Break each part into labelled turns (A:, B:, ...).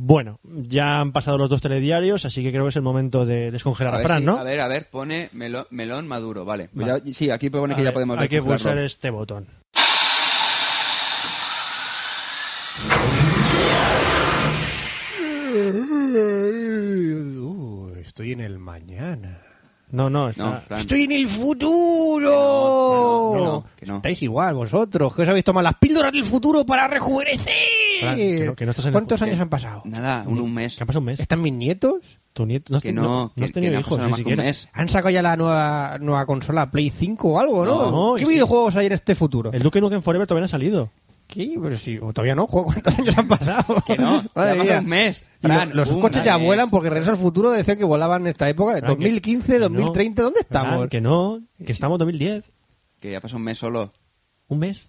A: Bueno, ya han pasado los dos telediarios, así que creo que es el momento de descongelar a,
B: ver,
A: Fran,
B: sí,
A: ¿no?
B: a ver, a ver, pone melón, melón maduro, vale. Pues
A: Vale.
B: ya- sí, aquí pone
A: A
B: que ya
A: ver,
B: podemos
A: Hay que
B: descongelarlo.
A: pulsar este botón.
C: Uh, Estoy en el mañana.
A: No, no, está...
B: No, Fran.
C: ¡Estoy en el futuro!
B: Que no, que no, que no.
C: Estáis igual vosotros, que os habéis tomado las píldoras del futuro para rejuvenecer.
A: Fran, que no- que no estás en el
C: ¿Cuántos
A: futuro.
C: años han pasado?
B: Nada, un, un mes. Este-
A: ¿Qué ha pasado un mes?
C: ¿Están mis nietos?
A: Tu nieto- has
B: Que
A: tenido-
B: no,
A: has
B: que-
A: tenido
B: que no ha
A: hijos
B: pasado
A: ni
B: más que un
A: siquiera.
B: mes.
C: ¿Han sacado ya la nueva, nueva consola Play 5 o algo, no?
A: No,
C: ¿Qué
A: y sí.
C: videojuegos hay en este futuro?
A: El Duke Nukem Forever todavía no ha salido.
C: ¿Qué? Pero si o todavía no, juego, ¿cuántos años han pasado?
B: Que no, que ha
C: Madre
B: pasado
C: mía.
B: un mes,
C: Y lo-
B: Fran,
C: los
B: un
C: coches ya
B: mes.
C: vuelan porque Regreso al Futuro decía que volaban en esta época de
A: Fran, que-
C: 2015,
A: que no.
C: 2030, ¿dónde
A: Fran,
C: estamos?
A: que no, que estamos en 2010.
B: Que ya pasó un mes solo.
A: Un mes.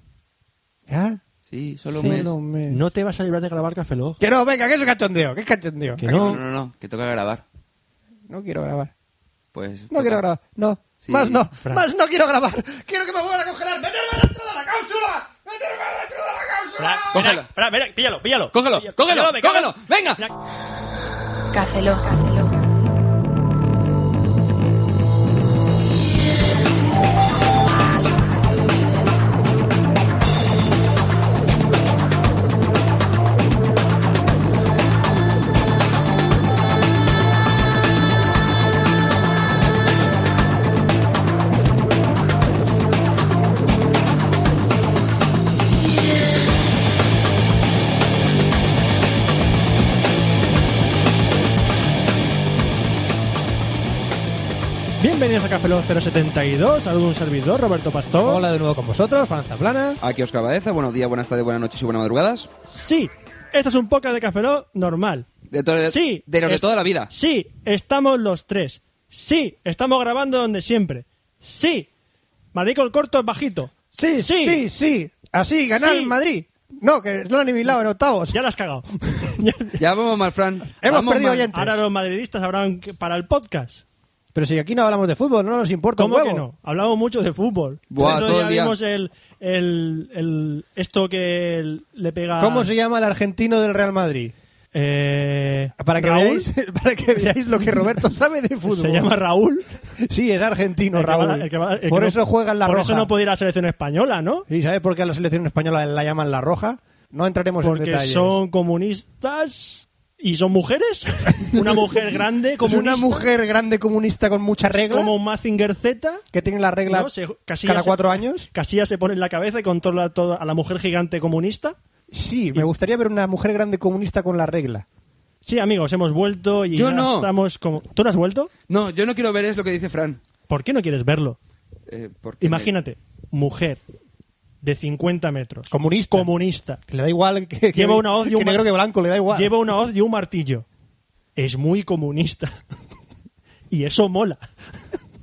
C: ¿Ya?
B: Sí, solo
C: ¿Ah? Sí,
B: un mes.
C: no, me-
A: No te vas a librar de grabar Café Log.
C: Que no, venga, que eso es cachondeo, que es cachondeo.
A: Que
B: Ah, que
A: no.
B: No, no, no, que toca grabar.
C: No quiero grabar.
B: Pues
C: No
B: toca.
C: quiero grabar. No.
B: Sí,
C: más no.
A: Fran.
C: Más no quiero grabar. Quiero que me vuelvan a congelar. ¡Meterme dentro de la cápsula! ¡Meterme dentro de la cápsula!
B: Cógelo.
A: Fran, ven, píllalo, píllalo.
B: Cógelo,
A: Píllalo,
B: cógelo,
A: me cago en-
B: cógelo, venga.
D: Café Lock.
A: Bienvenidos a Café Log 072. Saludo a un servidor, Roberto Pastor.
C: Hola de nuevo con vosotros, Franza Plana.
B: Aquí Oscar Baeza, buenos días, buenas tardes, buenas noches y buenas madrugadas.
A: Sí, esto es un podcast de Café Lock normal.
B: De todo- de-
A: sí,
B: de los de
A: es-
B: toda la vida.
A: Sí, estamos los tres. Sí, estamos grabando donde siempre. Sí, Marico el corto es bajito.
C: Sí, sí, sí. Así, ganar
A: Sí.
C: el Madrid. No, que no lo han aniquilado en octavos.
A: Ya la has cagado. Ya-
B: Ya vamos mal, Fran.
C: Hemos
B: Vamos
C: perdido
B: mal.
C: oyentes.
A: Ahora los madridistas habrán que- para el podcast.
C: Pero si aquí no hablamos de fútbol, no nos importa un
A: ¿Cómo
C: huevo.
A: que no? Hablamos mucho de fútbol.
B: Buah,
A: Otro
B: todo el día.
A: vimos el, el- el- esto que el- le pega.
C: ¿Cómo se llama el argentino del Real Madrid?
A: Eh,
C: Para que,
A: Raúl.
C: veáis, para que veáis lo que Roberto sabe de fútbol.
A: Se llama Raúl.
C: Sí, es argentino,
A: El que va-
C: Raúl.
A: el que va- el que
C: por
A: no-
C: eso juega en la
A: por
C: roja.
A: eso no puede ir a la selección española, ¿no?
C: ¿Y sabes por qué a la selección española la llaman la roja? No entraremos en
A: Porque
C: detalles.
A: son comunistas y son mujeres. Una mujer grande,
C: Es
A: comunista,
C: una mujer grande comunista con mucha regla
A: como Mazinger Z.
C: que tiene la regla
A: No, se- Casillas
C: cada
A: se-
C: cuatro años.
A: Casillas se pone en la cabeza y controla toda, a la mujer gigante comunista.
C: Sí, me gustaría ver una mujer grande comunista con la regla.
A: Sí, amigos, hemos vuelto y
B: Yo
A: ya
B: no.
A: estamos como... ¿Tú no has vuelto?
B: No, yo no quiero ver es lo que dice Fran.
A: ¿Por qué no quieres verlo?
B: Eh, porque
A: Imagínate, mujer de 50 metros.
C: Comunista.
A: Comunista.
C: Que le da igual que, que-
A: Lleva una hoz y un
C: que negro
A: mar-
C: que blanco, le da igual.
A: Lleva una hoz y un martillo. Es muy comunista. y eso mola.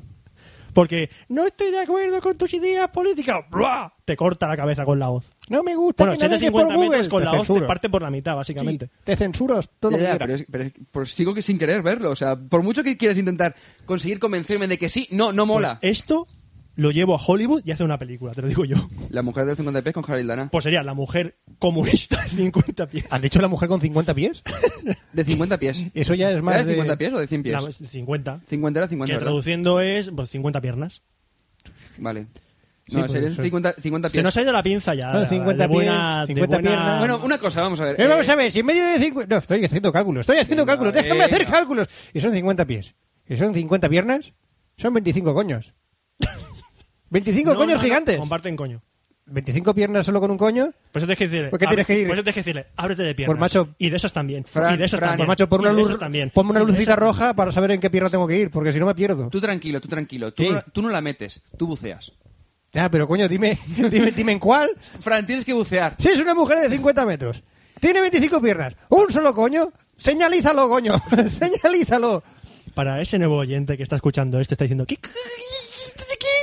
A: Porque no estoy de acuerdo con tus ideas políticas. ¡Bua! Te corta la cabeza con la hoz.
C: No me gusta
A: Bueno,
C: que
A: si es de
C: navegues por
A: 50 metros
C: Google.
A: con
C: Te
A: la hoz te
C: censuro.
A: parte por la mitad,
C: Sí,
A: básicamente.
C: te censuras todo
B: Ya,
C: lo que
B: ya,
C: quieras.
B: pero, es- pero es- pues sigo que sin querer verlo. O sea, por mucho que quieras intentar conseguir convencerme de que sí, no, no mola.
A: Pues esto lo llevo a Hollywood y hace una película, te lo digo yo.
B: La mujer del 50 pies con Harold Dana.
A: Pues sería la mujer comunista de 50 pies.
C: ¿Han dicho la mujer con 50 pies?
B: De 50 pies.
C: Eso ya es
B: ¿Era
C: más
B: de 50
C: de...
B: pies o de 100 pies?
A: La- 50.
B: 50 era
A: Que
B: 50, ¿verdad?
A: traduciendo es pues, 50 piernas.
B: Vale. No,
C: Sí, pues,
B: serían
C: sí.
B: 50, 50 pies.
A: Se nos ha ido la pinza ya.
C: No,
A: de-
C: 50
A: de buena-
C: pies,
A: de
C: 50
A: buena-
C: piernas.
B: Bueno, una cosa, vamos a ver.
C: Eh, vamos
B: Eh,
C: a ver, si en medio de 50... No, estoy haciendo cálculos, estoy haciendo
B: Venga,
C: cálculos, déjame hacer
B: venga.
C: cálculos. Y son 50 pies. Y son 50 piernas, son 25 coños. 25
A: No,
C: coños
A: no, no,
C: gigantes.
A: comparten coño.
C: 25 piernas solo con un coño.
A: Pues eso tienes que decirle.
C: ¿Por qué tienes
A: abre-
C: que ir?
A: Por eso tienes que decirle, ábrete de piernas.
C: Por macho-
A: Y de esas también.
B: Fran,
A: y de esas
B: Fran,
A: también.
C: Pues macho, pon una,
A: y de
C: luz,
A: esas también.
C: ponme una
A: Y de
C: lucecita
A: esas-
C: roja para saber en qué pierna tengo que ir, porque si no me pierdo.
B: Tú tranquilo, tú tranquilo. Tú,
C: ¿Qué?
B: no- tú no la metes, tú buceas.
C: Ya, pero coño, dime, dime, dime en cuál.
B: Fran, tienes que bucear.
C: Si es una mujer de 50 metros, tiene 25 piernas, un solo coño, señalízalo, coño, señalízalo.
A: Para ese nuevo oyente que está escuchando este, está diciendo, ¿qué? ¿Qué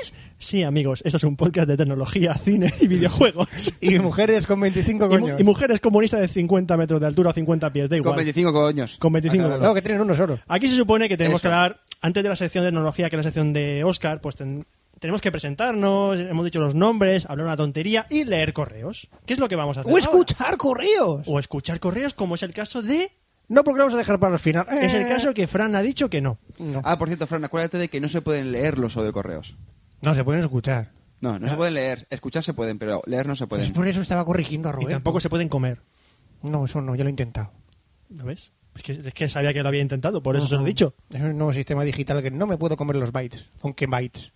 A: es? Sí, amigos, esto es un podcast de tecnología, cine y videojuegos.
C: Y mujeres con 25
A: Y, mu-
C: coños.
A: y mujeres comunistas de 50 metros de altura o 50 pies, da
B: Con
A: igual.
B: 25 coños.
A: Con 25
B: Acábalo.
C: No, que tienen uno solo.
A: Aquí se supone que tenemos
B: Eso.
A: que hablar, antes de la sección de tecnología, que es la sección de Oscar, pues ten- tenemos que presentarnos, hemos dicho los nombres, hablar una tontería y leer correos. ¿Qué es lo que vamos a hacer?
C: O
A: ahora?
C: escuchar correos.
A: O escuchar correos, como es el caso de
C: No, porque lo vamos a dejar para el final.
A: Es el
C: Eh,
A: caso que Fran ha dicho que no.
C: No,
B: Ah, por cierto, Fran, acuérdate de que no se pueden leer los audio correos.
C: No, se pueden escuchar.
B: No, no se pueden leer. Escuchar se pueden, pero leer no se
C: Pues
B: pueden.
C: por eso estaba corrigiendo a
A: Y
C: Roberto.
A: tampoco se pueden comer.
C: No, eso no, yo lo he intentado.
A: ¿No ves? Es que, es que sabía que lo había intentado, por eso se lo he dicho.
C: Es un nuevo sistema digital que no me puedo comer los bytes. Aunque bytes.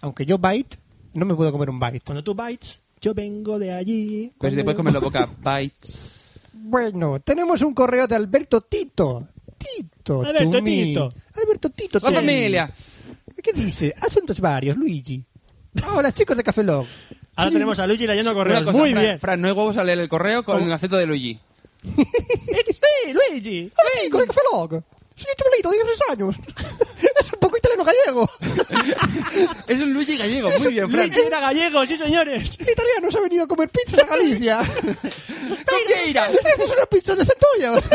C: Aunque yo byte, no me puedo comer un byte.
A: Cuando tú bites, yo vengo de allí.
B: Pero Pues si te puedes comer la boca, bites.
C: Bueno, tenemos un correo de Alberto Tito. Tito.
A: Alberto
C: Tumi.
A: Tito.
C: Alberto Tito.
B: ¡La
C: Tumi.
B: familia!
C: ¿Qué dice? Asuntos varios, Luigi. Hola, chicos de Café Log.
A: Ahora
C: Soy-
A: tenemos a Luigi leyendo correos.
B: Una cosa,
A: Muy
B: Fran,
A: bien.
B: Fran, no hay huevos a leer el correo con el acento de Luigi.
A: XP, Luigi.
C: Hola, chicos de Café Log. Soy un chavalito de 16 años. es un poco italiano gallego.
B: Es un Luigi gallego, muy bien, Fran.
A: Luigi era gallego, sí señores.
C: El italiano se ha venido a comer pizzas a Galicia.
B: ¿Con qué irás?
C: Esta es una pizza de centollos.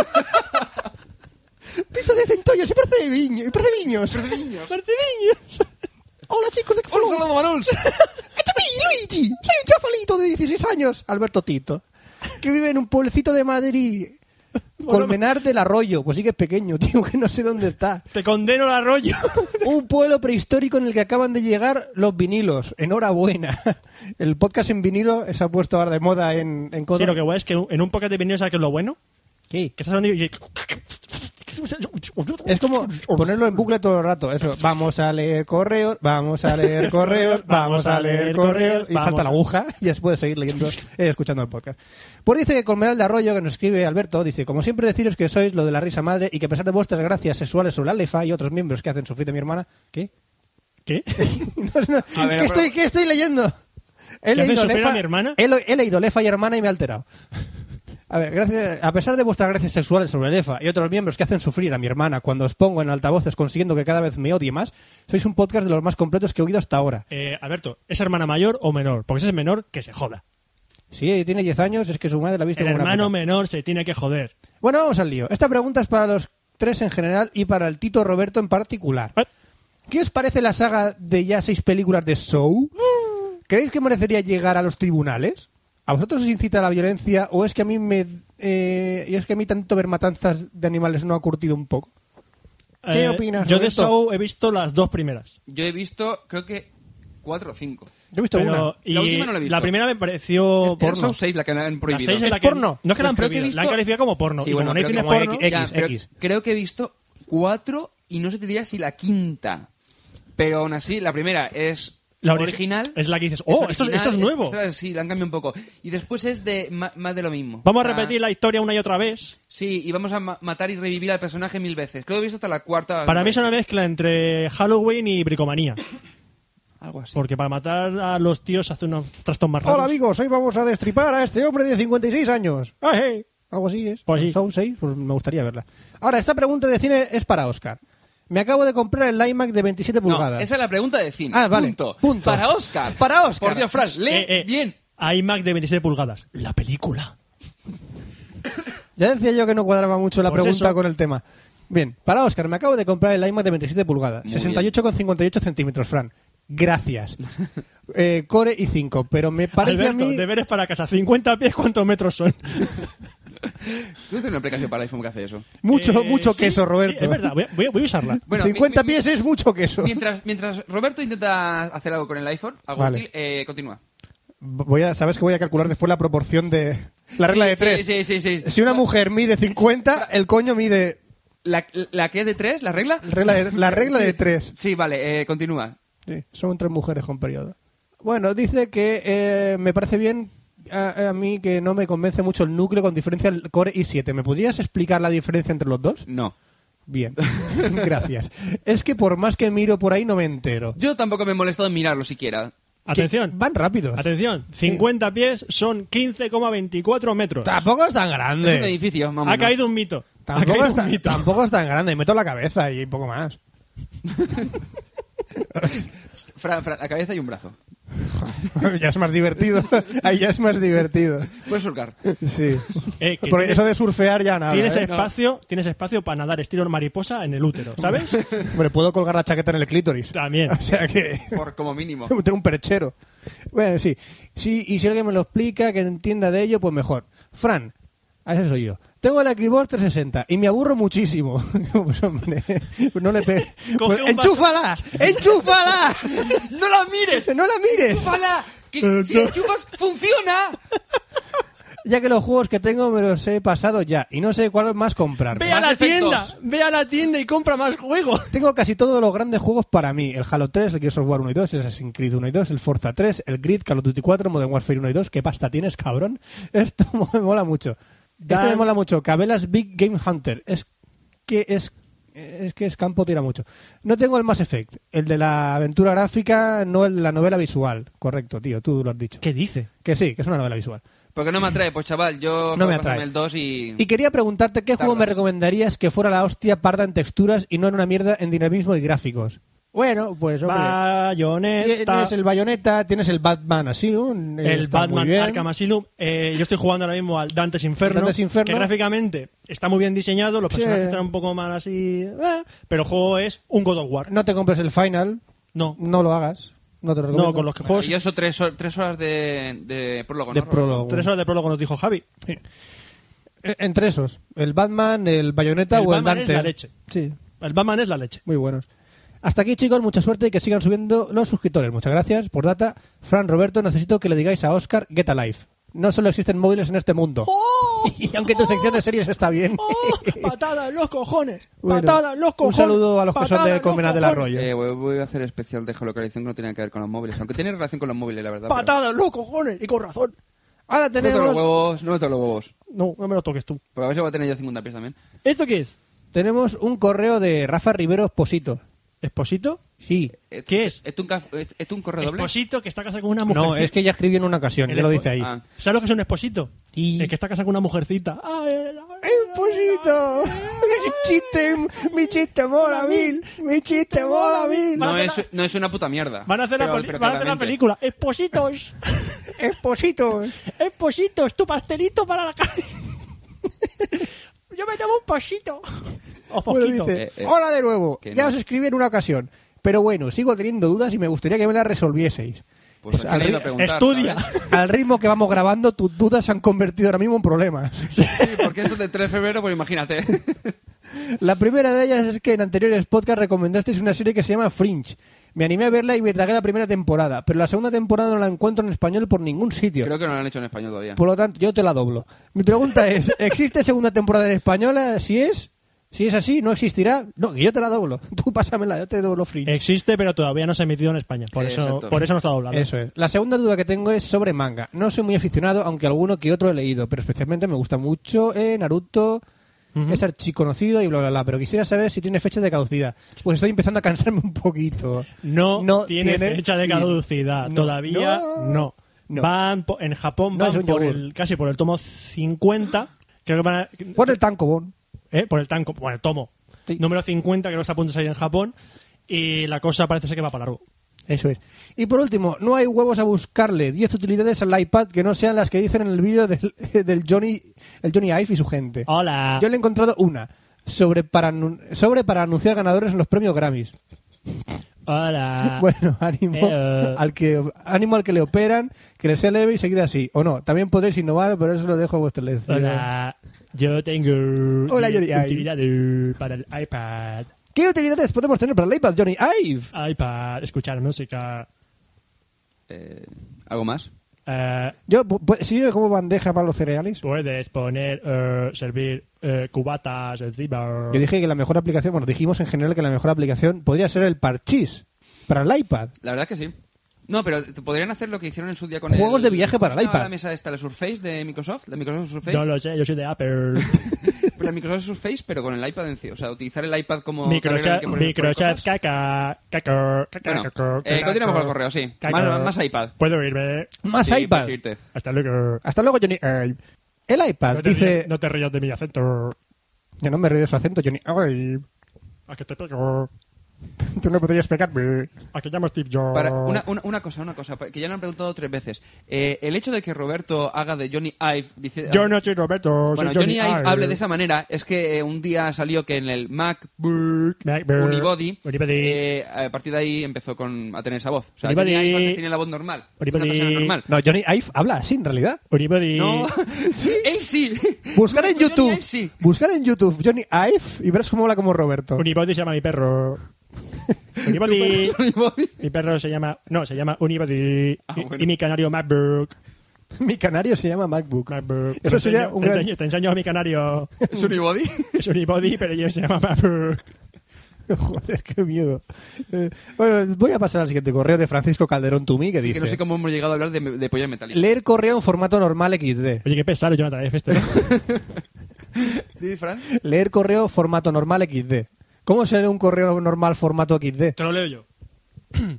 C: pizza de centollos y parece de viño, y parece viños.
A: Marceliños.
C: Hola chicos de Café
B: ¡Un
C: Log.
B: saludo, Manuls!
C: ¡Echa a mí, E Luigi! Soy un chafalito de 16 años, Alberto Tito, que vive en un pueblecito de Madrid. Colmenar del Arroyo, pues sí que es pequeño, tío, que no sé dónde está.
A: Te condeno al arroyo.
C: Un pueblo prehistórico en el que acaban de llegar los vinilos. Enhorabuena. El podcast en vinilo se ha puesto ahora de moda en, en
A: Sí,
C: Córdoba.
A: lo que guay es que en un pocket de vinilo sabes que es lo bueno.
C: Sí.
A: Que estás hablando y...
C: Es como ponerlo en bucle todo el rato. Eso, vamos a leer correos, vamos a leer correos, vamos a leer correos. Y
A: vamos
C: salta la
A: a-
C: aguja y después puedes seguir leyendo, eh, escuchando el podcast. Pues dice que Colmeral de Arroyo, que nos escribe Alberto, dice: Como siempre, deciros que sois lo de la risa madre y que a pesar de vuestras gracias sexuales sobre la Alefa y otros miembros que hacen sufrir de mi hermana. ¿Qué?
A: ¿Qué?
C: No, no,
B: A ver,
C: ¿qué,
B: pero-
C: estoy, qué estoy leyendo? He
A: ¿Que hacen sufrir a mi hermana?
C: He, lo- he leído Lefa y hermana y me he alterado. A ver, gracias, a pesar de vuestras gracias sexuales sobre Lefa y otros miembros que hacen sufrir a mi hermana cuando os pongo en altavoces consiguiendo que cada vez me odie más, sois un podcast de los más completos que he oído hasta ahora.
A: Eh, Alberto, ¿es hermana mayor o menor? Porque si es menor, que se joda.
C: Si tiene 10 años, es que su madre la ha visto
A: El
C: como una
A: hermano
C: puta.
A: menor se tiene que joder.
C: Bueno, vamos al lío. Esta pregunta es para los tres en general y para el Tito Roberto en particular.
A: ¿Eh?
C: ¿Qué os parece la saga de ya seis películas de Show? ¿Creéis que merecería llegar a los tribunales? ¿A vosotros os incita a la violencia o es que a mí me eh, y es que a mí tanto ver matanzas de animales no ha curtido un poco? ¿Qué
A: Eh,
C: opinas,
A: Yo de
C: Roberto?
A: Show he visto las dos primeras.
B: Yo he visto, creo que, cuatro o cinco.
C: Yo he visto
A: Pero-
C: una.
A: y
B: La última no la he visto.
A: primera me pareció
B: Por
A: porno.
B: son seis la que han
A: La
B: prohibido.
A: seis es
C: ¿Es
A: la que-
C: porno?
A: No es que la han
B: Pues creo que he
A: prohibido, la han
B: visto-
A: calificado como porno.
B: Sí,
A: y
B: bueno,
A: como no hay
B: creo
A: cine
B: que
C: como
A: porno,
C: X,
B: Ya,
C: X.
B: pero Creo que he visto cuatro y no se te diría si la quinta. Pero aún así, la primera es
A: La ori-
B: original.
A: es la que dices, oh, esto es- esto es nuevo.
B: esta- sí, la han cambiado un poco. Y después es de ma- más de lo mismo.
A: Vamos a
B: O sea,
A: repetir la historia una y otra vez.
B: Sí, y vamos a ma- matar y revivir al personaje mil veces. Creo que he visto hasta la cuarta.
A: Para mí es una mezcla entre Halloween y bricomanía.
B: Algo así.
A: Porque para matar a los tíos hace unos trastos más raros.
C: Hola amigos, hoy vamos a destripar a este hombre de 56 años.
A: ¡Ay, ay!
C: Algo así es.
A: Pues sí.
C: Son seis, pues me gustaría verla. Ahora, esta pregunta de cine es para Oscar. Me acabo de comprar el iMac de 27
B: No,
C: pulgadas.
B: esa es la pregunta de cine.
C: Ah, vale.
B: Punto.
C: Punto.
B: Para Oscar.
C: Para Óscar.
B: Por Dios, Fran, lee
A: Eh, eh,
B: bien.
A: iMac de 27 pulgadas. La película.
C: Ya decía yo que no cuadraba mucho la
A: Pues
C: pregunta
A: eso.
C: con el tema. Bien, para Oscar, me acabo de comprar el iMac de 27 pulgadas,
B: Muy
C: 68,58 centímetros, Fran. Gracias. Eh, Core y 5, pero me parece
A: Alberto,
C: a mí...
A: deberes para casa. 50 pies, ¿cuántos metros son?
B: Tú tienes una aplicación para iPhone que hace eso.
C: Mucho,
A: Eh,
C: mucho
A: sí,
C: queso, Roberto.
A: sí, es verdad, voy a, voy a- voy a usarla.
B: Bueno,
C: 50
B: mi- mi-
C: pies es mucho queso.
B: Mientras, mientras Roberto intenta hacer algo con el iPhone, algo
C: Vale.
B: útil, eh, continúa.
C: Voy a, Sabes que voy a calcular después la proporción de... La regla
B: Sí,
C: de
B: sí,
C: 3.
B: sí, sí, sí.
C: Si una mujer mide 50, el coño mide...
B: ¿La, la que es de tres? ¿La regla?
C: regla de- la regla de 3.
B: Sí, vale, eh, continúa.
C: Sí, son tres mujeres con periodo. Bueno, dice que eh, me parece bien a, a mí que no me convence mucho el núcleo con diferencia al Core i7. ¿Me podrías explicar la diferencia entre los dos?
B: No.
C: Bien, gracias. Es que por más que miro por ahí no me entero.
B: Yo tampoco me he molestado en mirarlo siquiera.
A: Atención.
C: Que van rápidos.
A: Atención. 50 pies son 15,24 metros.
C: Tampoco es tan
B: Es un
C: grande.
B: edificio, vamos.
A: Ha caído un mito. ha
C: Tampoco
A: caído
C: es,
A: un
C: tan,
A: mito.
C: tampoco es tan grande. Meto la cabeza y poco más.
B: Fran, Fran, la cabeza y un brazo.
C: ya es más divertido. Ahí ya es más divertido.
B: Puedes surcar.
C: Sí.
A: Eh, que
C: Porque
A: tiene-
C: eso de surfear ya nada.
A: Tienes
C: ¿eh?
A: espacio, tienes espacio para nadar estilo mariposa en el útero, ¿sabes?
C: Hombre, puedo colgar la chaqueta en el clítoris.
A: También.
C: O sea que.
B: Por como mínimo.
C: Tengo un perchero. Bueno, sí. sí. Y si alguien me lo explica, que entienda de ello, pues mejor. Fran, A ese soy yo. Tengo la Xbox 360 y me aburro muchísimo. pues hombre, no le pegues.
A: Coge un
C: ¡Enchúfala! ¡Enchúfala!
B: ¡No la mires!
C: ¡No la mires!
B: ¡Enchúfala! Que si la enchufas, ¡funciona!
C: Ya que los juegos que tengo me los he pasado ya y no sé cuál más comprar.
A: Ve a
B: Más
A: la
B: efectos.
A: tienda, ve a la tienda y compra más juegos.
C: Tengo casi todos los grandes juegos para mí. El Halo 3, el Gears of War 1 y 2, el Assassin's Creed 1 y 2, el Forza 3, el Grid, Call of Duty 4, Modern Warfare 1 y 2. ¿Qué pasta tienes, cabrón? Esto me mola mucho. Esto me
A: Dan-
C: mola mucho. Cabela's Big Game Hunter. Es que es... Es que es campo tira mucho. No tengo el Mass Effect, el de la aventura gráfica, no el de la novela visual. Correcto, tío, tú lo has dicho.
A: ¿Qué dice?
C: Que sí, que es una novela visual.
B: Porque no me atrae, pues chaval, yo
C: No me
B: puedo pasarme
C: atrae.
B: el 2 y...
C: Y quería preguntarte qué juego me
B: Tardas.
C: recomendarías que fuera la hostia parda en texturas y no en una mierda en dinamismo y gráficos. Bueno, pues hombre,
A: Bayonetta.
C: tienes el Bayonetta, tienes el Batman Asylum, eh,
A: el
C: está muy
A: Batman
C: bien.
A: Arkham Asylum. Eh, yo estoy jugando ahora mismo al Dante's Inferno.
C: Dante's Inferno.
A: Que gráficamente está muy bien diseñado, los
C: Sí.
A: personajes están un poco más así. eh, pero el juego es un God of War.
C: No te compres el Final,
A: No,
C: no lo hagas, no te lo recomiendo.
A: no, con los que juegos.
B: Y eso tres, hor- tres horas de, de prólogo,
C: de
B: ¿no, Roberto?
C: prólogo.
A: Tres horas de prólogo nos dijo Javi.
C: Eh, Entre esos, el Batman, el Bayonetta
A: El
C: o
A: Batman
C: el Dante.
A: es la leche.
C: Sí,
A: El Batman es la leche.
C: muy buenos. Hasta aquí, chicos, mucha suerte y que sigan subiendo los suscriptores. Muchas gracias por data. Fran Roberto, necesito que le digáis a Oscar Get Alive. No solo existen móviles en este mundo.
A: Oh,
C: Y aunque tu sección de series está bien.
A: ¡Patada en los cojones!
C: Bueno,
A: ¡Patada en los
C: un
A: cojones!
C: saludo a los que son de Colmenar del Arroyo.
B: Eh, voy, voy a hacer especial de geolocalización que no tiene nada que ver con los móviles. Aunque tiene relación con los móviles, la verdad. pero-
A: ¡Patada en los cojones! Y con razón.
C: Ahora
B: No te los
C: tenemos,
B: huevos, no te los huevos.
A: No, no me lo toques tú.
B: Pero a ver si voy a tener yo 50 pies también.
A: ¿Esto qué es?
C: tenemos un correo de Rafa Rivero Posito.
A: ¿Esposito?
C: Sí.
B: Eh,
A: ¿Qué es?
B: ¿Es un, caf- es- es un correo doble?
A: Esposito que está casado con una mujer.
C: No, es que ya escribió en una ocasión,
A: El
C: ya lo
A: espo-
C: dice ahí.
B: Ah.
A: ¿Sabes lo que es un esposito?
C: Y-
A: El que está casado con una mujercita. ¡Ay, ay, ay,
C: ¡Esposito! ¡Mi chiste! ¡Mi chiste mola mil! ¡Mi chiste mola mil!
B: No
A: Van a hacer
B: es, no es una puta mierda.
A: Van a hacer, la,
B: Pero-
A: peli-
B: pero
A: van a hacer la
B: claramente.
A: película. Espositos.
C: ¡Esposito!
A: Espositos, tu pastelito para la calle. Yo me tomo un posito. O
C: Bueno,
A: fosquito.
C: dice,
B: Eh, eh.
C: hola de nuevo,
B: Que
C: ya
B: no.
C: os escribí en una ocasión, pero bueno, sigo teniendo dudas y me gustaría que me las resolvieseis.
B: Pues,
C: Pues
B: ¿a quién
C: al
B: le iba
C: ri-
B: a preguntar,
A: estudia.
B: ¿sabes?
C: Al ritmo que vamos grabando, tus dudas se han convertido ahora mismo en problemas.
B: Sí, porque esto es de 3 de febrero, pues imagínate.
C: La primera de ellas es que en anteriores podcasts recomendasteis una serie que se llama Fringe. Me animé a verla y me tragué la primera temporada, pero la segunda temporada no la encuentro en español por ningún sitio.
B: Creo que no lo han hecho en español todavía.
C: Por lo tanto, yo te la doblo. Mi pregunta es, ¿existe segunda temporada en española? Si es, si es así, no existirá. No, que yo te la doblo. Tú pásamela, yo te doblo Fringe.
A: Existe, pero todavía no se ha emitido en España. Por
B: Eh,
A: eso,
B: exacto.
A: por eso no está doblado.
C: Eso es. La segunda duda que tengo es sobre manga. No soy muy aficionado, aunque alguno que otro he leído, pero especialmente me gusta mucho eh, Naruto, es archiconocido y bla, bla, bla. Pero quisiera saber si tiene fecha de caducidad. Pues estoy empezando a cansarme un poquito.
A: No, tiene, fecha de
C: fin.
A: caducidad.
C: No,
A: todavía no.
C: no.
A: Van po- en Japón
C: No, es
A: van
C: un
A: por
C: yogur.
A: el, casi por el tomo 50. Creo que van a-
C: Por el tancobón.
A: ¿eh? por el tanco, bueno, el tomo.
C: Sí.
A: Número 50, creo que está a punto de salir en Japón. Y la cosa parece ser que va para largo.
C: Eso es. Y por último, no hay huevos a buscarle 10 utilidades al iPad que no sean las que dicen en el vídeo del, del Johnny, el Johnny Ive y su gente.
A: Hola.
C: Yo le he encontrado una. Sobre para, anu- sobre para anunciar ganadores en los premios Grammys.
A: Hola.
C: Bueno, ánimo
A: Ah. Eh,
C: al que ánimo al que le operan, que le sea leve y seguid así. O no, también podréis innovar, pero eso lo dejo a vuestra elección.
A: Hola. Yo tengo
C: Hola, Yuri.
A: utilidades para el iPad.
C: ¿Qué utilidades podemos tener para el iPad, Johnny Ive?
A: Ah. iPad, escuchar música.
B: Eh, ¿Algo más?
A: eh,
C: Yo, pu- pu- ¿Sirve como bandeja para los cereales?
A: puedes poner, eh, servir eh, cubatas encima.
C: Yo dije que la mejor aplicación, bueno, dijimos en general que la mejor aplicación podría ser el Parchís para el iPad.
B: La verdad que sí. No, pero te- podrían hacer lo que hicieron en su día con
C: Juegos
B: el-
C: de viaje para
B: ¿cómo
C: el
B: se llama
C: iPad.
B: la mesa esta, la Surface de Microsoft? ¿La Microsoft Surface?
A: No lo sé, yo soy de Apple.
B: Pero la Microsoft Surface, pero con el iPad en sí. O sea, utilizar el iPad como... carrera en la
A: Microsoft,
B: que poner- poner
A: Microsoft,
B: cosas.
A: caca, caca, caca,
B: Bueno,
A: caca,
B: eh,
A: caca,
B: continuamos con el correo, sí.
A: caca.
B: Más- más iPad.
A: Puedo irme.
C: Más
B: Sí,
C: iPad.
B: puedes irte.
A: Hasta luego.
C: Hasta luego, Johnny Ive. El iPad
A: No te,
C: dice...
A: rías, no te rías de mi acento.
C: Yo no me río de su acento, Johnny Ive.
A: A que te pego.
C: Tú no podrías pegarme.
A: ¿A qué llamo Steve Jobs?
B: Para- una, una- una cosa, una cosa, que ya lo han preguntado tres veces. Eh, el hecho de que Roberto haga de Johnny Ive, dice...
A: Yo no soy Roberto, soy
B: Bueno, Johnny, Ive
A: Ive.
B: hable de esa manera. Es que eh, un día salió que en el MacBook
A: MacBook
B: Unibody,
A: Unibody.
B: eh, a partir de ahí empezó con, a tener esa voz. O sea,
A: Unibody.
B: Johnny Ive antes tenía la voz normal. Es Una
A: Unibody.
B: persona normal.
C: No, Johnny Ive habla así en realidad.
A: Unibody.
B: No,
C: Sí.
B: él sí.
C: Buscar en
B: Johnny
C: YouTube.
B: Ive sí.
C: Buscar en YouTube Johnny Ive y verás cómo habla como Roberto.
A: Unibody se llama mi perro. Unibody.
B: Unibody.
A: mi perro se llama. No, se llama Unibody.
B: Ah,
A: y,
B: bueno.
A: y mi canario MacBook.
C: Mi canario se llama MacBook.
A: MacBook.
C: Eso
A: Te
C: sería
A: enseño-
C: un
A: te
C: gran-
A: enseño- te enseño a mi canario.
B: ¿Es Unibody?
A: Es Unibody, pero yo se llama MacBook.
C: Joder, qué miedo. Eh, bueno, voy a pasar al siguiente correo de Francisco Calderón Tumí que dice:
B: Que no sé cómo hemos llegado a hablar de, de pollo metálico.
C: Leer correo en formato normal XD.
A: Oye, qué pesado, Jonathan F. Este. ¿no?
B: ¿Sí, Fran?
C: Leer correo formato normal XD. ¿Cómo se lee un correo normal formato XD?
A: Te lo leo yo.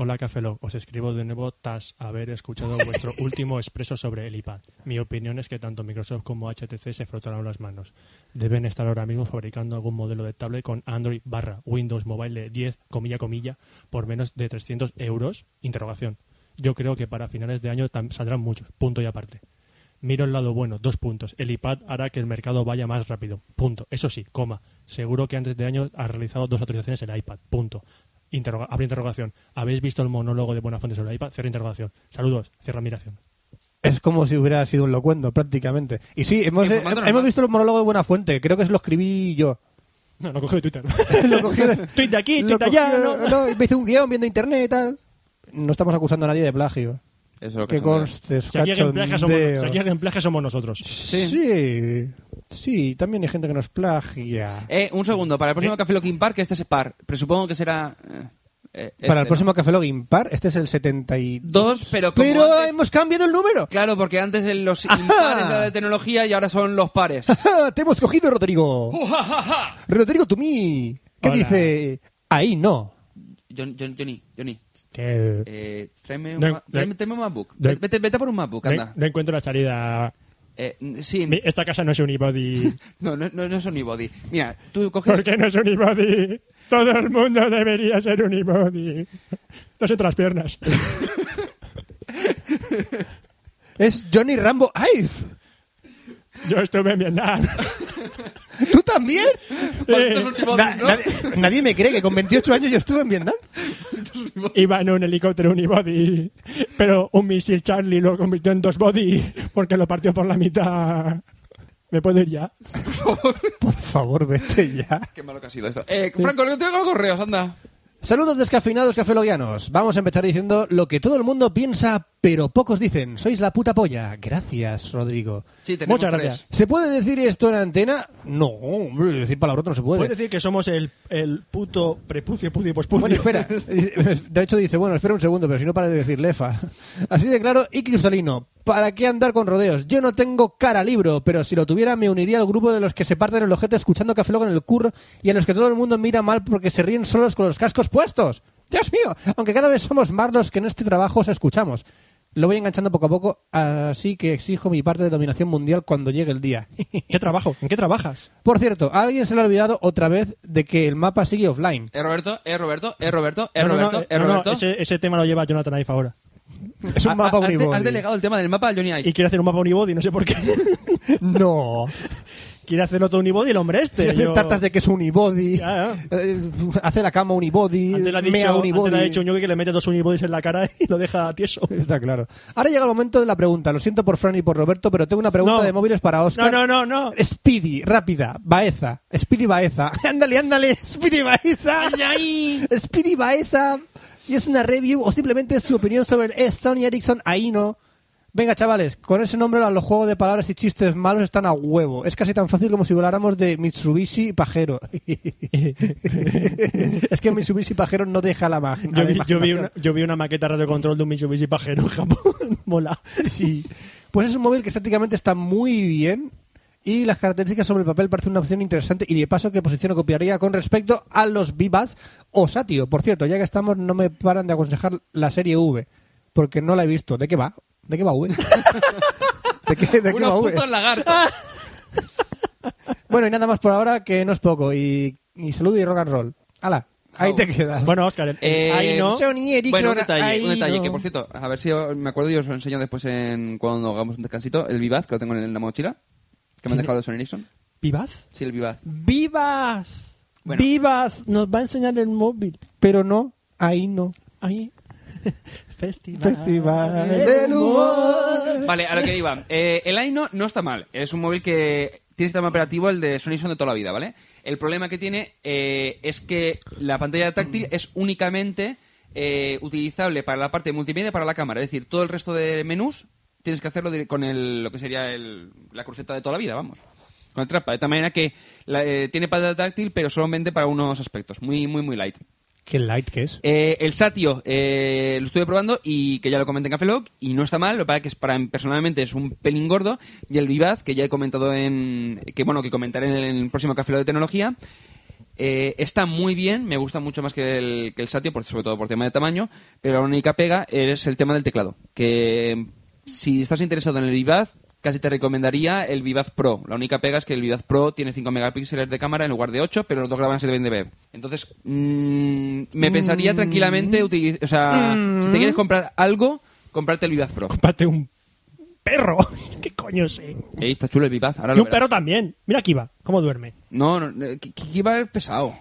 A: Hola, Cafelog. Os escribo de nuevo tras haber escuchado vuestro último expreso sobre el iPad. Mi opinión es que tanto Microsoft como HTC se frotaron las manos. Deben estar ahora mismo fabricando algún modelo de tablet con Android barra Windows Mobile de 10, comilla, comilla, por menos de 300 euros, interrogación. Yo creo que para finales de año tam- saldrán muchos, punto y aparte. Miro el lado bueno, dos puntos. El iPad hará que el mercado vaya más rápido. Punto. Eso sí, coma. Seguro que antes de año ha realizado dos actualizaciones el iPad. Punto. Interroga- abre interrogación. ¿Habéis visto el monólogo de Buenafuente sobre el iPad? Cierra interrogación. Saludos. Cierra admiración.
C: Es como si hubiera sido un locuendo, prácticamente. Y sí, hemos,
B: En
C: eh,
B: formato
C: hemos
B: normal.
C: visto el monólogo de Buenafuente. Creo que se lo escribí yo.
A: No, lo cogí de Twitter.
C: lo cogí de,
A: Tweet de aquí,
C: lo
A: tweet de
C: cogí
A: allá,
C: de-
A: ¿no?
C: no, me hice un guión viendo internet y tal. No estamos acusando a nadie de plagio.
B: Eso es lo que
C: Que
B: son de-
C: conste, es
A: Si aquí alguien plagia somos,
C: cachondeo.
A: si aquí alguien plagia somos nosotros.
C: Sí. sí, también hay gente que nos plagia.
B: Eh, un segundo, para el próximo Café Locking Park, este es par. Presupongo que será. eh, eh,
C: Para
B: este,
C: el próximo
B: ¿no?
C: Café Log Impar, este es el 72.
B: Dos, pero como
C: Pero
B: antes-
C: hemos cambiado el número.
B: Claro, porque antes el- los
C: Ajá.
B: impares era de tecnología y ahora son los pares.
C: Te hemos cogido, Rodrigo. Rodrigo Tumí. ¿Qué
A: Hola.
C: dice? Ahí no.
B: John- John- Johnny, Johnny,
A: Que-
B: eh, tráeme, un,
A: No,
B: ma- tráeme-
A: no.
B: tráeme un MacBook.
A: No.
B: Vete, vete- vete por un MacBook,
A: no,
B: anda.
A: no encuentro la salida.
B: Eh, mm, sí,
A: Mi- Esta casa no es unibody.
B: no, no, no, no es unibody. Mira, tú
A: ¿Por
B: coges.
A: qué no es unibody? Todo el mundo debería ser unibody. No sé otras piernas.
C: Es Johnny Rambo Ive.
A: Yo estuve en Vietnam.
C: ¿Tú también?
B: Malditos
A: Eh,
B: unibodies,
C: Na-
B: ¿no?
C: nadie, nadie me cree que con 28 años yo estuve en Vietnam.
A: Iba en un helicóptero unibody, pero un misil Charlie lo convirtió en dos body porque lo partió por la mitad. ¿Me puedo ir ya?
C: Por favor, vete ya.
B: Qué malo que ha sido esto. Eh, Franco, no tengo correos, anda.
C: Saludos descafeinados cafelogianos. Vamos a empezar diciendo lo que todo el mundo piensa, pero pocos dicen. Sois la puta polla. Gracias, Rodrigo.
B: Sí, tenemos
A: Muchas
B: tres.
A: gracias.
C: ¿Se puede decir esto en antena? No, hombre, decir palabroto no se puede.
A: Puedes decir que somos el, el puto prepucio, pucio y pospucio.
C: Bueno, espera. De hecho dice, bueno, espera un segundo, pero si no para de decir lefa. Así de claro y cristalino. ¿Para qué andar con rodeos? Yo no tengo cara libro, pero si lo tuviera me uniría al grupo de los que se parten el ojete escuchando Café Lock en el curro y a los que todo el mundo mira mal porque se ríen solos con los cascos puestos. ¡Dios mío! Aunque cada vez somos más los que en este trabajo os escuchamos. Lo voy enganchando poco a poco, así que exijo mi parte de dominación mundial cuando llegue el día.
A: ¿Qué trabajo? ¿En qué trabajas?
C: Por cierto, a alguien se le ha olvidado otra vez de que el mapa sigue offline.
B: Eh, Roberto, eh, Roberto, eh, Roberto, eh,
A: No, no, no,
B: Roberto,
A: eh,
B: eh,
A: no, no,
B: Roberto.
A: ese, ese tema lo lleva Jonathan Ive ahora.
C: Es un
B: Ha-
C: mapa
B: ha- has, de-
C: unibody.
B: has delegado el tema del mapa a Johnny Ive.
A: Y quiere hacer un mapa unibody, no sé por qué.
C: No.
A: quiere hacerlo todo unibody el hombre este.
C: Hace
A: Yo-
C: tartas de queso unibody.
A: Ya, ya.
C: eh, Hace la cama unibody.
A: Antes le ha
C: mea
A: dicho,
C: unibody.
A: antes le ha dicho un ñoqui que le mete dos unibodies en la cara y lo deja tieso.
C: Está claro. Ahora llega el momento de la pregunta. Lo siento por Fran y por Roberto, pero tengo una pregunta
A: No.
C: de móviles para Oscar.
A: No, no, no, no.
C: Speedy, rápida, Baeza. Speedy Baeza. ándale, ándale. Speedy Baeza. Speedy Baeza. Y es una review o simplemente su opinión sobre el Sony Ericsson Aino. Venga, chavales, con ese nombre los juegos de palabras y chistes malos están a huevo. Es casi tan fácil como si habláramos de Mitsubishi Pajero. es que Mitsubishi Pajero no deja la magia.
A: Yo vi, yo vi una, yo vi una maqueta radio control de un Mitsubishi pajero en Japón. Mola.
C: Sí. Pues es un móvil que estéticamente está muy bien y las características sobre el papel parecen una opción interesante y de paso qué posición ocuparía con respecto a los Vivas o Satio. Por cierto, ya que estamos no me paran de aconsejar la serie V porque no la he visto. ¿De qué va? ¿De qué va V? ¿De qué, de qué va
B: Unos
C: V?
B: putos lagartos.
C: Bueno, y nada más por ahora que no es poco y, y salud y rock and roll. Ala, ahí
B: Au.
C: te quedas.
A: Bueno, Oscar, el- el
B: Eh,
A: ahí no.
C: Sony Ericsson,
B: bueno, un detalle,
C: ahí
B: un detalle
C: no.
B: que por cierto, a ver si os- me acuerdo y os lo enseño después en, cuando hagamos un descansito, el Vivaz, que lo tengo en la mochila, que me han
A: ¿Tiene-
B: dejado los Sony Ericsson.
A: ¿Vivaz?
B: Sí, el Vivaz.
A: ¡Vivaz!
B: Bueno.
A: ¡Vivaz! Nos va a enseñar el móvil.
C: Pero no, ahí no.
A: Ahí. Festival.
C: Festival del humor.
B: Vale, a lo que iba. Eh, el Aino no está mal. Es un móvil que tiene sistema operativo el de Sony Ericsson de toda la vida, ¿vale? El problema que tiene eh, es que la pantalla táctil es únicamente eh, utilizable para la parte multimedia para la cámara. Es decir, todo el resto de menús tienes que hacerlo dire- con el, lo que sería el- la cruceta de toda la vida, vamos. Con el trapa. De tal manera que la- eh, tiene pantalla táctil, pero solamente para unos aspectos. Muy, muy, muy light.
C: Qué light que es.
B: Eh, el Satio eh, lo estuve probando y que ya lo comenté en Café Lock y no está mal, lo que pasa es que es para, personalmente es un pelín gordo y el Vivaz que ya he comentado en que bueno que comentaré en el, próximo Café Lock de tecnología eh, está muy bien, me gusta mucho más que el, que el Satio, por, sobre todo por tema de tamaño, pero la única pega es el tema del teclado, que mm, si estás interesado en el Vivaz casi te recomendaría el Vivaz Pro. La única pega es que el Vivaz Pro tiene 5 megapíxeles de cámara en lugar de 8, pero los dos graban 720p. Entonces, mm, me pensaría tranquilamente, utili- o sea, si
A: Mm.
B: te quieres comprar algo, comprarte el Vivaz Pro.
A: Comparte un perro. ¿Qué coño sé?
B: Ey, está chulo el Vivaz, ahora
A: Y
B: lo
A: un perro
B: verás.
A: también. Mira aquí va. ¿Cómo duerme?
B: No, no, eh, que- que va pesado.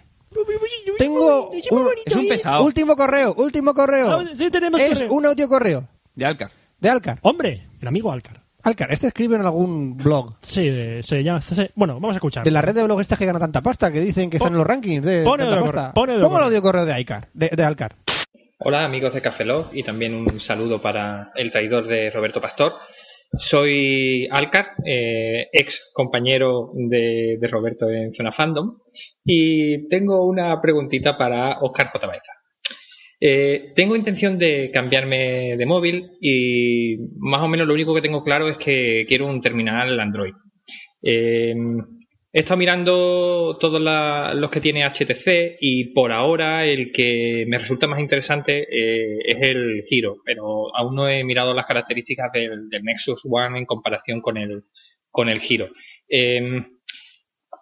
C: Tengo un-
B: Es un pesado.
C: Último correo, último correo.
A: Ah, sí, tenemos
C: es
A: correo.
C: un audio correo
B: De Alcar.
C: de Alcar.
A: Hombre, el amigo Alcar.
C: Alcar, este escribe en algún blog.
A: Sí, de- se llama. se- bueno, vamos a escuchar.
C: De la red de blogistas que gana tanta pasta, que dicen que
A: Pon-
C: están en los rankings de
A: pone
C: tanta
A: otro
C: pasta.
A: correo, pone otro
C: Pongo el
A: correo.
C: audio correo de, Alcar, de, de Alcar.
E: Hola amigos de Cafelog y también un saludo para el traidor de Roberto Pastor. Soy Alcar, eh, ex compañero de, de Roberto en Zona Fandom y tengo una preguntita para Oscar J. Baeza. Eh, tengo intención de cambiarme de móvil y más o menos lo único que tengo claro es que quiero un terminal Android. Eh, he estado mirando todos la- los que tiene HTC y por ahora el que me resulta más interesante eh, es el Giro, pero aún no he mirado las características del, del Nexus One en comparación con el con el Giro. Em,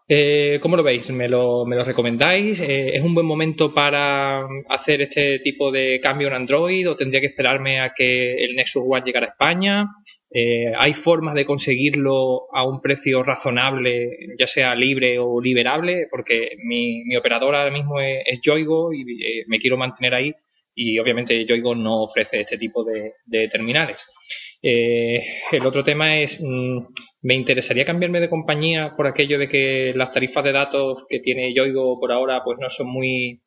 E: eh, ¿Cómo lo veis? ¿Me lo, me lo recomendáis? Eh, ¿Es un buen momento para hacer este tipo de cambio en Android o tendría que esperarme a que el Nexus One llegara a España? Eh, ¿Hay formas de conseguirlo a un precio razonable, ya sea libre o liberable? Porque mi, mi operadora ahora mismo es, es Yoigo y eh, me quiero mantener ahí y obviamente Yoigo no ofrece este tipo de, de terminales. Eh, el otro tema es, mm, me interesaría cambiarme de compañía por aquello de que las tarifas de datos que tiene Yoigo por ahora pues no son muy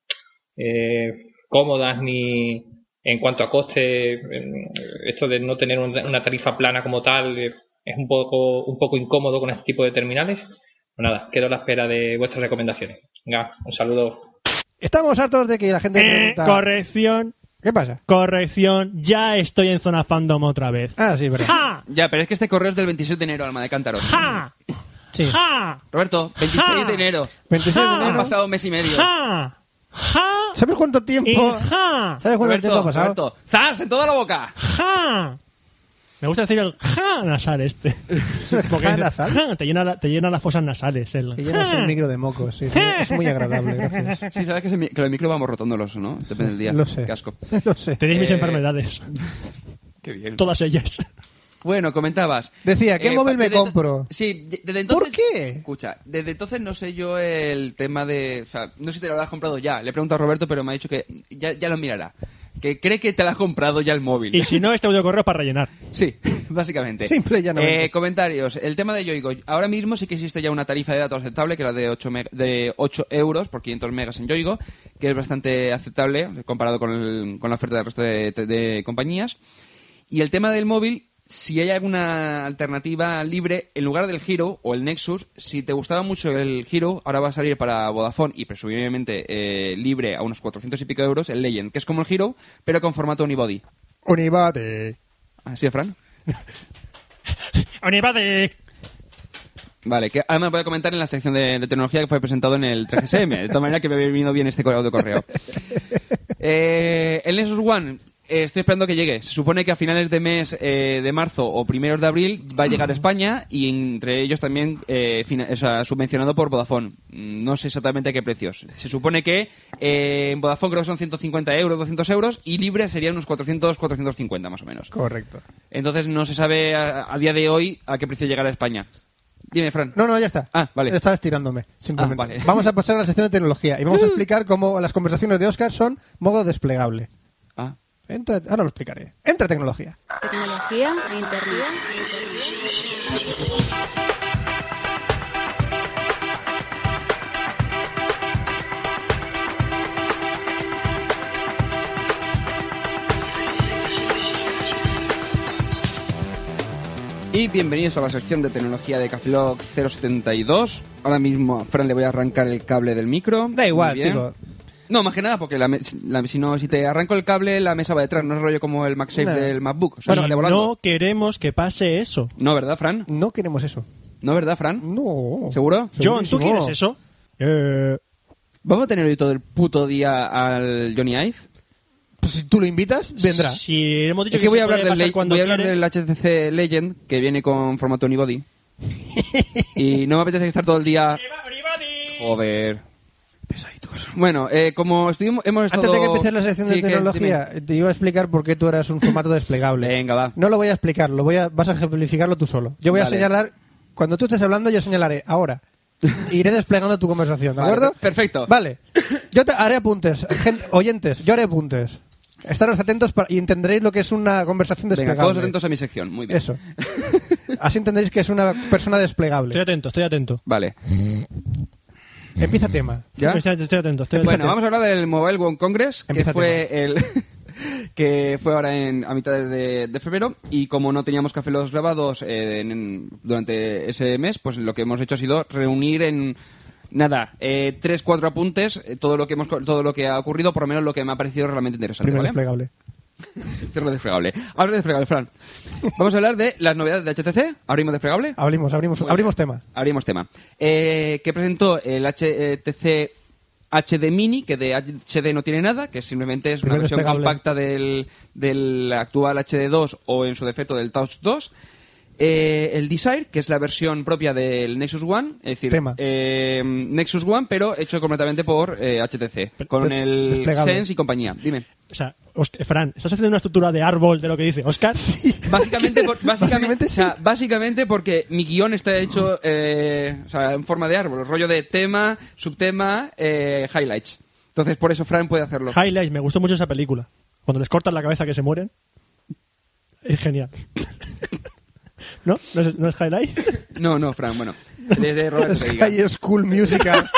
E: eh, cómodas ni en cuanto a coste, eh, esto de no tener un- una tarifa plana como tal eh, es un poco, un poco incómodo con este tipo de terminales. Pues nada, quedo a la espera de vuestras recomendaciones. Venga, un saludo.
C: Estamos hartos de que la gente
A: Eh,
C: pregunta-
A: corrección,
C: ¿Qué pasa?
A: corrección. Ya estoy en zona fandom otra vez.
C: Ah, sí, verdad.
A: ¡Ja!
B: Ya, pero es que este correo es del 26 de enero, alma de cántaro.
A: ¡Ja!
C: Sí.
A: ¡Ja!
B: Roberto, 26
A: Ja.
B: de enero.
C: 26 de
A: Ja.
B: Han
C: enero.
B: pasado un mes y medio.
A: ¡Ja! ¡Ja!
C: ¿Sabes cuánto
A: y
C: tiempo?
A: ¡Ja!
C: ¿Sabes cuánto tiempo
B: Roberto,
C: ha pasado?
B: Roberto, ¡zas! ¡En toda la boca!
A: ¡Ja! Me gusta decir el ja nasal este.
C: Ja
A: dice,
C: nasal.
A: "Ja", te, llena la- te llena las fosas nasales. El,
C: Que llenas
A: "Ja".
C: un micro de mocos, sí. Es muy agradable, gracias.
B: Sí, sabes que, se mi- que los micro vamos rotándolos, ¿no? Depende del día.
C: Lo sé.
B: Qué asco.
C: Lo sé.
A: Tenéis mis
B: Eh,
A: enfermedades.
B: Qué bien.
A: Todas ellas.
B: Bueno, comentabas. Eh,
C: Decía, ¿qué móvil me
B: desde-
C: compro?
B: Sí, de- desde entonces.
C: ¿Por qué?
B: Escucha, desde entonces no sé yo el tema de. O sea, no sé si te lo habrás comprado ya. Le he preguntado a Roberto, pero me ha dicho que ya, ya lo mirará. Que cree que te lo has comprado ya el móvil.
A: Y si no, este audio correo es para rellenar.
B: Sí, básicamente.
C: Simple y llanamente.
B: Eh, comentarios. El tema de Yoigo. Ahora mismo sí que existe ya una tarifa de datos aceptable, que era de 8, me- de 8 euros por 500 megas en Yoigo, que es bastante aceptable comparado con, el- con la oferta del resto de, de compañías. Y el tema del móvil, si hay alguna alternativa libre, en lugar del Hero o el Nexus, si te gustaba mucho el Hero, ahora va a salir para Vodafone y presumiblemente eh, libre a unos 400 y pico euros el Legend, que es como el Hero, pero con formato Unibody.
C: Unibate.
B: ¿Así es, Fran?
A: ¡Onibade!
B: Vale, que además voy a comentar en la sección de, de tecnología que fue presentado en el 3GSM, de tal manera que me ha venido bien este correo de correo. Eh, el Nexus One eh, estoy esperando que llegue. Se supone que a finales de mes eh, de marzo o primeros de abril va a llegar a España y entre ellos también eh, fina- o sea, subvencionado por Vodafone. Mm, No sé exactamente a qué precios. Se supone que eh, en Vodafone creo que son 150 euros, 200 euros y libre serían unos 400, 450 más o menos.
C: Correcto.
B: Entonces no se sabe a, a día de hoy a qué precio llegará a España. Dime, Fran.
C: No, no, ya está.
B: Ah, vale.
C: Estaba estirándome, simplemente.
B: Ah, vale. Mm.
C: Vamos a pasar a la sección de tecnología y vamos a explicar cómo las conversaciones de Oscar son modo desplegable.
B: Ah.
C: Entra- ahora lo explicaré. Entra tecnología.
D: Tecnología e internet.
B: Y bienvenidos a la sección de tecnología de Cafelog 072. Ahora mismo a Fran le voy a arrancar el cable del micro.
C: Da igual,
B: Muy bien.
C: chico.
B: No, más que nada, porque la me- la- si, no, si te arranco el cable, la mesa va detrás. No es rollo como el MagSafe
C: No.
B: del MacBook. O sea,
A: Y
B: sale
A: no
B: volando.
A: queremos que pase eso.
B: No, ¿verdad, Fran?
C: No queremos eso.
B: No, ¿verdad, Fran?
C: No.
B: ¿Seguro?
A: John, ¿tú
C: Segurísimo.
A: quieres eso? Eh,
B: ¿Vamos a tener hoy todo el puto día al Johnny Ive?
C: Pues si tú lo invitas, vendrá.
A: Si hemos dicho
B: Es que
A: se
B: voy a
A: puede
B: hablar, del,
A: pasar
B: le-
A: cuando
B: voy a hablar
A: quiere-
B: del HTC Legend, que viene con formato Unibody. y no me apetece estar todo el día... Joder. Pesaditos. Bueno, eh, como estuvimos, hemos estado...
C: Antes de que empieces la sección
B: Sí,
C: de
B: ¿qué?
C: tecnología, te iba a explicar por qué tú eras un formato desplegable.
B: Venga, va.
C: No lo voy a explicar, lo voy a, vas a ejemplificarlo tú solo. Yo voy
B: Vale.
C: a señalar, cuando tú estés hablando, yo señalaré ahora. Iré desplegando tu conversación, ¿de
B: Vale,
C: acuerdo?
B: per- perfecto.
C: Vale. Yo te haré apuntes, gente- oyentes, yo haré apuntes. Estaros atentos para- y entenderéis lo que es una conversación
B: Venga,
C: desplegable.
B: todos atentos a mi sección. Muy bien.
C: Eso. Así entenderéis que es una persona
A: Estoy
C: desplegable.
A: atento, estoy atento.
B: Vale.
C: Empieza tema.
B: ¿Ya?
A: Estoy atento, estoy atento. estoy
B: Bueno,
A: atento.
B: vamos a hablar del Mobile World Congress, que
C: Empieza
B: fue el que fue ahora en, a mitad de, de febrero y como no teníamos café los grabados eh, en- en- durante ese mes, pues lo que hemos hecho ha sido reunir en nada eh, tres cuatro apuntes eh, todo lo que hemos co- todo lo que ha ocurrido, por lo menos lo que me ha parecido realmente interesante.
C: Primero
B: ¿vale?
C: desplegable.
B: Cierro desplegable. Ahora desplegable, Fran. Vamos a hablar de las novedades de HTC. Abrimos desplegable.
C: Abrimos, abrimos, abrimos tema.
B: Abrimos tema. Eh, que presentó el HTC HD Mini, que de HD no tiene nada, que simplemente es una
C: Primer
B: versión
C: desplegable.
B: compacta del, del actual HD2 o en su defecto del Touch 2. Eh, el Desire, que es la versión propia del Nexus One, es decir,
C: Tema.
B: eh, Nexus One, pero hecho completamente por eh, HTC, con
C: de-
B: el
C: desplegable.
B: Sense y compañía. Dime.
A: O sea, Oscar- Fran, estás haciendo una estructura de árbol de lo que dice Oscar. Sí.
B: Básicamente, por- básicamente,
C: Básicamente
B: o sea, básicamente porque mi guión está hecho eh, o sea, en forma de árbol, rollo de tema, subtema, eh, highlights. Entonces, por eso Fran puede hacerlo.
A: Highlights, me gustó mucho esa película. Cuando les cortan la cabeza que se mueren. Es genial. ¿No? ¿No es, no es highlight?
B: No, no, Fran, bueno. Desde Roberto que diga.
C: High School Musical.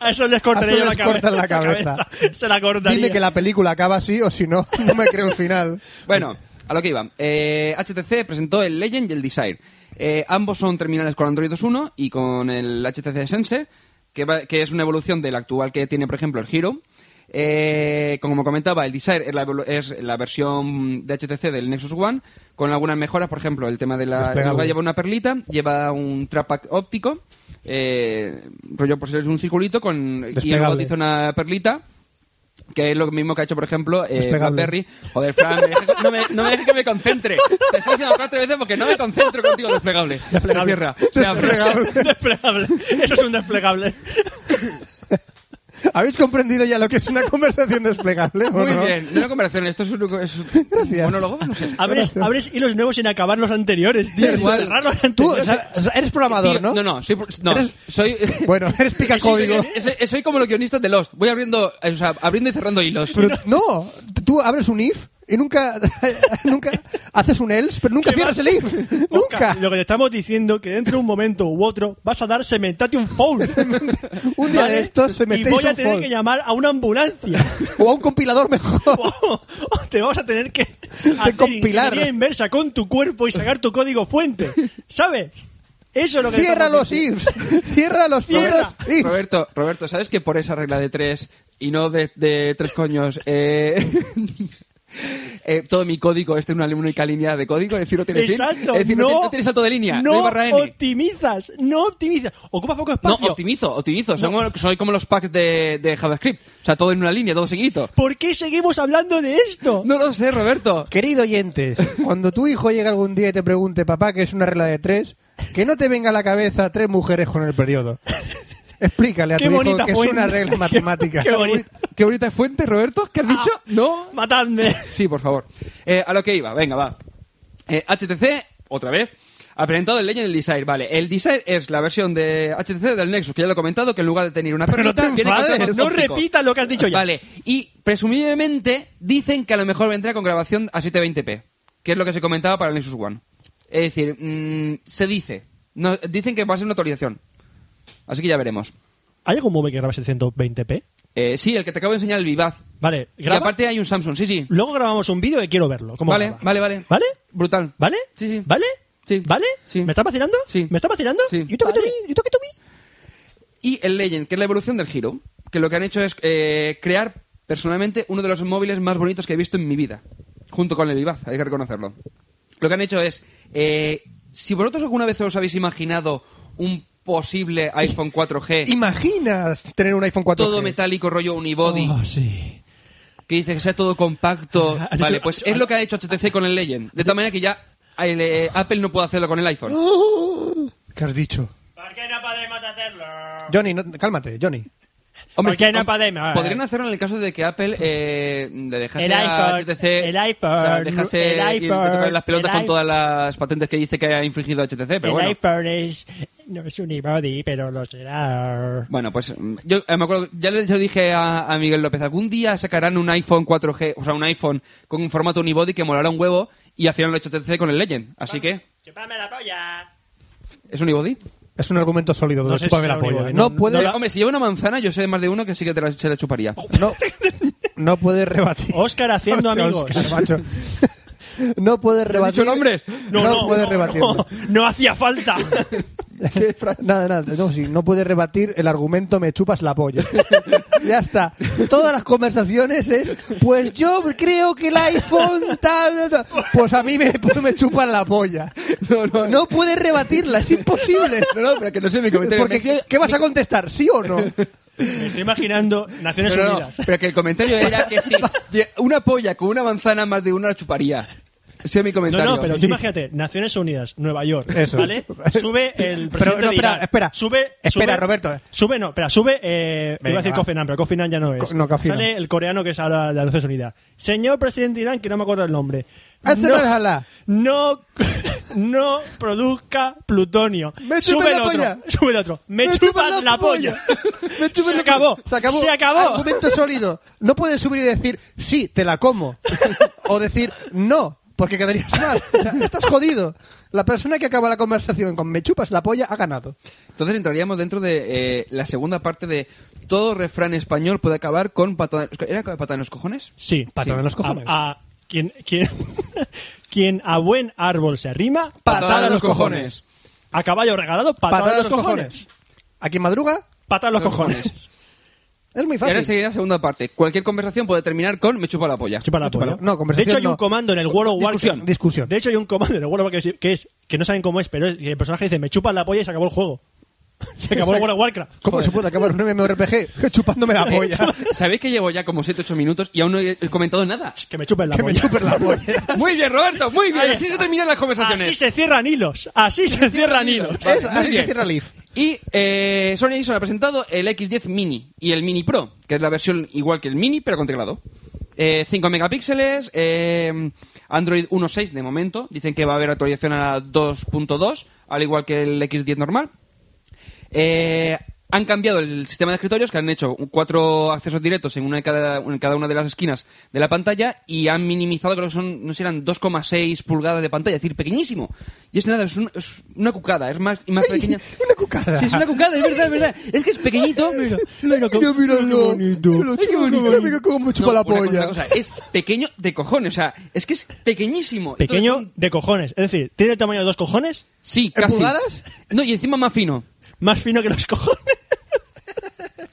A: A eso les cortaría yo
C: A eso
A: la,
C: les
A: cabeza,
C: cortan la cabeza.
A: Se la cortaría.
C: Dime que la película acaba así o si no, no me creo el final.
B: Bueno, a lo que iba. Eh, HTC presentó el Legend y el Desire. Eh, ambos son terminales con Android 2.1 y con el HTC Sense, que, va- que es una evolución del actual que tiene, por ejemplo, el Hero. Eh, como comentaba, el Desire es la, evolu- es la versión de HTC del Nexus One, con algunas mejoras, por ejemplo, el tema de la...
C: Desplegable.
B: en lugar de llevar una perlita, lleva un trapac óptico, eh, rollo por ser un circulito, con, y en el
C: Desplegable.
B: bote hizo una perlita, que es lo mismo que ha hecho, por ejemplo, eh,
C: Desplegable.
B: Matt Berry. Joder, Fran, me deja- no, me, no me dejes que me concentre. Te estoy diciendo cuatro veces porque no me concentro contigo. Desplegable. Se
A: Desplegable.
B: cierra. Se abre.
C: Desplegable.
A: Desplegable. Eso es un desplegable.
C: ¿Habéis comprendido ya lo que es una conversación desplegable? o
B: Muy
C: no?
B: bien. No hay conversación. Esto es un, es un
C: Gracias.
B: monólogo. No sé.
A: Abres, abres hilos nuevos sin acabar los anteriores, tío.
B: Da igual.
A: Cerrar los
C: Tú
A: anteriores.
C: o sea, o sea, eres programador,
B: Tío,
C: ¿no?
B: No, no. Soy, no,
C: Eres-
B: soy...
C: Bueno, eres picacódigo.
B: Soy- Soy, soy como los guionistas de Lost. Voy abriendo, o sea, abriendo y cerrando hilos.
C: Pero no, tú abres un if y nunca, nunca haces un else, pero nunca
A: ¿Qué
C: cierras
A: más?
C: el if.
A: Oscar,
C: Nunca.
A: Lo que te estamos diciendo que dentro de un momento u otro vas a dar sementate un foul.
C: Un día de estos se
A: Y
C: metéis
A: voy a
C: un
A: tener
C: fold.
A: que llamar a una ambulancia.
C: O a un compilador mejor.
A: o, o te vamos a tener que hacer
C: compilar.
A: ingeniería inversa con tu cuerpo y sacar tu código fuente. ¿Sabes? Eso es lo que
C: Cierra
A: estamos
C: los
A: diciendo.
C: ifs. Cierra los
A: Cierra.
C: putos ifs.
B: Roberto, Roberto, ¿sabes que por esa regla de tres y no de, de tres coños eh, eh, todo mi código, este es una única línea de código, es decir, no tiene fin.
A: Exacto.
B: Es decir, no, tiene- no tiene salto de línea, no, hay
A: No
B: barra N.
A: optimizas, no optimizas. Ocupas poco
B: No,
A: espacio.
B: optimizo, optimizo. Soy, como, soy como los packs de, de JavaScript. O sea, todo en una línea, todo seguidito.
A: ¿Por qué seguimos hablando de esto?
B: No lo sé, Roberto.
C: Querido oyentes, cuando tu hijo llegue algún día y te pregunte, papá, que es una regla de tres, que no te venga a la cabeza tres mujeres con el periodo. Explícale a
A: Qué
C: tu hijo
A: bonita
C: que es
A: fuente.
C: una regla matemática.
A: Qué bonito.
B: Qué bonita fuente, Roberto. ¿Qué has dicho? No.
A: Matadme.
B: Sí, por favor. Eh, a lo que iba, venga, va. Eh, HTC, otra vez, ha presentado el Legend del Desire. Vale, el Desire es la versión de HTC del Nexus, que ya lo he comentado, que en lugar de tener una
A: Pero no
B: perrita,
A: te
B: viene con
A: enfades,
B: ojos
A: no
B: ópticos.
A: repitas lo que has dicho ya.
B: Vale, y presumiblemente dicen que a lo mejor vendrá con grabación a 720p, que es lo que se comentaba para el Nexus One. Es decir, mm, se dice. No, dicen que va a ser una actualización. Así que ya veremos.
A: ¿Hay algún móvil que grabe 720p?
B: Eh, sí, el que te acabo de enseñar, el Vivaz.
A: Vale,
B: Y
A: graba.
B: aparte hay un Samsung, sí, sí.
A: Luego grabamos un vídeo y quiero verlo. ¿Cómo
B: Vale,
A: graba?
B: vale, vale.
A: ¿Vale?
B: Brutal.
A: ¿Vale?
B: Sí, sí.
A: ¿Vale?
B: Sí.
A: ¿Vale?
B: Sí.
A: ¿Me estás vacilando?
B: Sí.
A: ¿Me estás vacilando?
B: Sí.
A: Yo tengo que
C: Vale.
A: tomar, yo tengo que tomar.
B: Y el Legend, que es la evolución del Hero, que lo que han hecho es eh, crear personalmente uno de los móviles más bonitos que he visto en mi vida, junto con el Vivaz, hay que reconocerlo. Lo que han hecho es, eh, si vosotros alguna vez os habéis imaginado un posible iPhone 4G,
C: Imaginas tener un iPhone 4G.
B: todo metálico, rollo unibody,
A: Oh, sí.
B: que dice que sea todo compacto,
A: Ah, has
B: vale,
A: dicho-
B: pues es lo que ha hecho HTC con el Legend, de tal manera que ya el, eh, Apple no puede hacerlo con el iPhone.
C: ¿Qué has dicho?
A: ¿Por qué no podemos hacerlo?
C: Johnny, no- cálmate, Johnny.
A: ¿Por qué
B: sí,
A: no
B: hom-
A: podemos?
B: Podrían hacerlo en el caso de que Apple eh, le dejase
A: El
B: a
A: iPhone,
B: HTC.
A: el iPhone,
B: o sea, dejase
A: el
B: ir a tocar
A: iPhone,
B: las pelotas
A: el
B: con
A: i-
B: todas las patentes que dice que ha infringido HTC, pero
A: el
B: bueno.
A: iPhone es, no es unibody, pero lo será.
B: Bueno, pues mm, yo eh, me acuerdo, ya le- se lo dije a, a Miguel López, algún día sacarán un iPhone 4G, o sea, un iPhone con un formato unibody que molará un huevo y al final lo ha hecho HTC con el Legend. Así que,
A: ¡Chupame la polla!
B: ¿es unibody?
C: Es un argumento sólido, de
A: No
C: los
A: sé si
C: chúpame la
A: sea
C: polla.
A: unibody,
C: No,
A: no-
C: puedes,
B: Eh, Hombre, si lleva una manzana, yo sé de más de uno que sí que te la, se la chuparía.
C: no, no puedes rebatir.
A: Óscar haciendo
C: Hostia,
A: amigos.
C: Óscar, macho. No puedes
B: ¿Te he
C: rebatir.
B: dicho nombres?
C: No, puedes rebatir.
A: No, no hacía falta.
C: Nada, nada. No, sí, no puedes rebatir el argumento me chupas la polla. ya está. Todas las conversaciones es, pues yo creo que el iPhone tal, tal. pues a mí me, me chupan la polla.
B: No, no.
C: No puedes rebatirla, es imposible.
B: No, no, pero que no sé, mi comentario.
C: Porque,
B: me-
C: ¿qué, qué vas a contestar? ¿Sí o no?
A: Me estoy imaginando Naciones
B: No, no,
A: Unidas.
B: pero que el comentario era que sí. Una polla con una manzana más de una la chuparía. Ese es mi
A: No,
B: comentario.
A: no, pero tú
B: Sí.
A: imagínate, Naciones Unidas, Nueva York,
C: Eso.
A: ¿vale? Sube el presidente
C: Pero, no,
A: de
C: espera,
A: Irán.
C: espera.
A: Sube,
C: Espera,
A: sube-
C: Roberto.
A: Sube, no, espera, sube, eh,
C: Venga,
A: iba a decir
C: va.
A: Kofi Annan, pero Kofi Annan ya no es.
C: Co- no, Kofi
A: Sale
C: Annan.
A: el coreano que es ahora de Naciones Unidas. Señor presidente de Irán, que no me acuerdo el nombre.
C: Hazme
A: No-
C: la jala.
A: No, no produzca plutonio.
C: Me chupas
A: sube el
C: la
A: otro,
C: polla.
A: sube el otro. Me, chupas, la polla.
C: Me chupas
A: se
C: la
A: acabó.
C: polla. Se acabó.
A: Se acabó.
C: Argumento sólido. No puedes subir y decir, sí, te la como. o decir, no, porque quedarías mal. O sea, estás jodido. La persona que acaba la conversación con me chupas la polla ha ganado.
B: Entonces entraríamos dentro de eh, la segunda parte de todo refrán español puede acabar con patada. ¿Era patada en los cojones?
A: Sí.
C: Patada
A: Sí.
C: en los cojones.
A: A, a- quien, quien, quien a buen árbol se arrima,
C: Patada en los
B: cojones.
A: A caballo regalado, patada, en los cojones.
C: ¿A quien madruga?
A: Patada en los
B: Los
A: cojones.
B: cojones.
C: Es muy
B: Y ahora
C: fácil.
B: seguiría la segunda parte. Cualquier conversación puede terminar con me chupa la polla.
A: Chupa la
C: Chúpalo.
A: polla.
C: No, conversación
A: de hecho, hay
C: no.
A: un comando en el World of Warcraft.
C: Discusión, discusión.
A: De hecho, hay un comando en el World of Warcraft que es que no saben cómo es, pero es- el personaje dice: Me chupan la polla y se acabó el juego. Se acabó el World of Warcraft.
C: ¿Cómo se puede acabar un MMORPG chupándome la polla?
B: Eh, ¿Sabéis que llevo ya como 7-8 minutos y aún no he comentado nada?
A: Que me chupen la
C: que me
A: polla.
C: chupes la polla.
B: Muy bien, Roberto, muy bien.
A: Ahí
B: Así
A: está.
B: se terminan las conversaciones.
A: Así se cierran hilos. Así se cierran hilos.
B: Vale,
C: Es-
B: muy
C: así se
B: bien.
C: cierra Leaf.
B: Y eh, Sony Ericsson ha presentado el X10 Mini y el Mini Pro, que es la versión igual que el Mini, pero con teclado. Eh, 5 megapíxeles, eh, Android 1.6 de momento. Dicen que va a haber actualización a 2.2, al igual que el X10 normal. Eh, han cambiado el sistema de escritorios, que han hecho cuatro accesos directos en, una de cada, en cada una de las esquinas de la pantalla y han minimizado, creo que son, no sé, eran 2,6 pulgadas de pantalla, es decir, pequeñísimo. Y es nada, es, un- es una cucada, es más, y más pequeña.
C: Una cucada.
B: Sí, es una cucada, es verdad, es verdad. Es que es pequeñito.
A: Mira,
C: Mira, míralo. Míralo,
A: Ay, qué
C: chupa,
A: bonito.
C: mira cómo me
B: No,
C: chupa la
B: una cosa,
C: polla.
B: una cosa, es pequeño de cojones, o sea, es que es pequeñísimo.
A: Pequeño
B: Entonces,
A: de cojones. Es decir, tiene el tamaño de dos cojones,
B: sí,
C: ¿En
B: casi.
C: pulgadas?
B: No, y encima más fino.
A: más fino que los cojones.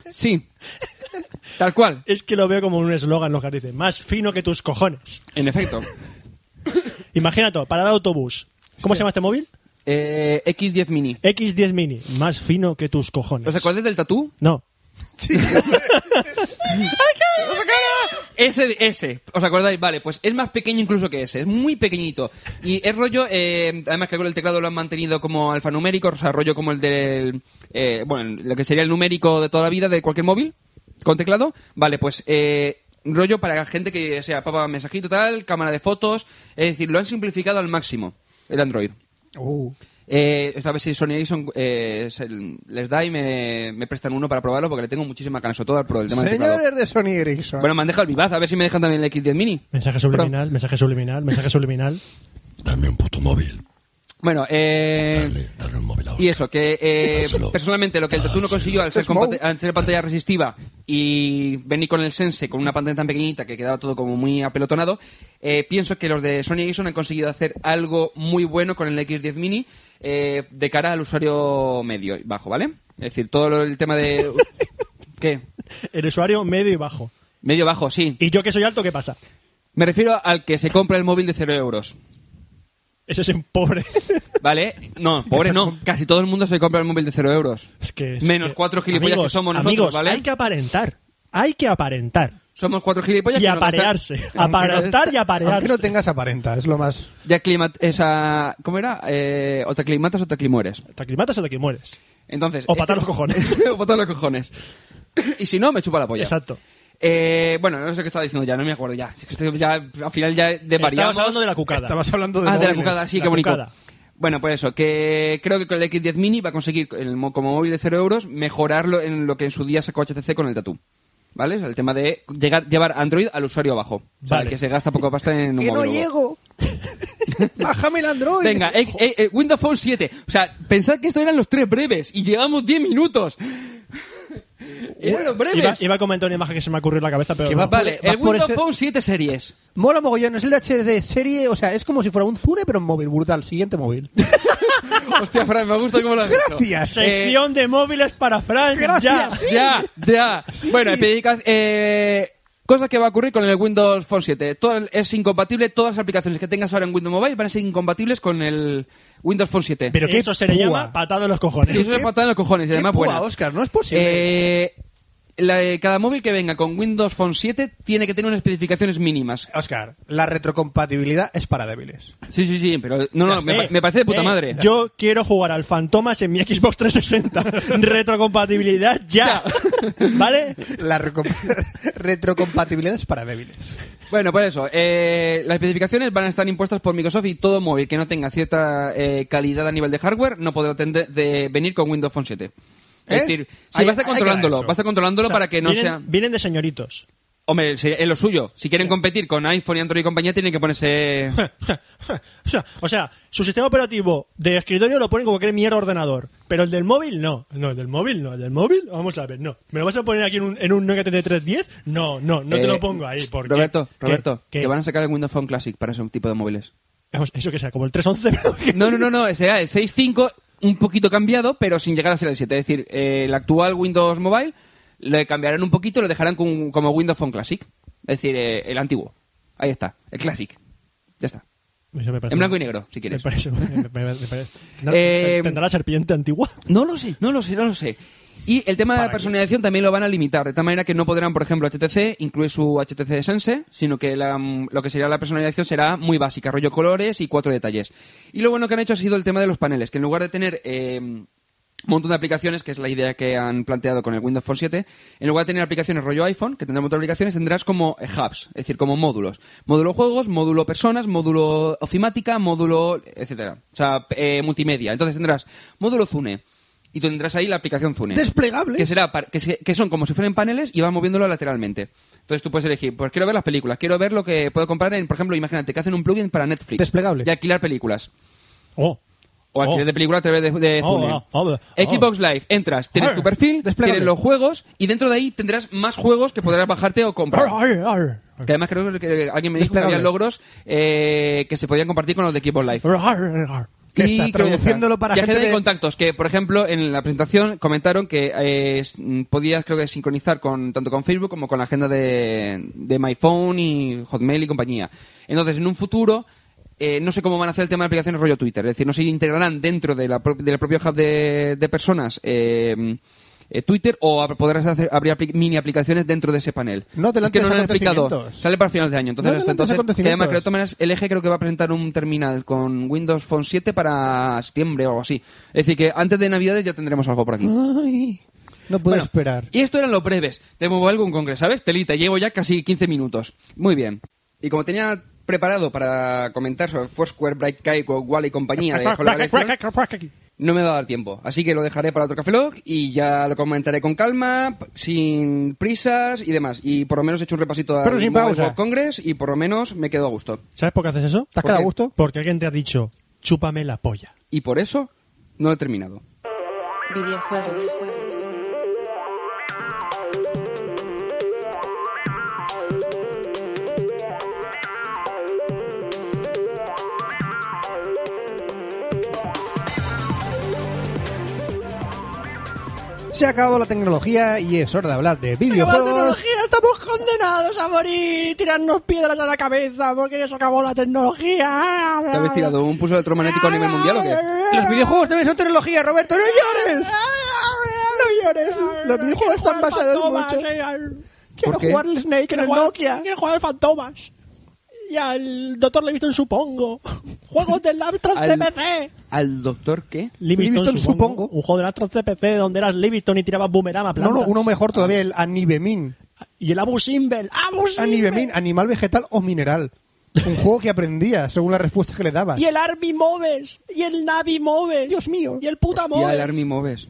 B: Sí. Tal cual.
A: Es que lo veo como un eslogan, lo que dice, más fino que tus cojones.
B: En efecto.
A: Imagínate, parada de autobús. ¿Cómo se llama este móvil?
B: Eh, X10 Mini.
A: X10 Mini, más fino que tus cojones.
B: ¿Os acordáis del tatú?
A: No.
B: Ese, ese, ¿os acordáis? Vale, pues es más pequeño incluso que ese, es muy pequeñito. Y es rollo, eh, además que con el teclado lo han mantenido como alfanumérico, o sea, rollo como el del, eh, bueno, lo que sería el numérico de toda la vida de cualquier móvil con teclado. Vale, pues eh, rollo para gente que sea papa mensajito tal, cámara de fotos, es decir, lo han simplificado al máximo el Android.
C: Oh.
B: Eh, esta vez si Sony Ericsson eh, se- les da y me, me prestan uno para probarlo porque le tengo muchísima cansotoda por el tema del teclado.
C: Señores de Sony Ericsson.
B: Bueno, me han dejado el vivaz, a ver si me dejan también el X10 Mini.
A: Mensaje subliminal, mensaje subliminal, mensaje subliminal.
F: Dame un puto móvil.
B: Bueno, eh,
F: Dale, dale un móvil a
B: y eso, que eh,
F: Dáselo.
B: personalmente lo que el Tatú no consiguió al ser,
C: Smoke.
B: compate- al ser pantalla resistiva y venir con el Sense con una pantalla tan pequeñita que quedaba todo como muy apelotonado, eh, pienso que los de Sony Ericsson han conseguido hacer algo muy bueno con el X10 Mini eh, de cara al usuario medio y bajo, ¿vale? Es decir, todo lo- el tema de... ¿Qué?
A: El usuario medio y bajo.
B: Medio bajo, sí.
A: Y yo que soy alto, ¿qué pasa?
B: Me refiero al que se compra el móvil de cero euros.
A: Ese es un pobre.
B: ¿Vale? No, pobre no. Casi todo el mundo se compra el móvil de cero euros.
A: Es que, es
B: Menos
A: que-
B: cuatro gilipollas
A: amigos,
B: que somos nosotros,
A: amigos,
B: ¿vale?
A: Hay que aparentar. Hay que aparentar.
B: Somos cuatro gilipollas.
A: Y
B: que nos
A: aparearse.
B: gastan-
A: Aparentar y
C: Aunque
A: aparearse.
C: no tengas aparenta, es lo más...
B: Ya clima... Esa... ¿Cómo era? Eh, o te aclimatas o te aclimores.
A: Te aclimatas o te mueres.
B: Entonces... este-
A: O patar los cojones.
B: o patar los cojones. y si no, me chupa la polla.
A: Exacto.
B: Eh, bueno, no sé qué estaba diciendo ya, no me acuerdo ya. Es que estoy ya al final ya de
A: Estabas hablando de la cucada.
C: Estabas hablando de
B: Ah, de la
C: móviles.
B: cucada, sí,
A: La
B: qué bonito.
A: cucada.
B: Bueno, pues eso, que creo que con el X10 Mini va a conseguir, el mo- como móvil de 0 euros, mejorarlo en lo que en su día sacó HTC con el Tatú. ¿Vale? O sea, el tema de llegar, llevar Android al usuario abajo. O sea,
A: Vale.
B: el que se gasta poca pasta en un
C: ¡Que no
B: móvil.
C: llego! ¡Bájame el Android!
B: Venga, eh, eh, eh, Windows Phone 7. O sea, pensad que esto eran los tres breves y llevamos 10 minutos. eran los breves.
A: Iba, e- iba a comentar una imagen que se me ha ocurrido en la cabeza, pero.
C: Que
A: no.
C: va pa-
B: Vale,
C: Va
B: el
C: por
B: Windows
C: ese-
B: Phone 7 series.
C: Mola mogollón, es el HD serie, o sea, es como si fuera un Zune, pero en móvil, brutal. Siguiente móvil.
B: Hostia, Fran, me gusta cómo lo has hecho.
C: Gracias.
A: Sección de móviles para Frank.
C: Gracias.
A: Ya.
B: Ya, ya. Bueno, epidica- eh, cosa que va a ocurrir con el Windows Phone 7. Todo el- es incompatible, todas las aplicaciones que tengas ahora en Windows Mobile van a ser incompatibles con el Windows Phone 7.
C: Pero qué
A: Eso se le
C: púa.
A: llama patado en los cojones.
B: Y eso es
C: qué-
B: patada en los cojones y
C: Qué
B: además
C: púa,
B: buena.
C: Oscar, no es posible.
B: Eh, la- cada móvil que venga con Windows Phone 7 tiene que tener unas especificaciones mínimas.
C: Oscar, la retrocompatibilidad es para débiles.
B: Sí, sí, sí, pero no, no, me,
A: Eh,
B: pa- me parece de puta
A: eh,
B: madre.
A: Yo quiero jugar al Fantomas en mi Xbox 360. Retrocompatibilidad ya. ¿Vale?
C: La recom- retrocompatibilidad es para débiles.
B: Bueno, por eso, eh, las especificaciones van a estar impuestas por Microsoft y todo móvil que no tenga cierta eh, calidad a nivel de hardware no podrá tender- de venir con Windows Phone 7.
C: ¿Eh?
B: Es decir, si
C: Hay-
B: vas a
C: hay que
B: controlándolo,
C: eso.
B: vas a controlándolo
A: O sea,
B: para que no
A: vienen,
B: sea...
A: Vienen de señoritos.
B: Hombre, si- es lo suyo. Si quieren competir con iPhone y Android y compañía, tienen que ponerse...
A: o, sea, o sea, su sistema operativo de escritorio lo ponen como cualquier mierda ordenador, pero el del móvil no. No, el del móvil no. El del móvil, vamos a ver, no. ¿Me lo vas a poner aquí en un, en un Nokia 3310? No, no, no
B: Eh,
A: te lo pongo ahí. Porque,
B: Roberto,
A: ¿Qué?
B: Roberto,
A: ¿Qué?
B: que van a sacar el Windows Phone Classic para ese tipo de móviles.
A: Vamos, Eso que sea, como el 311. pero que-
B: No, no, no, no, será el 6.5 un poquito cambiado, pero sin llegar a ser el 7. Es decir, eh, el actual Windows Mobile le cambiarán un poquito y lo dejarán con- como Windows Phone Classic. Es decir, eh, el antiguo. Ahí está, el Classic. Ya está.
A: Eso me parece-
B: En blanco y negro, si quieres.
A: Me parece, me- me- me parece- ¿Tendrá-
B: Eh,
A: ¿Tendrá la serpiente antigua?
B: No lo sé, no lo sé, no lo sé. Y el tema de la
A: ¿Para qué?
B: personalización también lo van a limitar, de tal manera que no podrán, por ejemplo, HTC incluir su HTC Sense, sino que la, mm, lo que sería la personalización será muy básica, rollo colores y cuatro detalles. Y lo bueno que han hecho ha sido el tema de los paneles, que en lugar de tener eh, un montón de aplicaciones, que es la idea que han planteado con el Windows Phone 7, en lugar de tener aplicaciones rollo iPhone, que tendrá un montón de aplicaciones, tendrás como eh, hubs, es decir, como módulos. Módulo juegos, módulo personas, módulo ofimática, módulo, etcétera. O sea, eh, multimedia. Entonces tendrás módulo Zune. Y tú tendrás ahí la aplicación Zune.
C: Desplegable.
B: Que, será par- que, se- que son como si fueran paneles y vas moviéndolo lateralmente. Entonces tú puedes elegir, pues quiero ver las películas, quiero ver lo que puedo comprar en, por ejemplo, imagínate que hacen un plugin para Netflix.
C: Desplegable.
B: De alquilar películas.
A: Oh.
B: O alquiler
A: Oh.
B: de película a través de, de
A: Oh,
B: Zune.
A: oh, oh, oh.
B: Xbox Live, entras, tienes
A: Arr,
B: tu perfil,
C: desplegable.
B: tienes los juegos y dentro de ahí tendrás más juegos que podrás bajarte o comprar.
A: Arr, arr, arr.
B: Que además creo que alguien me dijo que
C: Desplegable.
B: había logros eh, que se podían compartir con los de Xbox Live.
A: Arr, arr, arr.
C: Que está
B: creo que ya
C: traduciéndolo para
B: Y agenda
C: gente
B: de
C: de-
B: contactos, que por ejemplo en la presentación comentaron que eh, s- mm, podías creo que sincronizar con tanto con Facebook como con la agenda de, de MyPhone y Hotmail y compañía. Entonces, en un futuro eh, no sé cómo van a hacer el tema de aplicaciones rollo Twitter, es decir, no se integrarán dentro de la pro- del propio hub de, de personas eh, eh, Twitter o ab- podrás hacer abrir apli- mini aplicaciones dentro de ese panel.
C: No te
B: Es que
C: lances
B: no lo han explicado.
C: acontecimientos.
B: Sale para finales de año. Entonces,
C: No
B: hasta
C: adelantes
B: entonces, que además creo
C: acontecimientos.
B: que maneras, el eje creo que va a presentar un terminal con Windows Phone 7 para septiembre o algo así. Es decir, que antes de Navidades ya tendremos algo por aquí.
C: Ay, no puedo
B: Bueno,
C: Ah, esperar.
B: Y esto eran los breves. Te muevo algo en concreto, ¿sabes? Telita, llevo ya casi 15 minutos. Muy bien. Y como tenía preparado para comentar sobre Foursquare, Bright Kaiko, Wall y compañía de Hollow Electron, no me va a dar tiempo. Así que lo dejaré para otro Café Lock y ya lo comentaré con calma, p- sin prisas y demás. Y por lo menos he hecho un repasito al
C: Pero sin
B: Mobile
C: pausa.
B: World Congress y por lo menos me quedo a gusto.
A: ¿Sabes por qué haces eso?
C: ¿Estás
B: ¿Por
C: cada
B: qué?
C: gusto?
A: Porque alguien te ha dicho, chúpame la polla.
B: Y por eso no he terminado.
D: videojuegos,
C: Se acabó la tecnología y es hora de hablar de videojuegos.
A: estamos condenados a morir, tirarnos piedras a la cabeza porque ya se acabó la tecnología.
B: ¿Te habéis tirado un pulso electromagnético a nivel mundial o qué?
C: Los videojuegos también son tecnología, Roberto, no llores.
B: Ah.
C: No llores. Los videojuegos están basados mucho. Quiero
B: ¿Por qué?
C: jugar al Snake en el Nokia.
A: Quiero jugar al Fantomas. Y al Doctor Livingston supongo. Juegos del Amstrad
B: Al-
A: CPC.
B: ¿Al doctor qué?
C: Livingston, supongo.
A: Un juego del Amstrad CPC donde eras Livingston y tirabas boomerang a
C: No,
A: plantas.
C: no, uno mejor todavía, el Anibemin.
A: Y el Abu Simbel. ¡Abu
C: Anibemin,
A: Simbel!
C: animal vegetal o mineral. Un juego que aprendía según las respuestas que le dabas.
A: Y el Army Moves. Y el Navi Moves.
C: Dios mío.
A: Y el puta
B: Y al
A: Moves.
B: Army Moves.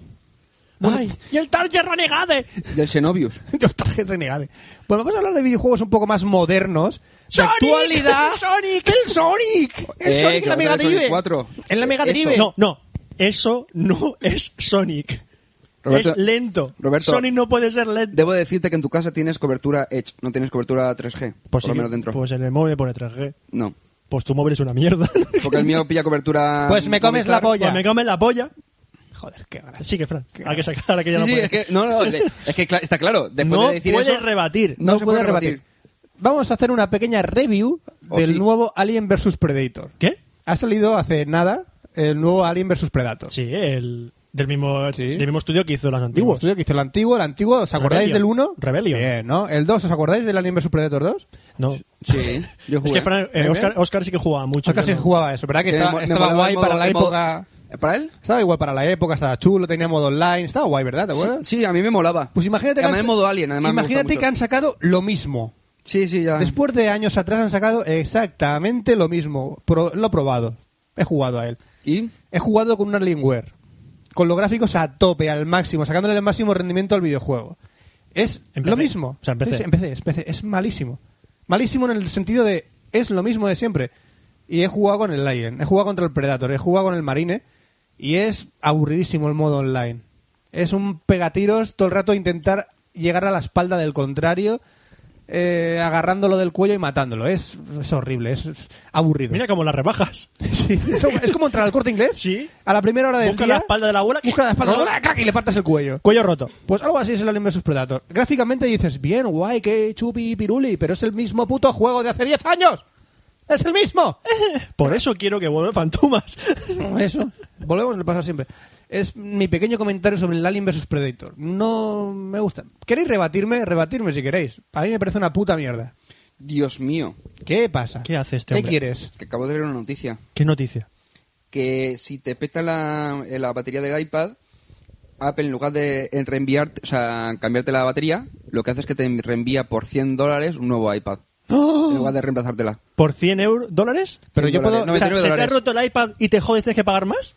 A: Ay, y el Target Renegade.
B: Del Xenobius.
C: Los trajes renegade. Pues vamos a hablar de videojuegos un poco más modernos. De
A: ¡Sonic!
C: actualidad.
A: ¡Sonic!
C: ¡El Sonic! ¡El
B: Eh,
C: Sonic
B: que
C: en la
B: vamos
C: Mega
B: a ver Sonic
C: Drive!
B: 4.
C: ¡En la Mega
B: Eso.
C: Drive!
A: No, no. Eso no es Sonic.
B: Roberto-
A: es lento.
B: Roberto,
A: Sonic no puede ser lento.
B: Debo decirte que en tu casa tienes cobertura Edge, no tienes cobertura 3G. por
A: sí
B: lo
A: que-
B: menos dentro.
A: Pues en el móvil pone 3G.
B: No.
A: Pues tu móvil es una mierda.
B: Porque el mío pilla cobertura.
C: Pues me comes
B: Movistar.
C: la polla.
A: pues me comen la polla.
C: Joder, qué gracioso.
A: Sí que, Fran. Hay que sacar a que ya
B: Sí,
A: no
B: sí,
A: puede.
B: es que, no, no, de- es que cla- está claro. Después
A: no
B: de decir
A: puedes
B: eso,
A: rebatir.
B: No se puede rebatir.
C: Vamos a hacer una pequeña review
B: Oh,
C: del
B: sí.
C: nuevo Alien vs Predator.
A: ¿Qué?
C: Ha salido hace nada el nuevo Alien vs Predator.
A: Sí, el del mismo,
C: Sí.
A: del mismo estudio que hizo los
C: El
A: antiguos.
C: estudio que hizo el antiguo, el antiguo, ¿os acordáis
A: Rebellion.
C: del 1?
A: Rebellion.
C: Bien, ¿no? El 2, ¿os acordáis del Alien vs Predator 2?
A: No.
B: Sí, yo jugué.
A: Es que Fran, eh,
C: ¿Eh?
A: Oscar, Oscar sí que jugaba mucho.
C: Yo casi jugaba eso, ¿verdad? Que
B: Que me
C: estaba,
B: mo- me
C: estaba
B: molaba el
C: guay para
B: modo-
C: la
B: el modo- ¿Eh,
C: época.
B: ¿Para él?
C: Estaba igual para la época, estaba chulo, tenía modo online, estaba guay, ¿verdad? ¿Te
B: Sí,
C: acuerdas?
B: sí, a mí me molaba.
C: Pues imagínate que
B: Además,
C: han,
B: en modo Alien, además. me gusta
C: imagínate que
B: mucho. Ah.
C: han sacado lo mismo.
B: Sí, sí, ya.
C: Después de años atrás han sacado exactamente lo mismo. Pro- lo he probado. He jugado a él.
B: ¿Y?
C: He jugado con un Alienware. Con los gráficos a tope, al máximo, sacándole el máximo rendimiento al videojuego. Es
A: En
C: lo
A: PC.
C: mismo.
A: O sea, en PC.
C: Es, es PC. Es malísimo. Malísimo en el sentido de es lo mismo de siempre. Y he jugado con el Lion, he jugado contra el Predator, he jugado con el Marine. Y es aburridísimo el modo online. Es un pegatiros todo el rato intentar llegar a la espalda del contrario, eh, agarrándolo del cuello y matándolo. Es, es horrible, es, es aburrido.
A: Mira como las rebajas.
C: Sí, es, como- es como entrar al corte inglés.
A: Sí.
C: A la primera hora del
A: Busca
C: día.
A: la espalda de la abuela.
C: Busca la espalda de la
A: No.
C: abuela crack, y le partas el cuello.
A: Cuello roto.
C: Pues algo así es el Alien vs Predator. Gráficamente dices, bien, guay, que chupi piruli, pero es el mismo puto juego de hace 10 años. ¡Es el mismo!
A: Por eso quiero que vuelva Fantomas.
C: Eso. Volvemos al pasado siempre. Es mi pequeño comentario sobre el Alien vs Predator. No me gusta. ¿Queréis rebatirme? Rebatirme si queréis. A mí me parece una puta mierda.
B: Dios mío,
C: ¿Qué pasa?
A: ¿Qué hace este
C: ¿Qué
A: hombre?
C: quieres?
B: que acabo de leer una noticia.
A: ¿Qué noticia?
B: que si te peta la, eh, la batería del iPad, Apple en lugar de en reenviar, o sea, cambiarte la batería, lo que hace es que te reenvía por 100 dólares un nuevo iPad. En lugar de reemplazártela.
A: ¿Por 100 euros, dólares?
C: Pero
B: Sí,
C: yo puedo.
B: dólares,
A: O sea,
B: 99
A: ¿se te ha
B: dólares.
A: roto el iPad y te jodes, tienes que pagar más?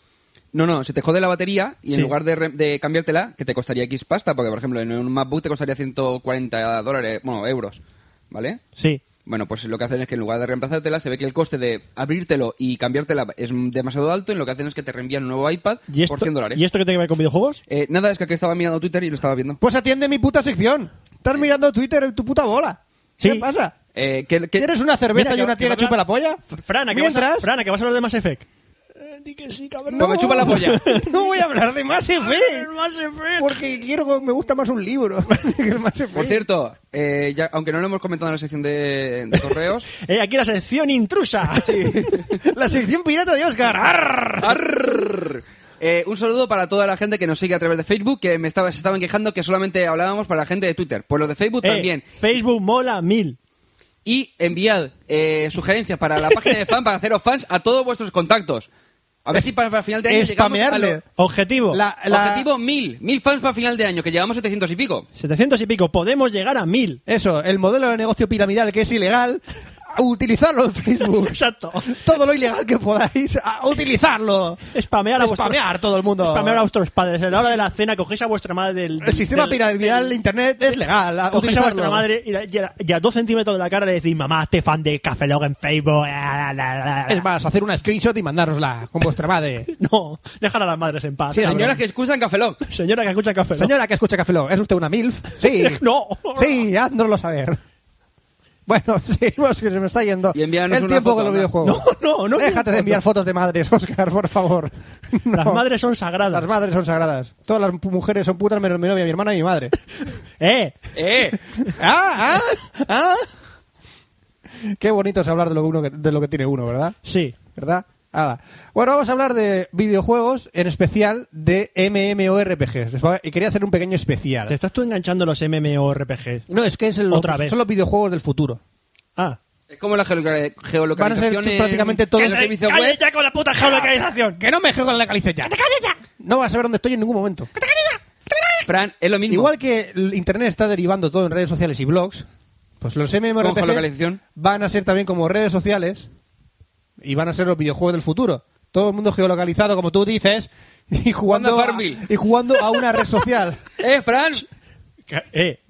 B: No, no, se te jode la batería y
A: Sí.
B: en lugar de, re- de cambiártela, que te costaría X pasta, porque por ejemplo en un MacBook te costaría 140 dólares, bueno, euros, ¿vale?
A: Sí.
B: Bueno, pues lo que hacen es que en lugar de reemplazártela, se ve que el coste de abrírtelo y cambiártela es demasiado alto y lo que hacen es que te reenvían un nuevo iPad
A: ¿Y esto,
B: por 100 dólares.
A: ¿Y esto qué tiene que ver con videojuegos?
B: Eh, nada, es que aquí estaba mirando Twitter y lo estaba viendo.
C: Pues atiende mi puta sección. Estás mirando Twitter en tu puta bola.
A: Sí.
C: ¿Qué pasa?
B: Eh, que- que-
C: ¿Quieres una cerveza
A: Mira, que-
C: y una
A: que
C: tía que
A: va a
C: chupa
A: hablar-
C: la polla?
A: F- Fran, ¿a qué vas a-
C: Mientras,
A: Fran, ¿a qué vas a hablar de Mass Effect? Eh, di que sí, cabrón.
B: Pues me chupa la polla.
C: No voy a hablar de Mass
A: El
C: Effect.
A: Mass Effect.
C: Porque quiero, me gusta más un libro que el Mass Effect.
B: Por cierto, eh, ya- aunque no lo hemos comentado en la sección de, de correos,
A: Eh, aquí la sección intrusa. Eh,
C: La sección pirata de Oscar. Arr.
B: Arrrr. Eh, un saludo para toda la gente que nos sigue a través de Facebook, que me estaba, se estaban quejando que solamente hablábamos para la gente de Twitter. Pues los de Facebook
A: Eh,
B: también.
A: Facebook mola mil.
B: Y enviad eh, sugerencias para la página de fan, para haceros fans, a todos vuestros contactos. A ver si para, para final de año llegamos a
C: Spamearle.
B: lo-
A: Objetivo.
C: La- la-
B: Objetivo mil. Mil fans para final de año, que llegamos a 700 y pico.
A: 700 y pico. Podemos llegar a mil.
C: Eso, el modelo de negocio piramidal que es ilegal, a utilizarlo en Facebook.
A: Exacto.
C: Todo lo ilegal que podáis, a utilizarlo.
A: Spamear a vuestros...
C: Spamear todo el mundo.
A: Spamear a vuestros padres. A la hora de la cena cogéis a vuestra madre del...
C: El sistema
A: del-
C: piramidal de Internet es legal, a
A: Cogéis a vuestra
C: utilizarlo.
A: madre y, la- y a, y a dos centímetros de la cara le decís, mamá, este fan de Café Log en Facebook. Ah, la, la, la, la".
C: Es más, hacer una screenshot y mandárosla con vuestra madre.
A: No, dejar a las madres en paz.
C: Sí,
A: señora,
B: Señoras que escuchan Café Lock.
A: señora que escucha Café Lock.
C: Señora que escucha Café Lock, ¿es usted una MILF? Sí.
A: No.
C: Sí, haznoslo saber. Bueno, seguimos que se me está yendo.
B: Y envíanos
C: el
B: una
C: tiempo
B: foto,
C: de los
B: anda.
C: videojuegos.
A: No, no, no
C: Déjate de
A: envío
C: enviar fotos de madres, Oscar, por favor.
A: Las
C: No.
A: madres son sagradas.
C: Las madres son sagradas. Todas las pu- mujeres son putas menos mi novia, mi hermana y mi madre.
A: Eh,
B: ¡Eh!
C: ¡Ah! ¡Ah! ¡Ah! Qué bonito es hablar de lo que, uno que- de lo que tiene uno, ¿verdad?
A: sí.
C: ¿Verdad? Hala. Bueno, vamos a hablar de videojuegos, en especial de MMORPGs. Les va- Y quería hacer un pequeño especial.
A: Te estás tú enganchando los MMORPG.
C: No, es que es el-
A: Otra vez.
C: son los videojuegos del futuro.
A: Ah.
B: Es como la geoloca- geolocalización.
C: Van a ser
B: en-
C: prácticamente todos-
B: en los servicios
A: ¡Cállate
B: web.
A: ya con la puta geolocalización!
C: Que no me juego en la calice ya. No vas a saber dónde estoy en ningún momento.
B: Fran, es lo mismo.
C: Igual que el Internet está derivando todo en redes sociales y blogs, pues los MMORPGs
B: geolocalización.
C: van a ser también como redes sociales y van a ser los videojuegos del futuro. Todo el mundo geolocalizado, como tú dices, y
B: Jugando
C: jugando,
B: a
C: a,
B: Farmville.
C: y jugando a una red social.
B: ¡Eh, Fran!
A: Ca- Eh,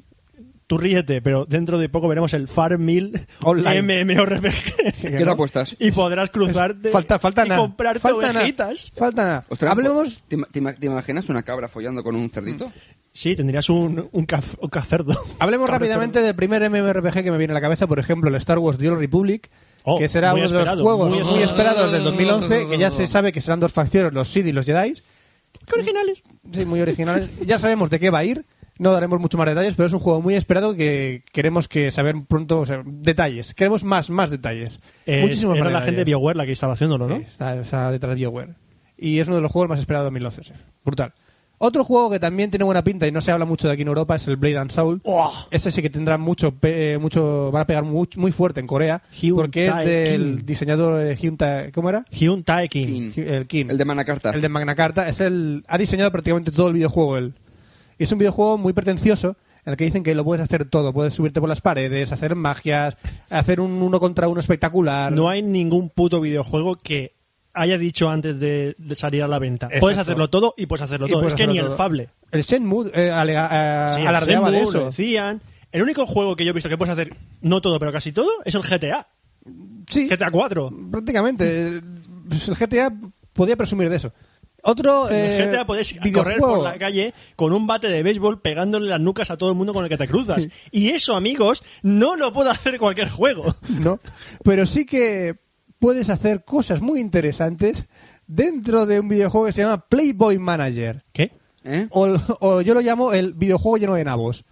A: tú ríete, pero dentro de poco veremos el Farmville
C: Online.
A: MMORPG.
B: ¿Qué te apuestas?
A: Y podrás cruzarte
C: Falta, falta
A: y
C: nada.
A: comprarte
C: falta nada,
A: ovejitas.
C: Falta nada.
B: Ostras, pues-
C: Hablemos.
B: ¿te, ima- te ima- te imaginas una cabra follando con un cerdito?
A: Sí, tendrías un, un, caf- un cacerdo.
C: Hablemos
A: Cabrón.
C: rápidamente del primer MMORPG que me viene a la cabeza, por ejemplo, el Star Wars The Old Republic,
A: Oh,
C: que será
A: muy
C: uno de los
A: esperado,
C: juegos muy,
A: muy
C: esperados del 2011, que ya se sabe que serán dos facciones, los Sith y los Jedi.
A: ¡Qué originales!
C: Sí, muy originales. ya sabemos de qué va a ir, no daremos mucho más detalles, pero es un juego muy esperado que queremos que saber pronto, o sea, detalles. Queremos más, más detalles.
A: Eh,
C: Muchísimos
A: era
C: más
A: la
C: detalles.
A: gente de BioWare la que estaba haciéndolo, ¿no?
C: Sí, está, está detrás de BioWare. Y es uno de los juegos más esperados de 2011. sí. Brutal. Otro juego que también tiene buena pinta y no se habla mucho de aquí en Europa es el Blade and Soul.
A: ¡Oh!
C: Ese sí que tendrá mucho, pe- eh, mucho van a pegar muy, muy fuerte en Corea
A: Hyun
C: porque es
A: Tae
C: del
A: Kim.
C: diseñador de Hyunta, ¿cómo era?
A: Hyun Taekin.
B: Kim.
C: Hy- El Kim.
B: El de Magna Carta.
C: El de Magna Carta. Es el, ha diseñado prácticamente todo el videojuego él. Y es un videojuego muy pretencioso en el que dicen que lo puedes hacer todo. Puedes subirte por las paredes, hacer magias, hacer un uno contra uno espectacular.
A: No hay ningún puto videojuego que haya dicho antes de, de salir a la venta.
C: Exacto.
A: Puedes hacerlo todo y puedes hacerlo
C: Y
A: todo.
C: puedes
A: es que
C: hacerlo
A: ni
C: todo.
A: el Fable.
C: El Shenmue eh, alega- eh,
A: Sí, el
C: alardeaba de
A: Shenmue,
C: eso.
A: lo decían. El único juego que yo he visto que puedes hacer, no todo, pero casi todo, es el GTA.
C: Sí,
A: GTA 4.
C: prácticamente. El el GTA podía presumir de eso. Otro eh,
A: en el GTA puedes correr
C: videojuego.
A: por la calle con un bate de béisbol pegándole las nucas a todo el mundo con el que te cruzas. y eso, amigos, no lo puede hacer cualquier juego.
C: ¿no? Pero sí que puedes hacer cosas muy interesantes dentro de un videojuego que se llama Playboy Manager.
A: ¿Qué?
B: ¿Eh?
C: O, o yo lo llamo el videojuego lleno de nabos.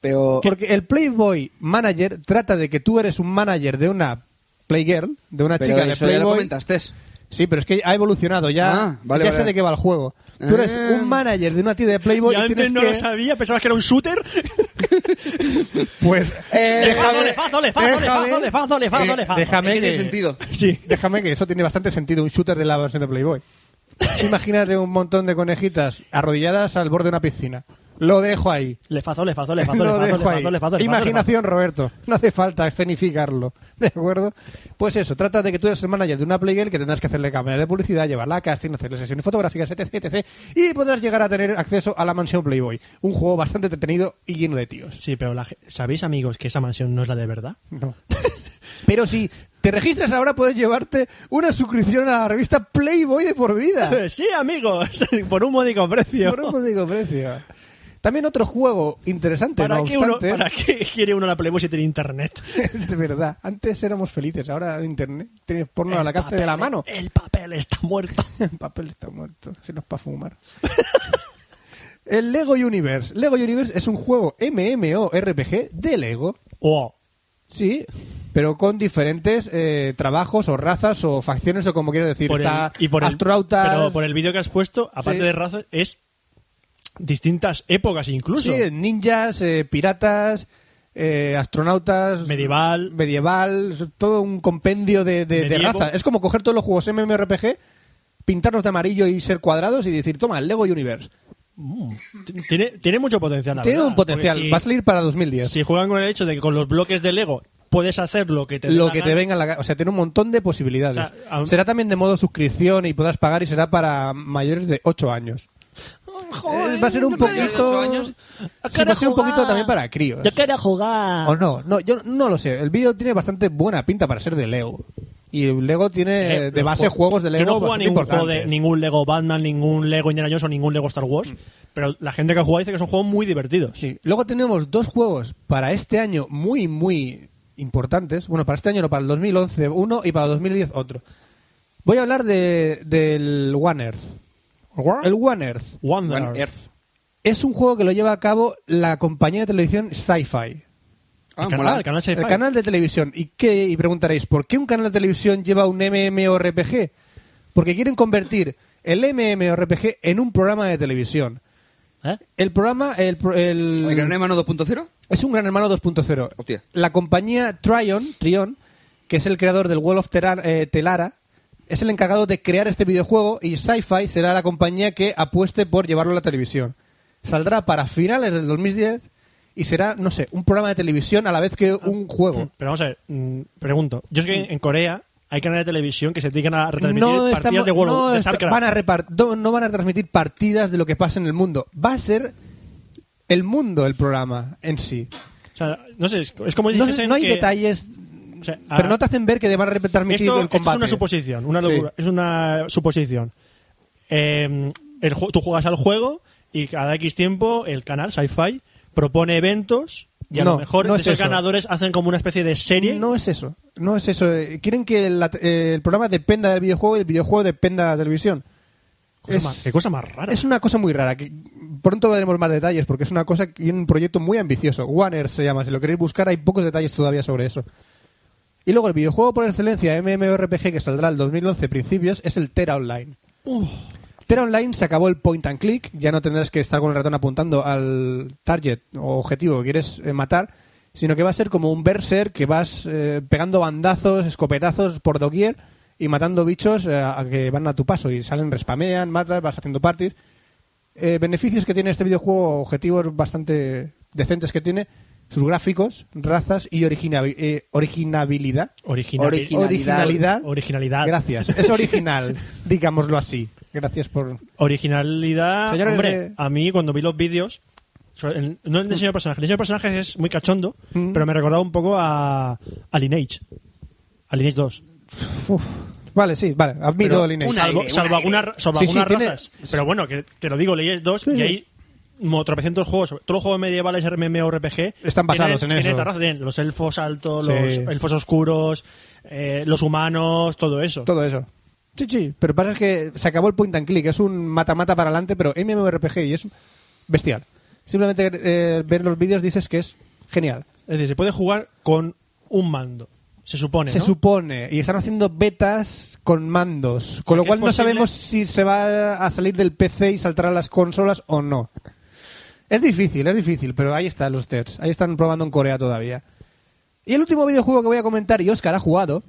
B: Pero.
C: Porque el Playboy Manager trata de que tú eres un manager de una Playgirl, de una
B: pero
C: chica de
B: eso ya lo
C: Playboy.
B: comentaste.
C: Sí, pero es que ha evolucionado ya.
B: Ah, vale,
C: ya
B: vale.
C: sé de qué va el juego. Tú eres
B: Ah.
C: un manager de una tía de Playboy
A: Y
C: y
A: antes
C: tienes
A: no
C: que
A: lo sabía, pensabas que era un shooter.
C: pues
A: Dale,
B: Eh,
A: fa, dale, fa, dale, fa,
C: déjame-
A: dale, fa, dale, fa,
C: eh,
A: dale, fa.
C: déjame
B: Tiene
C: que-
B: sentido.
A: Sí.
C: Déjame que eso tiene bastante sentido, un shooter de la versión de Playboy. Imagínate un montón de conejitas arrodilladas al borde de una piscina. Lo dejo ahí.
A: Le fazó, le fazó, le fazó, le
C: Lo
A: fazó, le
C: dejo
A: fazó,
C: ahí.
A: le fazó, le fazó, le fazó.
C: Imaginación, Roberto. No hace falta escenificarlo. ¿De acuerdo? Pues eso, trata de que tú eres el manager de una Playgirl que tendrás que hacerle cámaras de publicidad, llevarla a casting, hacerle sesiones fotográficas, etc, etc. Y podrás llegar a tener acceso a la mansión Playboy. Un juego bastante entretenido y lleno de tíos.
A: Sí, pero la ge- ¿sabéis, amigos, que esa mansión no es la de verdad?
C: No. Pero si te registras ahora, puedes llevarte una suscripción a la revista Playboy de por vida.
A: sí, amigos, por un módico precio.
C: Por un módico precio. También otro juego interesante,
A: ¿Para
C: no
A: qué, uno,
C: obstante-
A: ¿Para qué quiere uno la Playboy si tiene internet?
C: de verdad, antes éramos felices, ahora internet tienes porno a la
A: El
C: caza de la
A: papel-
C: mano.
A: El papel está muerto.
C: El papel está muerto, se nos para fumar. El Lego Universe. Lego Universe es un juego MMORPG de Lego.
A: Wow.
C: Sí, pero con diferentes eh, trabajos o razas o facciones o como quiero decir.
A: Por el-
C: está
A: y por el-
C: astronautas.
A: pero por el vídeo que has puesto, aparte
C: Sí.
A: de razas, es distintas épocas incluso.
C: Sí, ninjas, eh, piratas, eh, astronautas.
A: Medieval.
C: Medieval, es todo un compendio de, de- de
A: Medievo.
C: razas. Es como coger todos los juegos MMORPG, pintarlos de amarillo y ser cuadrados y decir, toma, el Lego Universe.
A: Mm. T- Tiene, tiene mucho potencial. la
C: Tiene
A: verdad,
C: un potencial,
A: porque si-
C: va a salir para 2010.
A: Si juegan con el hecho de que con los bloques de Lego puedes hacer lo que te dé
C: lo
A: la
C: que te
A: gana,
C: venga en la gana. O sea, tiene un montón de posibilidades.
A: O sea, aún-
C: Será también de modo suscripción y podrás pagar y será para mayores de 8 años.
A: ¡oh, Joder,
C: Eh, va a ser un
A: yo quiero
C: poquito-
A: jugar.
B: años.
A: Yo
C: Sí, va a ser un
A: quiero
C: poquito
A: jugar.
C: también para críos. eh,
A: Yo quiero jugar.
C: O no, no, yo no lo sé. El vídeo tiene bastante buena pinta para ser de Lego. Y Lego tiene
A: Eh,
C: de
A: los
C: base
A: juegos-
C: juegos de Lego
A: Yo no juego a
C: bastante
A: ningún juego de
C: importantes.
A: ningún Lego Batman, ningún Lego Indiana Jones o ningún Lego Star Wars, pero la gente que ha jugado dice que son juegos muy divertidos.
C: Sí. Luego tenemos dos juegos para este año muy, muy importantes. Bueno, para este año no, para el 2011 uno y para el 2010 otro. Voy a hablar de, del One Earth. El One Earth
A: Wonder.
B: One Earth.
C: es un juego que lo lleva a cabo la compañía de televisión Sci-Fi.
B: Ah,
A: el canal,
B: mola.
A: el canal
C: El
A: Sci-Fi.
C: canal de televisión. ¿Y qué? Y preguntaréis, ¿por qué un canal de televisión lleva un MMORPG? Porque quieren convertir el MMORPG en un programa de televisión.
A: ¿Eh?
C: El programa, el, pro- el-
B: ¿El Gran Hermano 2.0?
C: es un gran hermano 2.0.
B: Hostia.
C: La compañía Tryon, Trion, que es el creador del World of Tera- eh, Telara, es el encargado de crear este videojuego y Sci-Fi será la compañía que apueste por llevarlo a la televisión. Saldrá para finales del 2010 y será, no sé, un programa de televisión a la vez que un juego.
A: Pero vamos a ver, mm, pregunto. Yo es que en Corea hay canales de televisión que se dedican a retransmitir partidas
C: estamos-
A: de World
C: no
A: of- de
C: esta-
A: StarCraft.
C: van a repar- no, no van a transmitir partidas de lo que pasa en el mundo. Va a ser el mundo el programa en sí.
A: O sea, no sé, es, es como
C: No,
A: dices en
C: no hay
A: que-
C: detalles,
A: o sea, ah, a-
C: pero no te hacen ver que te van a retransmitir
A: esto,
C: el
A: esto
C: combate.
A: es una suposición, una
C: Sí.
A: locura, es una suposición. Eh, el ju- tú juegas al juego y cada X tiempo el canal Sci-Fi propone eventos y a
C: No,
A: lo mejor
C: no
A: de
C: es
A: esos
C: eso.
A: ganadores hacen como una especie de serie.
C: No es eso, no es eso. Eh, Quieren que la- eh, el programa dependa del videojuego y el videojuego dependa de la televisión.
A: Cosa
C: es-
A: más- qué cosa más rara.
C: Es una cosa muy rara. Que pronto veremos más detalles porque es una cosa que- y un proyecto muy ambicioso. One Earth se llama. Si lo queréis buscar, hay pocos detalles todavía sobre eso. Y luego el videojuego por excelencia MMORPG que saldrá el 2011 principios es el Terra Online. Terra Online se acabó el point and click, ya no tendrás que estar con el ratón apuntando al target o objetivo que quieres eh, matar, sino que va a ser como un berser que vas eh, pegando bandazos, escopetazos por doquier y matando bichos eh, a que van a tu paso y salen, respamean, matas, vas haciendo parties. Eh, beneficios que tiene este videojuego, objetivos bastante decentes que tiene, sus gráficos, razas y origina- eh, originabilidad.
A: Original-
B: Originalidad.
C: Originalidad.
A: Originalidad.
C: Gracias. Es original, digámoslo así. Gracias por...
A: Originalidad.
C: Señores eh,
A: hombre,
C: de-
A: a mí cuando vi los vídeos, sobre el- no el diseño de personajes, el diseño de personajes es muy cachondo,
C: Mm.
A: pero me recordaba un poco a, a Lineage. A Lineage 2.
C: Uf. Vale, sí, vale. Admito el Inés.
B: Un
A: salvo,
B: aire,
A: salvo
B: un aire.
A: algunas ra- salvo
C: Sí, sí,
A: algunas
C: tiene-
A: razas. Pero bueno, que te lo digo, leyes dos y hay mo- tropecientos juegos. Todos los juegos medievales MMORPG
C: Están basados
A: tienen- tienen
C: en eso.
A: esta raza, tienen los elfos altos,
C: Sí.
A: los elfos oscuros, eh, los humanos, todo eso.
C: Todo eso. Sí, sí. Pero pasa es que se acabó el point and click. Es un mata-mata para adelante, pero MMORPG y es bestial. Simplemente eh, ver los vídeos dices que es genial.
A: Es decir, se puede jugar con un mando, se supone.
C: Se
A: ¿no?
C: supone. Y están haciendo betas con mandos. Con
A: O sea,
C: lo
A: que
C: cual
A: es
C: no
A: posible-
C: sabemos si se va a salir del PC y saltar a las consolas o no. Es difícil, es difícil, pero ahí están los tests. Ahí están probando en Corea todavía. Y el último videojuego que voy a comentar y Oscar ha jugado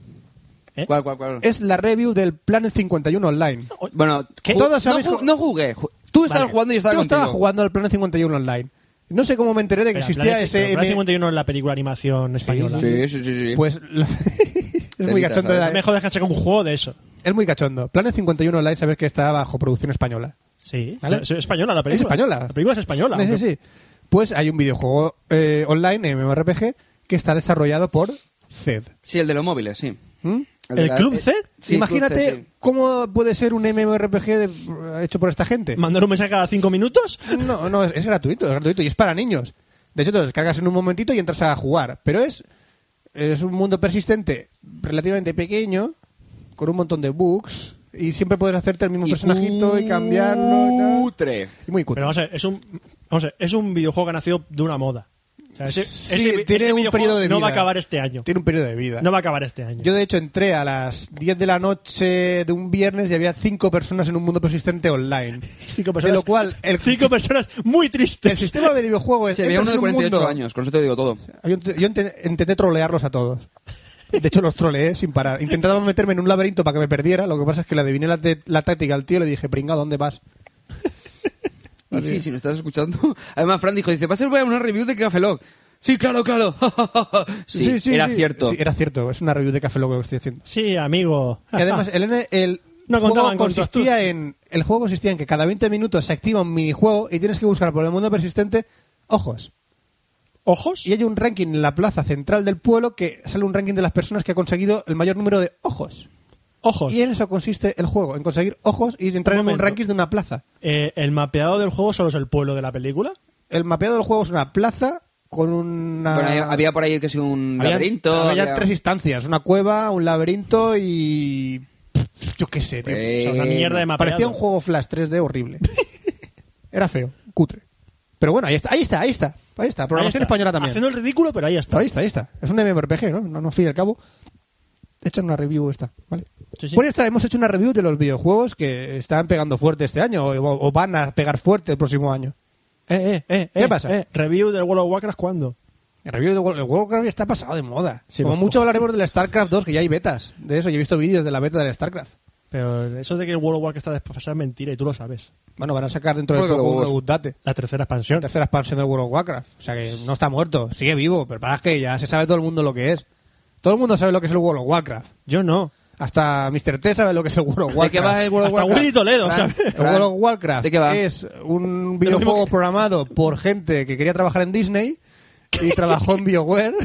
A: ¿Eh?
B: ¿Cuál, cuál, cuál?
C: es la review del Planet 51 Online.
B: Bueno,
A: ¿Qué?
B: ju-
C: Todos
B: no,
C: habéis
B: ju-
C: jug-
B: no jugué. ju- Tú estabas
A: Vale.
B: jugando y yo estaba
C: Yo estaba
B: contigo.
C: jugando al Planet 51 Online. No sé cómo me enteré de que
A: Espera,
C: existía
A: Planet-
C: ese...
A: pero Planet 51 es la película de animación española.
B: Sí, sí, sí. sí.
C: Pues es muy
B: Telitas,
C: cachondo. de
B: ¿sabes?
C: la-
A: No me jodas que han sacado un juego de eso.
C: Es muy cachondo. Planet 51 Online, saber que está bajo producción española.
A: Sí,
C: ¿Vale?
A: es española la película.
C: Es española.
A: La película es española.
C: Sí, sí,
A: aunque-
C: sí. Pues hay un videojuego eh, online, MMORPG, que está desarrollado por Zed.
B: Sí, el de los móviles, sí.
C: ¿Mm?
B: de
A: ¿El
B: la-
A: Club
B: eh,
A: Z?
B: sí,
C: Imagínate
B: Club Z, sí.
C: cómo puede ser un MMORPG de- hecho por esta gente.
A: ¿Mandar un mensaje cada cinco minutos?
C: No, no, es, es gratuito, es gratuito y es para niños. De hecho, te lo descargas en un momentito y entras a jugar. Pero es, es un mundo persistente, relativamente pequeño, con un montón de bugs y siempre puedes hacerte el mismo personajito y cambiarlo. y tal.
B: Cutre.
C: Y muy cutre.
A: Pero vamos a ver, es un, vamos a ver, es un videojuego que ha nacido de una moda. O sea, ese,
C: Sí,
A: ese vi-
C: tiene
A: ese
C: un
A: videojuego
C: periodo de
A: no
C: vida.
A: va a acabar este año.
C: Tiene un periodo de vida.
A: No va a acabar este año.
C: Yo, de hecho, entré a las 10 de la noche de un viernes y había cinco personas en un mundo persistente online.
A: cinco personas,
C: De lo cual, el,
A: cinco personas muy
C: el
A: tristes.
C: sistema de videojuego es.
B: Sí, había
C: entras
B: uno
C: en
B: de
C: un
B: 48
C: mundo-
B: años, con eso te digo todo.
C: Ah, Yo, int- yo int- intenté trolearlos a todos. De hecho, los troleé sin parar. Intentaba meterme en un laberinto para que me perdiera. Lo que pasa es que le adiviné la, te- la táctica al tío y le dije, pringa, ¿dónde vas?
B: Y sí, si nos estás escuchando. Además, Fran dijo, dice, va a ser una review de Café Lock. Sí, claro, claro. sí, era
C: sí.
B: cierto.
C: Sí, era cierto. Es una review de Café Loco que estoy haciendo.
A: Sí, amigo.
C: Y además, el, N- el
A: No
C: juego
A: contaban con tu
C: consistía
A: astucia.
C: en. El juego consistía en que cada 20 minutos se activa un minijuego y tienes que buscar por el mundo persistente ojos.
A: ¿Ojos?
C: Y hay un ranking en la plaza central del pueblo que sale un ranking de las personas que ha conseguido el mayor número de ojos.
A: Ojos.
C: Y en eso consiste el juego, en conseguir ojos y
A: Un
C: entrar en un
A: momento.
C: ranking de una plaza.
A: Eh, ¿El mapeado del juego solo es el pueblo de la película?
C: El mapeado del juego es una plaza con una...
B: Bueno, había- había por ahí que sí un
C: había-
B: laberinto.
C: Había,
B: había-
C: tres instancias, una cueva, un laberinto y... pff, Yo qué sé, tío.
B: Eh,
A: O sea, una mierda de mapeado.
C: Parecía un juego flash 3D horrible. Era feo, cutre. Pero bueno, ahí está, ahí está, ahí está. Ahí está,
A: Ahí
C: programación
A: está.
C: española también.
A: Haciendo el ridículo, pero ahí está.
C: Ahí está, ahí está. Es un MMORPG, ¿no? No, no fui al cabo. Echan una review esta, ¿vale?
A: Sí, sí.
C: Por esta hemos hecho una review de los videojuegos que están pegando fuerte este año o, o van a pegar fuerte el próximo año.
A: Eh, eh, eh,
C: ¿Qué
A: eh,
C: pasa?
A: eh, review del World of Warcraft, ¿cuándo?
C: El review de World el Warcraft está pasado de moda.
A: Sí,
C: Como
A: pues,
C: mucho
A: ojo.
C: hablaremos del StarCraft 2, que ya hay betas. De eso, yo he visto vídeos de la beta del StarCraft.
A: Pero eso de que el World of Warcraft está desfasado es mentira y tú lo sabes.
C: Bueno, van a sacar dentro de
B: Juega
C: poco un
B: los-
C: nuevo update.
A: La tercera expansión.
C: Tercera expansión del World of Warcraft. O sea que no está muerto, sigue vivo. Pero para que ya se sabe todo el mundo lo que es. Todo el mundo sabe lo que es el World of Warcraft.
A: Yo no.
C: Hasta Mr. T sabe lo que es el World of
B: ¿De
C: Warcraft.
B: qué va el World of
A: Hasta
B: Warcraft?
A: Willy Toledo,
B: Fran,
A: ¿sabes?
C: El
B: Fran,
C: World of Warcraft
B: ¿De qué va?
C: es un videojuego programado por gente que quería trabajar en Disney y trabajó en BioWare.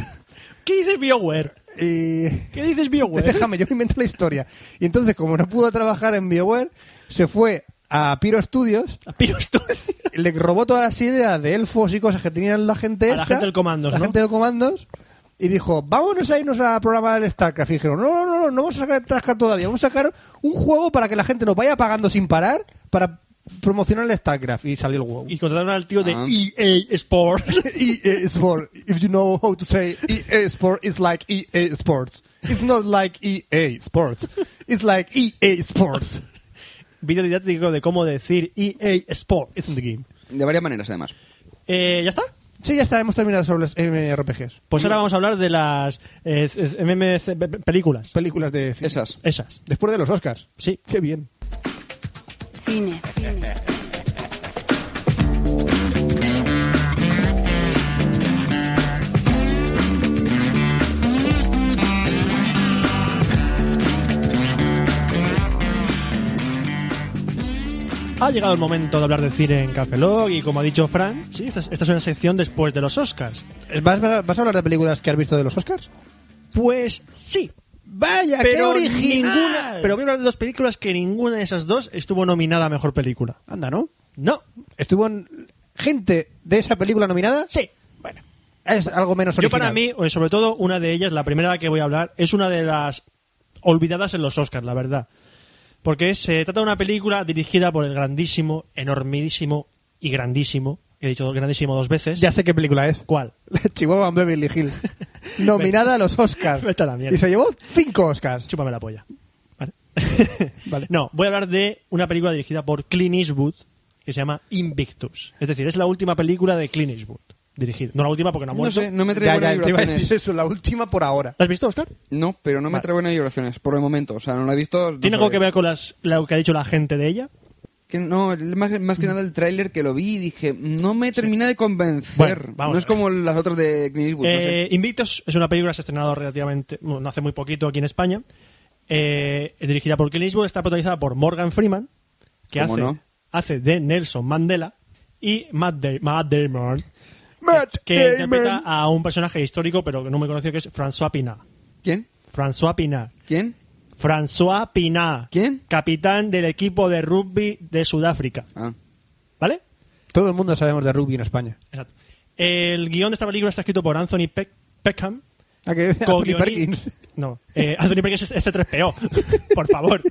A: ¿Qué dices BioWare?
C: Y.
A: ¿Qué dices BioWare?
C: Pues Déjame, yo me invento la historia. Y entonces, como no pudo trabajar en BioWare, se fue a Piro Studios,
A: A Piro Studios.
C: le robó todas las ideas de elfos y cosas que tenían la gente
A: A la
C: esta.
A: gente del Commandos,
C: la
A: ¿no?
C: gente del Commandos. Y dijo, vámonos a irnos a programar el StarCraft. Y dijeron, no, no, no, no, no vamos a sacar StarCraft todavía. Vamos a sacar un juego para que la gente nos vaya pagando sin parar para promocionar el StarCraft. Y salió el WoW.
A: Y contrataron al tío de
B: Ah.
A: EA Sports.
C: EA E Sport. If you know how to say EA Sport, it's like EA Sports. It's not like EA Sports. It's like EA Sports.
A: Video didáctico de cómo decir EA
C: It's in
A: Sports.
C: the game.
B: De varias maneras, además.
A: Eh, ¿Ya está?
C: Sí, ya está, hemos terminado sobre los MRPGs.
A: Pues ahora vamos a hablar de las eh, eh, MMC pe- pe- películas.
C: Películas de cine.
B: Esas.
A: Esas,
C: Después de los Oscars.
A: sí.
C: Qué bien.
D: Cine. Cine.
A: Ha llegado el momento de hablar de cine en Café Log y como ha dicho Fran, sí, esta es, esta es una sección después de los Oscars.
C: ¿Vas, vas a- vas a hablar de películas que has visto de los Oscars?
A: Pues sí,
C: ¡Vaya,
A: pero ninguna, pero voy a hablar de dos películas que ninguna de esas dos estuvo nominada a mejor película.
C: Anda, ¿no?
A: No,
C: ¿Estuvo en- gente de esa película nominada?
A: sí, bueno.
C: Es algo menos
A: Yo
C: original.
A: para mí, eh, sobre todo una de ellas, la primera de la que voy a hablar, es una de las olvidadas en los Oscars, la verdad. Porque se trata de una película dirigida por el grandísimo, enormidísimo y grandísimo, he dicho grandísimo dos veces.
C: Ya sé qué película es.
A: ¿Cuál?
C: Chihuahua en Beverly Hills. Nominada a los Oscars.
A: Vete a la mierda.
C: Y se llevó cinco Oscars.
A: Chúpame la polla. ¿Vale?
C: Vale.
A: No, voy a hablar de una película dirigida por Clint Eastwood que se llama Invictus. Es decir, es la última película de Clint Eastwood dirigida. No la última porque no ha
B: No
A: muerto.
B: sé, no me trae
C: Ya,
B: buenas
C: ya, te iba a
B: vibraciones.
C: decir eso, la última por ahora.
A: ¿La has visto, Oscar?
B: No, pero no me
A: Vale.
B: trae buenas vibraciones, por el momento. O sea, no la he visto. no
A: ¿Tiene algo
B: sabré.
A: que ver con las, lo que ha dicho la gente de ella?
B: Que no, el- más, más que nada el tráiler que lo vi y dije, no me termina de convencer.
A: Bueno, vamos
B: no
A: a
B: es
A: ver.
B: como las otras de Clint Eastwood, no sé.
A: Eh, Invictus es una película que se ha estrenado relativamente, bueno, hace muy poquito aquí en España. Eh, es dirigida por Clint Eastwood, está protagonizada por Morgan Freeman, que
B: ¿Cómo
A: hace,
B: no?
A: hace de Nelson Mandela, y Matt, Da- Matt Damon,
C: Matt
A: que
C: Damon.
A: interpreta a un personaje histórico, pero que no me conoció, que es François Pina.
B: ¿Quién?
A: François Pina,
B: ¿Quién?
A: François Piná.
B: ¿Quién?
A: Capitán del equipo de rugby de Sudáfrica.
B: Ah.
A: ¿Vale?
C: Todo el mundo sabemos de rugby en España.
A: Exacto. El guión de esta película está escrito por Anthony Peck- Peckham.
C: ¿A que Anthony
A: co-guioni-
C: Perkins.
A: No, eh, Anthony Perkins es este 3PO, por favor.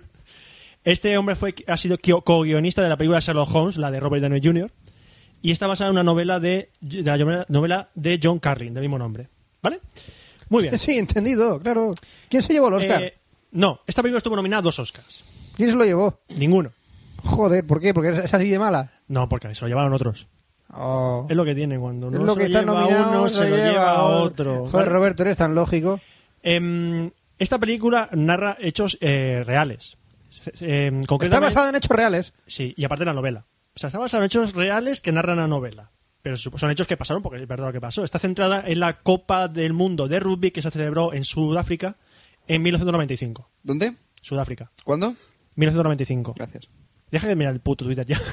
A: Este hombre fue, ha sido qui- co-guionista de la película Sherlock Holmes, la de Robert Downey Jr., y está basada en una novela de, de la novela- novela de John Carlin, del mismo nombre. ¿Vale? Muy bien.
C: Sí, entendido, claro. ¿Quién se llevó el Oscar?
A: Eh, no, esta película estuvo nominada a dos Oscars.
C: ¿Quién se lo llevó?
A: Ninguno.
C: Joder, ¿por qué? ¿Porque es así de mala?
A: No, porque se lo llevaron otros.
C: Oh.
A: Es lo que tiene cuando no
C: Es lo
A: se
C: que
A: lo
C: está
A: lleva
C: nominado,
A: uno, se lo lleva
C: otro.
A: otro.
C: Joder,
A: ¿Vale?
C: Roberto, eres tan lógico.
A: Em, esta película narra hechos eh, reales. Se- se- em,
C: Está
A: concretamente-
C: basada en hechos reales.
A: Sí, y aparte la novela. O sea, está basada en hechos reales que narran la novela. Pero sup- son hechos que pasaron, porque es verdad lo que pasó. Está centrada en la Copa del Mundo de Rugby que se celebró en Sudáfrica en 1995.
B: ¿Dónde?
A: Sudáfrica,
B: ¿Cuándo?
A: 1995.
B: Gracias.
A: Deja de mirar el puto Twitter ya.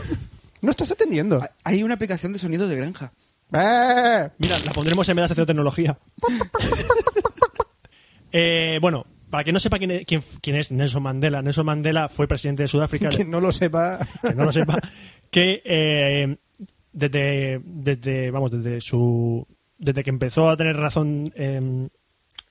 C: No estás atendiendo.
B: Hay una aplicación de sonidos de granja.
C: Eh.
A: Mira, la pondremos en Medas de Tecnología. Eh, bueno, para que no sepa quién es, quién- quién es Nelson Mandela, Nelson Mandela fue presidente de Sudáfrica.
C: Quien no lo sepa.
A: que no lo sepa, que eh, desde, desde, vamos, desde su, desde que empezó a tener razón, eh,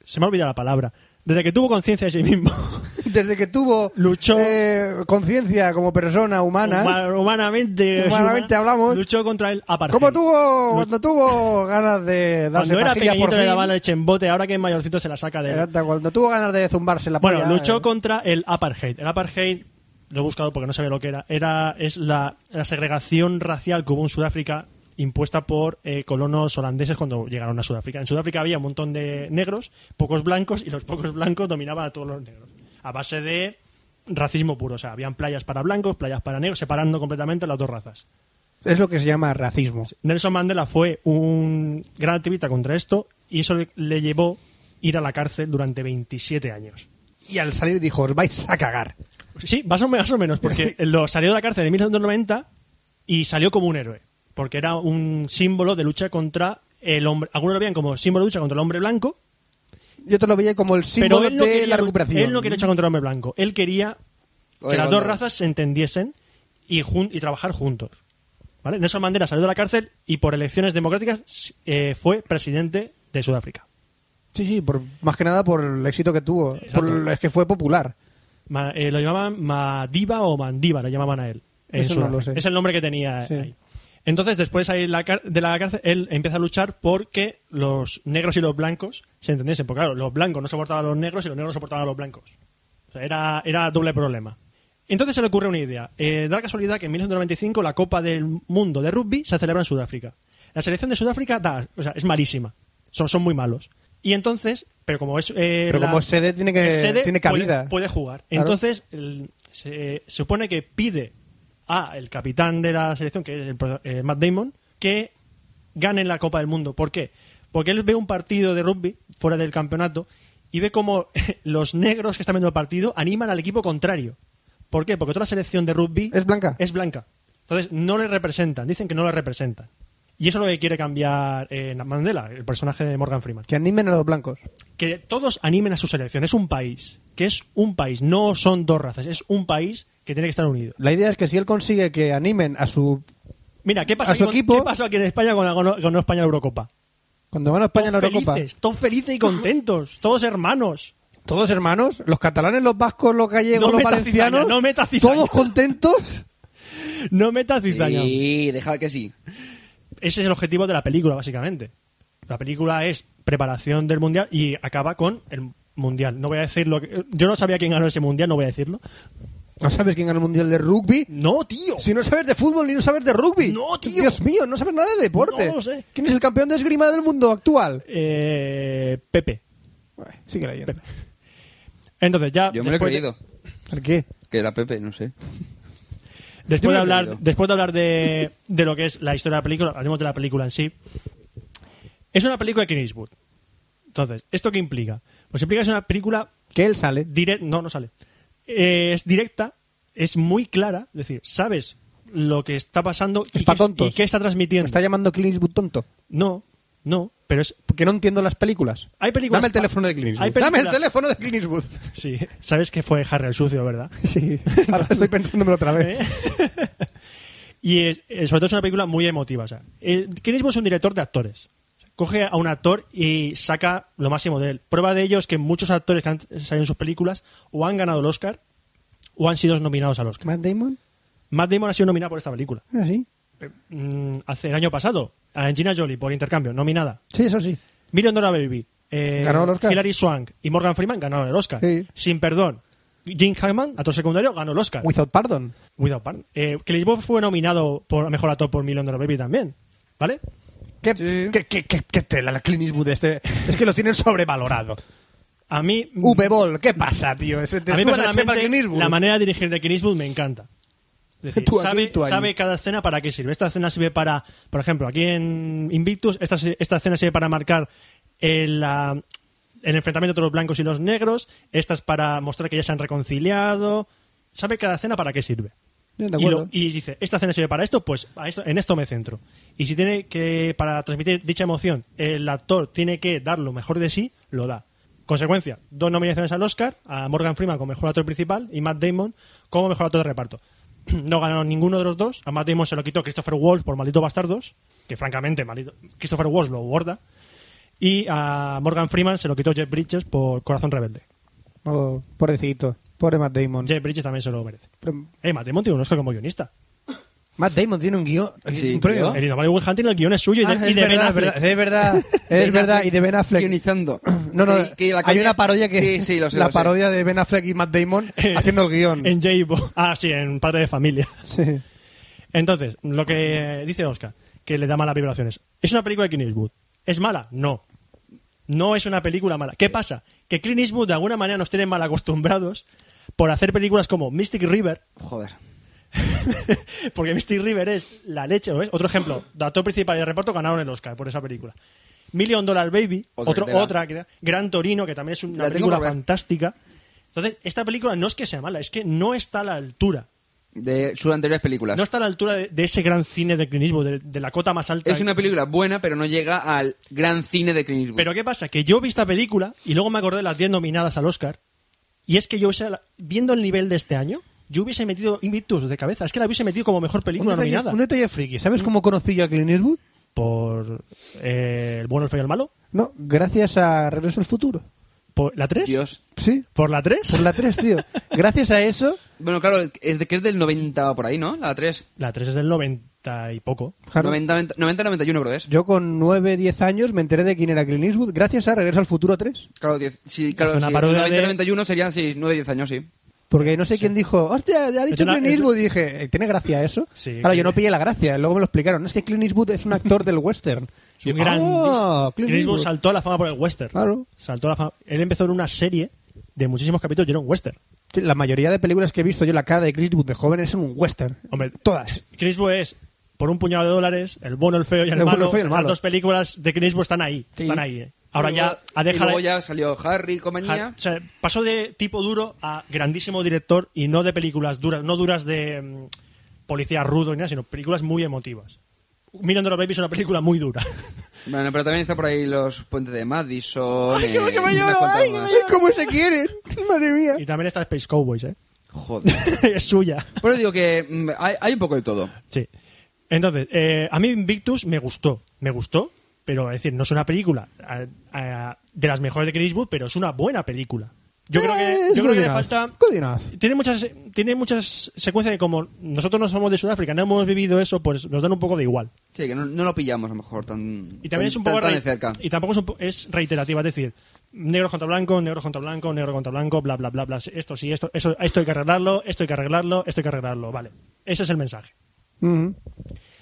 A: se me ha olvidado la palabra, desde que tuvo conciencia de sí mismo,
C: Desde que tuvo
A: Luchó.
C: eh, conciencia como persona humana.
A: huma- humanamente,
C: Humanamente hablamos.
A: luchó contra el apartheid.
C: Como tuvo,
A: Lu-
C: cuando tuvo ganas de darse
A: Cuando era
C: pajilla
A: pequeñito
C: por
A: le daba
C: fin.
A: la leche en bote, ahora que es mayorcito se la saca de...
C: Exacto, Cuando tuvo ganas de zumbarse la
A: Bueno,
C: polla,
A: luchó
C: eh.
A: contra el apartheid. El apartheid, lo he buscado porque no sabía lo que era, era es la, la segregación racial que hubo en Sudáfrica impuesta por eh, colonos holandeses cuando llegaron a Sudáfrica. En Sudáfrica había un montón de negros, pocos blancos, y los pocos blancos dominaban a todos los negros. A base de racismo puro. O sea, habían playas para blancos, playas para negros, separando completamente las dos razas.
C: Es lo que se llama racismo.
A: Nelson Mandela fue un gran activista contra esto y eso le- le llevó ir a la cárcel durante 27 años.
C: Y al salir dijo, os vais a cagar.
A: Sí, más o, menos, más o menos, porque lo salió de la cárcel en 1990 y salió como un héroe, porque era un símbolo de lucha contra el hombre. Algunos lo veían como símbolo de lucha contra el hombre blanco,
C: Yo te lo veía como el símbolo
A: pero él no,
C: de
A: quería,
C: la recuperación.
A: él no quería luchar contra el hombre blanco. Él quería
B: O
A: que
B: de
A: las dos
B: igualdad.
A: razas se entendiesen y, jun- y trabajar juntos. ¿Vale? Nelson Mandela salió de la cárcel y por elecciones democráticas eh, fue presidente de Sudáfrica.
C: Sí, sí, por, más que nada por el éxito que tuvo. Por el- es que fue popular.
A: Ma- eh, lo llamaban Madiba o Mandiba, lo llamaban a él. en
C: Eso no
A: Sudáfrica.
C: lo sé.
A: Es el nombre que tenía
C: Sí.
A: ahí. Entonces, después ahí la car- de la cárcel, él empieza a luchar porque los negros y los blancos se entendiesen. Porque, claro, los blancos no soportaban a los negros y los negros no soportaban a los blancos. O sea, era, era doble problema. Entonces se le ocurre una idea. Eh, da la casualidad que en 1995 la Copa del Mundo de Rugby se celebra en Sudáfrica. La selección de Sudáfrica da- o sea, es malísima. Son, son muy malos. Y entonces, pero como es. eh,
C: Pero
A: la-
C: como sede tiene que-
A: es sede,
C: tiene cabida.
A: Puede, puede jugar.
C: Claro.
A: Entonces, el- se, se supone que pide a el capitán de la selección, que es el pro- eh, Matt Damon, que gane la Copa del Mundo. ¿Por qué? Porque él ve un partido de rugby fuera del campeonato y ve cómo los negros que están viendo el partido animan al equipo contrario. ¿Por qué? Porque toda la selección de rugby
C: ¿Es blanca?
A: es blanca. Entonces, no le representan, dicen que no le representan. Y eso es lo que quiere cambiar eh, Mandela, el personaje de Morgan Freeman
C: Que animen a los blancos.
A: que todos animen a su selección. Es un país, que es un país, no son dos razas, es un país que tiene que estar unido.
C: La idea es que si él consigue que animen a su...
A: Mira, ¿qué pasa
C: A
A: aquí
C: su
A: con-
C: equipo-
A: ¿qué pasó aquí en España con, con- con España en la Eurocopa?
C: Cuando van a España a la
A: todos
C: Eurocopa.
A: felices, todos felices y contentos, todos hermanos.
C: Todos hermanos, los catalanes, los vascos, los gallegos,
A: No
C: los
A: metas cizaña,
C: valencianos,
A: no metas cizaña.
C: todos contentos.
A: No metas cizaña.
B: Sí, dejad que sí.
A: Ese es el objetivo de la película, básicamente. La película es preparación del mundial y acaba con el mundial. No voy a decir lo que. Yo no sabía quién ganó ese mundial, no voy a decirlo.
C: ¿No sabes quién ganó el mundial de rugby?
A: No, tío.
C: Si no sabes de fútbol ni no sabes de rugby.
A: No, tío.
C: Dios mío, no sabes nada de deporte.
A: No lo sé.
C: ¿Quién es el campeón de esgrima del mundo actual?
A: Eh, Pepe.
C: Bueno, Sigue leyendo.
A: Entonces, ya.
B: Yo me lo he
A: después de-
B: creído.
C: ¿El qué?
B: Que era Pepe, no sé. Yo
A: Después de
B: me lo he
A: hablar,
B: creído.
A: después de hablar de, de lo que es la historia de la película, hablemos de la película en sí. Es una película de Clint Eastwood. Entonces, ¿esto qué implica? Pues implica que es una película
C: Que él sale.
A: directa. No, no sale. Eh, es directa, es muy clara, es decir, sabes lo que está pasando
C: Es
A: y,
C: pa'
A: qué,
C: tontos.
A: y qué está
C: Me
A: transmitiendo.
C: está llamando Clint Eastwood tonto.
A: No, No, pero es.
C: Porque no entiendo las películas.
A: Hay películas
C: Dame el
A: pa-
C: teléfono de Clint Eastwood.
A: Hay películas-
C: Dame el teléfono de Clint Eastwood.
A: Sí, sabes que fue Harry el sucio, ¿verdad?
C: Sí, ahora estoy pensándomelo otra vez.
A: ¿Eh? y es- eh, sobre todo es una película muy emotiva. O sea, el- Clint Eastwood es un director de actores. Coge a un actor y saca lo máximo de él. Prueba de ello es que muchos actores que han salido en sus películas o han ganado el Oscar o han sido nominados al Oscar.
C: Matt Damon, ¿Ah,
A: Matt Damon ha sido nominado por esta película.
C: así.
A: Mm, hace el año pasado, a Angelina Jolie por intercambio, nominada.
C: Sí, eso sí.
A: Million Dollar Baby, eh,
C: Ganó el Oscar.
A: Hilary Swank y Morgan Freeman ganaron el Oscar.
C: Sí.
A: Sin perdón. Jim Hackman, actor secundario, ganó el Oscar.
C: Without Pardon.
A: Without Pardon. Eh, Clint Eastwood fue nominado por a mejor actor por Million Dollar Baby también. ¿Vale?
C: ¿Qué,
B: Sí.
C: qué, qué, qué- qué tela la Clint Eastwood este? Es que los tienen sobrevalorado.
A: A mí.
C: Mm. V-Ball, ¿qué pasa, tío? Ese Uh, te
A: a mí
C: suben a chepa
A: personalmente,
C: Clint Eastwood.
A: la manera de dirigir de Clint Eastwood me encanta. Es decir,
C: Tú aquí,
A: sabe,
C: tú ahí.
A: sabe cada escena para qué sirve. Esta escena sirve para, por ejemplo, aquí en Invictus, esta, se- esta escena sirve para marcar el, ah, el enfrentamiento entre los blancos y los negros. Esta es para mostrar que ya se han reconciliado. Sabe cada escena para qué sirve.
C: Bien, de
A: y, lo-
C: acuerdo.
A: y dice, esta escena sirve para esto, pues a esto- en esto me centro. Y si tiene que, para transmitir dicha emoción, el actor tiene que dar lo mejor de sí, lo da. Consecuencia, dos nominaciones al Oscar, a Morgan Freeman como mejor actor principal y Matt Damon como mejor actor de reparto. No ganaron ninguno de los dos, a Matt Damon se lo quitó Christopher Walsh por Malditos Bastardos, que francamente maldito- Christopher Walsh lo borda, y a Morgan Freeman se lo quitó Jeff Bridges por Corazón Rebelde.
C: Oh, pobrecito. Pobre Matt Damon.
A: Jeff Bridges también se lo merece.
C: Pero-
A: Eh, Matt Damon tiene un Oscar como guionista.
C: Matt Damon tiene un guión.
B: Sí,
C: un premio.
B: creo.
A: El Inomable Will Hunting, el guión es suyo y de,
C: Ah,
A: y
C: es,
A: de Ben
C: verdad, es
A: Affleck.
C: verdad, es verdad, es
B: Ben
C: verdad,
B: Affleck
C: y de Ben Affleck.
B: Guionizando.
C: No, no,
B: Que- que la
C: hay
B: coña-
C: una parodia que
B: Sí, sí, lo sé,
C: la
B: lo sé.
C: parodia de Ben Affleck y Matt Damon haciendo el guión.
A: En J-Bo. Ah, sí, en Padre de Familia.
C: Sí.
A: Entonces, lo que dice Oscar, que le da malas vibraciones. ¿Es una película de Clint Eastwood? ¿Es mala? No. No es una película mala. ¿Qué pasa? Que Clint Eastwood de alguna manera nos tiene mal acostumbrados por hacer películas como Mystic River,
B: Joder.
A: porque Mystic River es la leche, ¿no ves? Otro ejemplo, de actor principal y de reparto ganaron el Oscar por esa película. Million Dollar Baby,
B: Otra
A: otro-
B: que te da.
A: otra, que- Gran Torino, que también es una
B: La tengo
A: película
B: por ver.
A: fantástica. Entonces, esta película no es que sea mala, es que no está a la altura.
B: De sus anteriores películas.
A: No está a la altura de, de ese gran cine de Clint Eastwood, de, de la cota más alta.
B: es una película buena, pero no llega al gran cine de Clint Eastwood.
A: Pero ¿qué pasa? Que yo vi esta película y luego me acordé de las 10 nominadas al Oscar. Y es que yo, o sea, la- viendo el nivel de este año, yo hubiese metido Invictus de cabeza. Es que la hubiese metido como mejor
C: Un
A: película
C: detalle,
A: nominada.
C: un detalle friki. ¿Sabes cómo conocí yo a Clint Eastwood?
A: Por eh, El bueno, el feo y el malo.
C: No, gracias a Regreso al Futuro.
A: ¿Por la 3?
B: Dios.
C: Sí,
A: ¿Por la 3?
C: por la 3, tío. Gracias a eso,
B: Bueno, claro, es de, que es del 90 por ahí, ¿no? La 3.
A: La 3 es del 90 y poco.
C: claro,
B: 90-91 creo que es.
C: yo con 9, 10 años me enteré de quién era Clint Eastwood gracias a Regreso al Futuro 3.
B: Claro, 10. Sí, claro,
A: Hace una
B: sí,
A: parodia de-
B: 90-91 serían sí, 9-10 años, sí.
C: Porque no sé quién dijo, hostia, ha
A: Es
C: dicho
A: una-
C: Clint
A: es-
C: Eastwood. Y dije, "Eh, ¿tiene gracia eso?
A: Sí,
C: claro,
A: que-
C: yo no pillé la gracia. Luego me lo explicaron. No, es que Clint Eastwood es un actor del western.
A: Es un
C: Yo,
A: gran
C: "Ah,
A: Clint Eastwood saltó a la fama por el western.
C: Claro.
A: Saltó a la fama. Él empezó en una serie de muchísimos capítulos y era un western.
C: Sí, La mayoría de películas que he visto yo, la cara de Clint Eastwood de joven es en un western.
A: Hombre,
C: todas.
A: Clint Eastwood es por un puñado de dólares, el bueno, el feo y el,
C: El bueno,
A: malo.
C: el feo y el
A: Las
C: malo.
A: dos películas de Clint Eastwood están ahí,
C: Sí.
A: están ahí. eh. Ahora
B: Y
A: ya
B: luego-
A: ha
B: y luego
A: dejado.
B: ya salió Harry y compañía.
A: ja- o sea, pasó de tipo duro a grandísimo director y no de películas duras, no duras de mm, policía rudo ni nada, sino películas muy emotivas. Mirando los Baby es una película muy dura.
B: Bueno, pero también está por ahí los puentes de Madison.
C: ¡Ay,
B: eh,
C: que me
B: unas
C: lloro!
B: cuantas
C: ¡Ay, que me
B: más.
C: lloro! cómo se quieren! ¡Madre mía!
A: y también está Space Cowboys, ¿eh?
B: Joder.
A: es suya.
B: Por eso digo que mm, hay, hay un poco de todo.
A: Sí. Entonces, eh, a mí Invictus me gustó. Me gustó, pero es decir, no es una película a- a- de las mejores de Clint Eastwood, pero es una buena película. Yo creo
C: Eh,
A: que,
C: es
A: yo creo
C: good
A: que le
C: enough,
A: falta.
C: good enough.
A: Tiene muchas, tiene muchas secuencias que, como nosotros no somos de Sudáfrica, no hemos vivido eso, pues nos dan un poco de igual.
B: Sí, que no, no lo pillamos a lo mejor tan,
A: Y también
B: tan-
A: es un poco
B: tan, tan
A: rei-
B: de cerca.
A: Y tampoco es, un po- es reiterativa, es decir, negros contra blancos, negros contra blancos, negros contra blancos, bla, bla, bla, bla, esto sí, esto, eso, esto hay que arreglarlo, esto hay que arreglarlo, esto hay que arreglarlo, vale. Ese es el mensaje.
C: Ujú. Mm.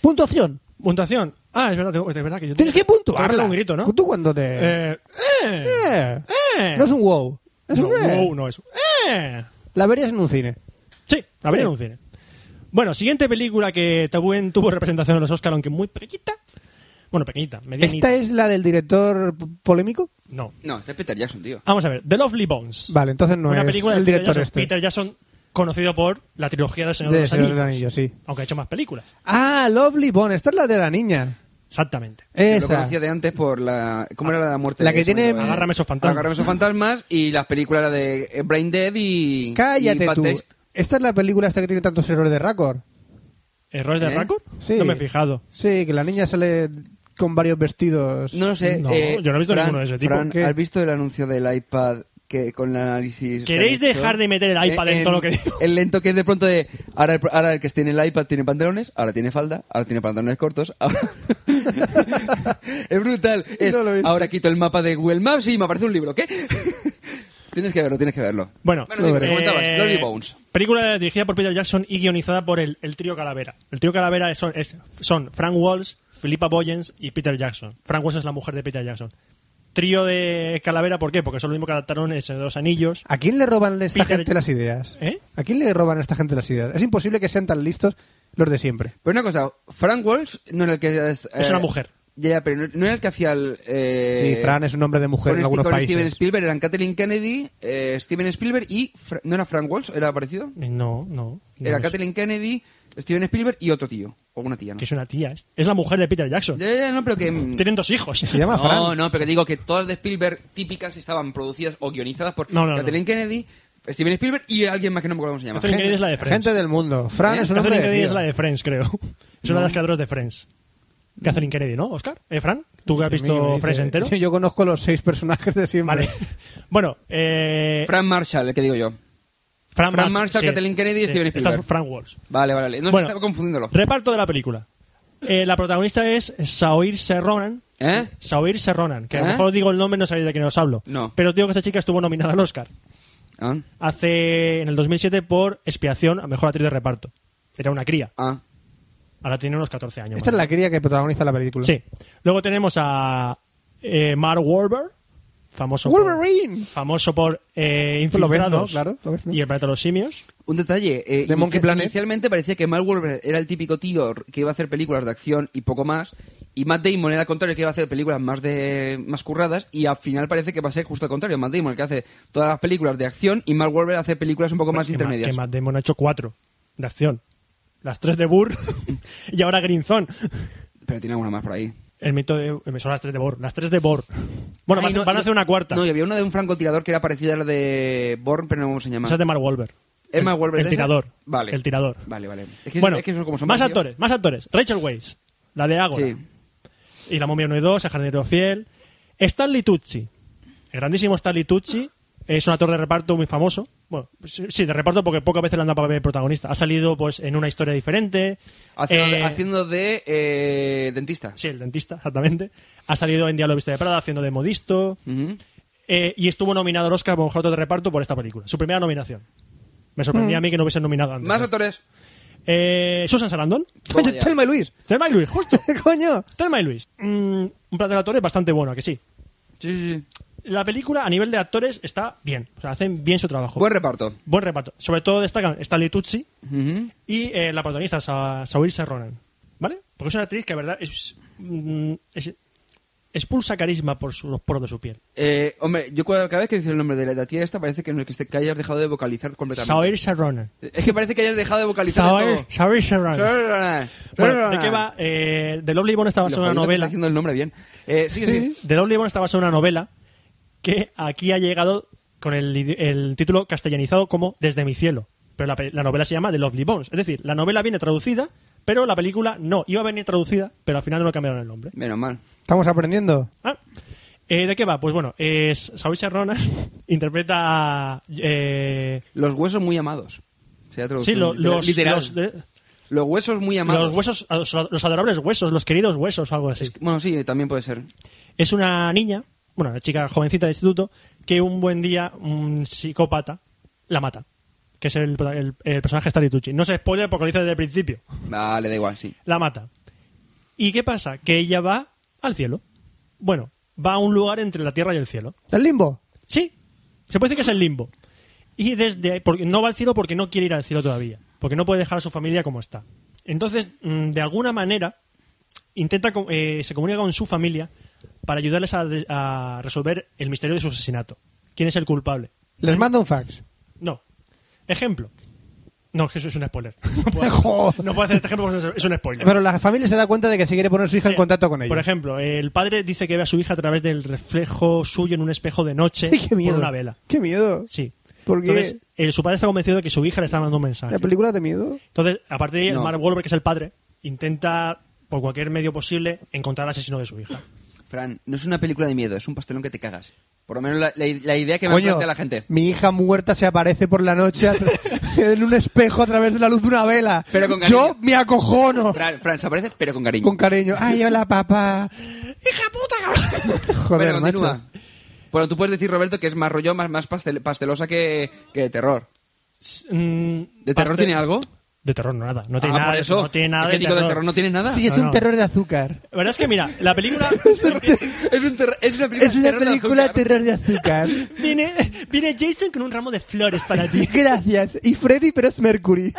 C: Puntuación.
A: Puntuación. Ah, es verdad, tengo- es verdad que yo
C: Tienes que
A: Tengo
C: puntuar.
A: pegar un grito, ¿no?
C: Tú cuando te...
A: Eh,
C: Eh.
A: eh.
C: No es un wow. Es
A: No,
C: un eh.
A: wow, no es. ¡Eh!
C: La verías en un cine.
A: Sí, la vería
C: Sí.
A: en un cine. Bueno, siguiente película que Tabuen tuvo representación en los Oscar, aunque muy pequeñita. Bueno, pequeñita, medianita.
C: ¿Esta es la del director p- polémico?
A: No.
B: No, este es Peter Jackson, tío.
A: Vamos a ver, The Lovely Bones.
C: Vale, entonces no
A: una
C: es
A: película
C: el
A: de Peter
C: director
A: Jackson.
C: este.
A: Peter Jackson, conocido por la trilogía del Señor de,
C: de
A: los
C: Señor
A: Anillos.
C: del Anillo, sí.
A: Aunque ha hecho más películas.
C: Ah, Lovely Bone. Esta es la de la niña.
A: Exactamente.
B: Yo
C: Esa. Ah,
B: lo conocía de antes por la. ¿Cómo era la muerte?
C: La que
B: de-
C: tiene-
B: sobre-
A: Agárrame esos fantasmas.
B: Agárrame esos fantasmas y las películas la de eh, Brain Dead y. y
C: Cállate
B: Bad
C: tú.
B: Taste.
C: Esta es la película esta que tiene tantos errores de récord.
A: ¿Errores de
B: ¿Eh?
A: Raccoon?
C: Sí.
A: No me he fijado.
C: Sí, que la niña sale con varios vestidos.
B: No lo sé.
A: No,
B: eh,
A: yo no he visto
B: Fran,
A: ninguno de ese tipo.
B: Fran,
C: ¿Qué?
B: ¿has visto el anuncio del iPad que con el análisis. que
A: ¿Queréis
B: han hecho? Eh,
A: dejar de meter el iPad en todo lo que digo?
B: El lento que es de pronto de. Ahora el, ahora el que tiene el iPad tiene pantalones, ahora tiene falda, ahora tiene pantalones cortos. Ahora... es brutal. Es,
C: No lo he visto.
B: ahora quito el mapa de Google Maps y me aparece un libro. ¿Qué? tienes que verlo, tienes que verlo.
A: Bueno,
B: bueno sí, me comentabas.
A: eh,
B: Glory Bones.
A: Película dirigida por Peter Jackson y guionizada por el, el trío Calavera. El trío Calavera es- son, es- son Frank Walls, Philippa Boyens y Peter Jackson. Frank Walls es la mujer de Peter Jackson. Trío de Calavera, ¿por qué? Porque son lo mismo que adaptaron en Señor de los Anillos.
C: ¿A quién le roban esta
A: Peter-
C: gente las ideas?
A: ¿Eh?
C: ¿A quién le roban a esta gente las ideas? Es imposible que sean tan listos los de siempre.
B: Pero una cosa, Frank Walsh no era el que... Es
A: una mujer.
B: Ya, pero no, no era el que hacía el... eh,
C: sí, Fran es un hombre de mujer
B: con
C: en
B: Ste-
C: algunos
B: con
C: países.
B: Steven Spielberg eran Kathleen Kennedy, eh, Steven Spielberg y... Fra- ¿No era Frank Walsh? ¿Era parecido?
A: No, no. no
B: era
A: es-
B: Kathleen Kennedy, Steven Spielberg y otro tío. O una tía, ¿no?
A: Que es una tía. Es, es la mujer de Peter Jackson.
B: Ya, ya, ya, no, pero que... mm,
A: Tienen dos hijos.
C: Se llama Fran.
B: No, no, pero que digo que todas de Spielberg típicas estaban producidas o guionizadas por
A: No, no,
B: Kathleen
A: no.
B: Kennedy, Steven Spielberg y alguien más que no me acuerdo cómo se llama.
A: Catherine Kennedy es la de Friends.
C: Gente del mundo. Fran
B: ¿Eh?
C: es un hombre
A: Catherine
C: de
A: Kennedy es
C: tío.
A: la de Friends, creo. Es una de las creadoras de Friends. Catherine Kennedy, ¿no, Oscar? ¿Eh, Fran? ¿Tú que has
C: A mí me
A: visto
C: dice-
A: Friends entero?
C: Yo conozco los seis personajes de siempre.
A: Vale. Bueno, eh,
B: Frank Marshall, el que digo yo.
A: Fran,
B: Fran
A: Marsh-
B: Marshall, Kathleen Kennedy y Steven
A: está
B: Spielberg.
A: Frank Walsh.
B: Vale, vale, vale. No
A: Bueno.
B: se estaba confundiéndolo.
A: Reparto de la película. Eh, la protagonista es Saoir Serronan.
B: ¿Eh?
A: Saoir Serronan, que a lo
B: ¿Eh?
A: mejor digo el nombre y no sabéis de quién os hablo.
B: No.
A: Pero os digo que esta chica estuvo nominada al Oscar
B: Ah,
A: hace en el 2007 por Expiación a Mejor Actriz de Reparto. Era una cría.
B: ah.
A: Ahora tiene unos 14 años.
C: Esta es
A: más
C: la cría que protagoniza la
A: o menos.
C: película.
A: Sí. Luego tenemos a eh, Mark Wahlberg, famoso
C: Wolverine.
A: por, famoso por eh,
C: Pues lo ves, ¿no?
A: Infiltrados
C: Claro, lo ves, ¿no?
A: y El planeta de los simios.
B: Un detalle. eh,
C: The Monkey
B: inicia-
C: Planet.
B: Inicialmente parecía que Mal Wolver era el típico tío que iba a hacer películas de acción y poco más. Y Matt Damon era al contrario, que iba a hacer películas más de más curradas. Y al final parece que va a ser justo al contrario. Matt Damon, el que hace todas las películas de acción. Y Mal Wolver hace películas un poco más
A: Que Ma-
B: intermedias.
A: Que Matt Damon ha hecho cuatro de acción. Las tres de Burr y ahora Grinzón.
B: Pero tiene alguna más por ahí.
A: El mito de... eh, Son las tres de Burr. Las tres de Burr. Bueno,
B: Ay,
A: van, a-
B: no,
A: van a
B: y-
A: hacer una cuarta.
B: No, y había una de un francotirador que era parecida a la de Bourne, pero no vamos a llamar.
A: Esa es de Mark Wahlberg.
B: ¿Es Mark Wahlberg
A: El,
B: de esa?
A: tirador.
B: Vale.
A: El tirador.
B: Vale, vale. Es que,
A: bueno,
B: es que eso como son
A: más
B: varios.
A: actores, más actores. Rachel Weisz, la de Ágora.
B: Sí.
A: Y la momia 1 y 2, el jardinero fiel. Stanley Tucci. El grandísimo Stanley Tucci. Es un actor de reparto muy famoso. Bueno, sí, sí, de reparto porque pocas veces le han dado papel de protagonista. Ha salido pues en una historia diferente.
B: Haciendo,
A: Eh,
B: de, haciendo de, eh, dentista.
A: Sí, el dentista, exactamente. Ha salido en Diablo Vista de Prada haciendo de modisto.
B: Ujú.
A: Eh, y estuvo nominado al Oscar como mejor actor de reparto por esta película. Su primera nominación. Me sorprendía a mí que no hubiesen nominado antes.
B: Mm. Más actores.
A: Eh, Susan Sarandon.
C: Coño,
B: Vaya.
C: Telma y Luis.
A: Thelma y Luis, justo.
C: Coño.
A: Thelma y Luis. Mm, un plato de actores bastante bueno, ¿a que sí.
B: Sí, sí, sí.
A: La película, a nivel de actores, está bien. O sea, hacen bien su trabajo.
B: Buen reparto.
A: Buen reparto. Sobre todo destacan Stanley Tucci
B: Ujú.
A: y eh, la protagonista, Sa Saoirse Ronan. ¿Vale? Porque es una actriz que, la verdad, es, mm, es- expulsa carisma por su- los poros de su piel.
B: Eh, hombre, yo cada cada vez que dices el nombre de la- la tía esta parece que, no- que, este- que hayas dejado de vocalizar completamente.
A: Saoirse Ronan.
B: Es que parece que hayas dejado de vocalizar de
A: Saoir-
B: todo.
A: Saoirse Ronan.
B: Saoirse.
A: Bueno, ¿de qué va? Eh, The Lovely Bone está
B: Lo
A: basada en una
B: jodido que está
A: novela.
B: diciendo el nombre bien. Eh, sigue, sigue.
A: The Lovely Bone está basada en una novela que aquí ha llegado con el, idi- el título castellanizado como Desde mi cielo. Pero la, pe- la novela se llama The Lovely Bones. Es decir, la novela viene traducida, pero la película no. Iba a venir traducida, pero al final no le cambiaron el nombre.
B: Menos mal.
C: Estamos aprendiendo.
A: Ah. Eh, ¿De qué va? Pues bueno, eh, Saoirse Ronan interpreta... a, Eh,
B: Los huesos muy amados. Se ha
A: sí,
B: traducido
A: lo-
B: literal-
A: los,
B: literal.
A: los, de-
B: Los huesos muy amados.
A: los huesos, los adorables huesos, los queridos huesos, algo así.
B: Bueno, sí, también puede ser.
A: Es una niña, bueno, una chica jovencita de instituto, que un buen día un psicópata la mata. Que es el, prota- el- el personaje Stanley Tucci. No se spoiler porque lo dice desde el principio.
B: Vale, da igual, sí.
A: La mata. ¿Y qué pasa? Que ella va al cielo. Bueno, va a un lugar entre la tierra y el cielo.
C: El limbo.
A: Sí, se puede decir que es el limbo. Y desde ahí, porque no va al cielo porque no quiere ir al cielo todavía, porque no puede dejar a su familia como está. Entonces, mm, de alguna manera, intenta co- eh, se comunica con su familia para ayudarles a, de- a resolver el misterio de su asesinato. ¿Quién es el culpable?
C: Les manda un fax.
A: No. Ejemplo. No, es que eso es un spoiler. No puedo,
C: Joder.
A: no puedo hacer este ejemplo porque es un spoiler.
C: Pero la familia se da cuenta de que se quiere poner su hija en
A: Sí.
C: contacto con
A: Por
C: ellos.
A: ejemplo, el padre dice que ve a su hija a través del reflejo suyo en un espejo de noche
C: ¡Ay, qué miedo!
A: por una vela.
C: ¡Qué miedo!
A: Sí.
C: Porque
A: Entonces, eh, su padre está convencido de que su hija le está mandando un mensaje.
C: la película de miedo.
A: Entonces, aparte de
B: No.
A: Mark Wahlberg, que es el padre, intenta por cualquier medio posible encontrar al asesino de su hija.
B: Fran, no es una película de miedo, es un pastelón que te cagas. Por lo menos la, la- la idea que me
C: Coño,
B: plantea la gente.
C: Mi hija muerta se aparece por la noche a tra- en un espejo a través de la luz de una vela.
B: Pero con cariño.
C: Yo me acojono
B: Fran, Fran, se aparece, pero con cariño.
C: con cariño. Ay, hola papá.
A: ¡Hija puta, cabrón!
C: Joder,
B: Bueno,
C: macho.
B: continúa. Bueno, tú puedes decir, Roberto, que es más rollo, más, más pastel- pastelosa que, que de terror. ¿De terror tiene algo?
A: mm, De terror no nada. No tiene
B: Ah,
A: nada.
B: por
A: de-
B: eso.
A: No tiene nada
B: ¿Es que
A: de
B: digo
A: terror.
B: de terror no tiene nada?
C: Sí, es
A: No,
C: un
A: no.
C: terror de azúcar.
A: La verdad es que, mira, la película...
B: Es, un terror- es una película,
C: Es una
B: terror de
C: película
B: azúcar.
C: terror de azúcar.
A: viene, viene Jason con un ramo de flores para ti.
C: Gracias. Y Freddy, pero es Mercury.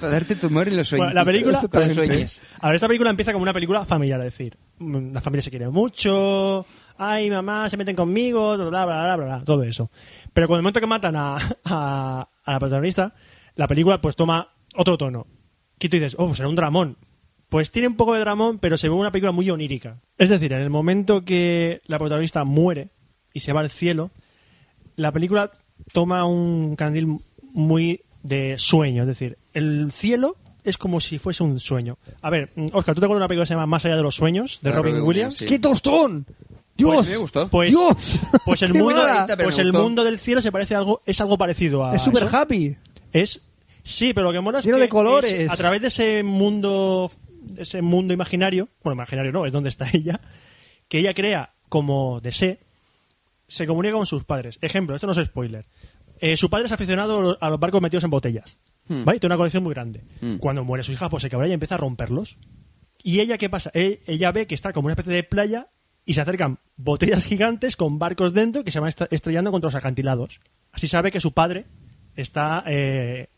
B: Para darte tumor en los sueños.
A: Bueno, la película-
B: Para los sueños.
A: A ver, esta película empieza como una película familiar, es decir, mm, la familia se quiere mucho, ay, mamá, se meten conmigo, bla, bla, bla, bla, bla, todo eso. Pero con el momento que matan a, a- a la protagonista, la película pues toma otro tono. Que tú dices, oh, será un dramón. Pues tiene un poco de dramón, pero se ve una película muy onírica. Es decir, en el momento que la protagonista muere y se va al cielo, la película toma un candil muy de sueño, es decir, el cielo es como si fuese un sueño. A ver, mm, Oscar, ¿tú te acuerdas de una película que se llama Más allá de los sueños de
B: De
A: Robin,
B: Robin
A: Williams?
B: Sí.
C: ¡Qué tostón! ¡Dios!
B: Pues me gustó.
A: Pues,
C: ¡Dios!
A: pues el
C: ¡Qué
A: mundo,
C: mala!
B: Pero
A: pues
B: me
A: el
B: gustó.
A: mundo del cielo se parece a algo, es algo parecido a
C: Es super
A: eso.
C: happy.
A: Es sí, pero lo que mola es
C: Lleno
A: que
C: de colores.
A: es- a través de ese mundo, ese mundo imaginario, bueno, imaginario no, es donde está ella, que ella crea como desee, se comunica con sus padres. Ejemplo, esto no es spoiler. Eh, su padre es aficionado a los barcos metidos en botellas,
B: Hmm.
A: ¿vale? Y Tiene una colección muy grande.
B: Hmm.
A: Cuando muere su hija, pues se cabrea y empieza a romperlos. ¿Y ella qué pasa? E- ella ve que está como una especie de playa y se acercan botellas gigantes con barcos dentro que se van estra- estrellando contra los acantilados. Así sabe que su padre está eh,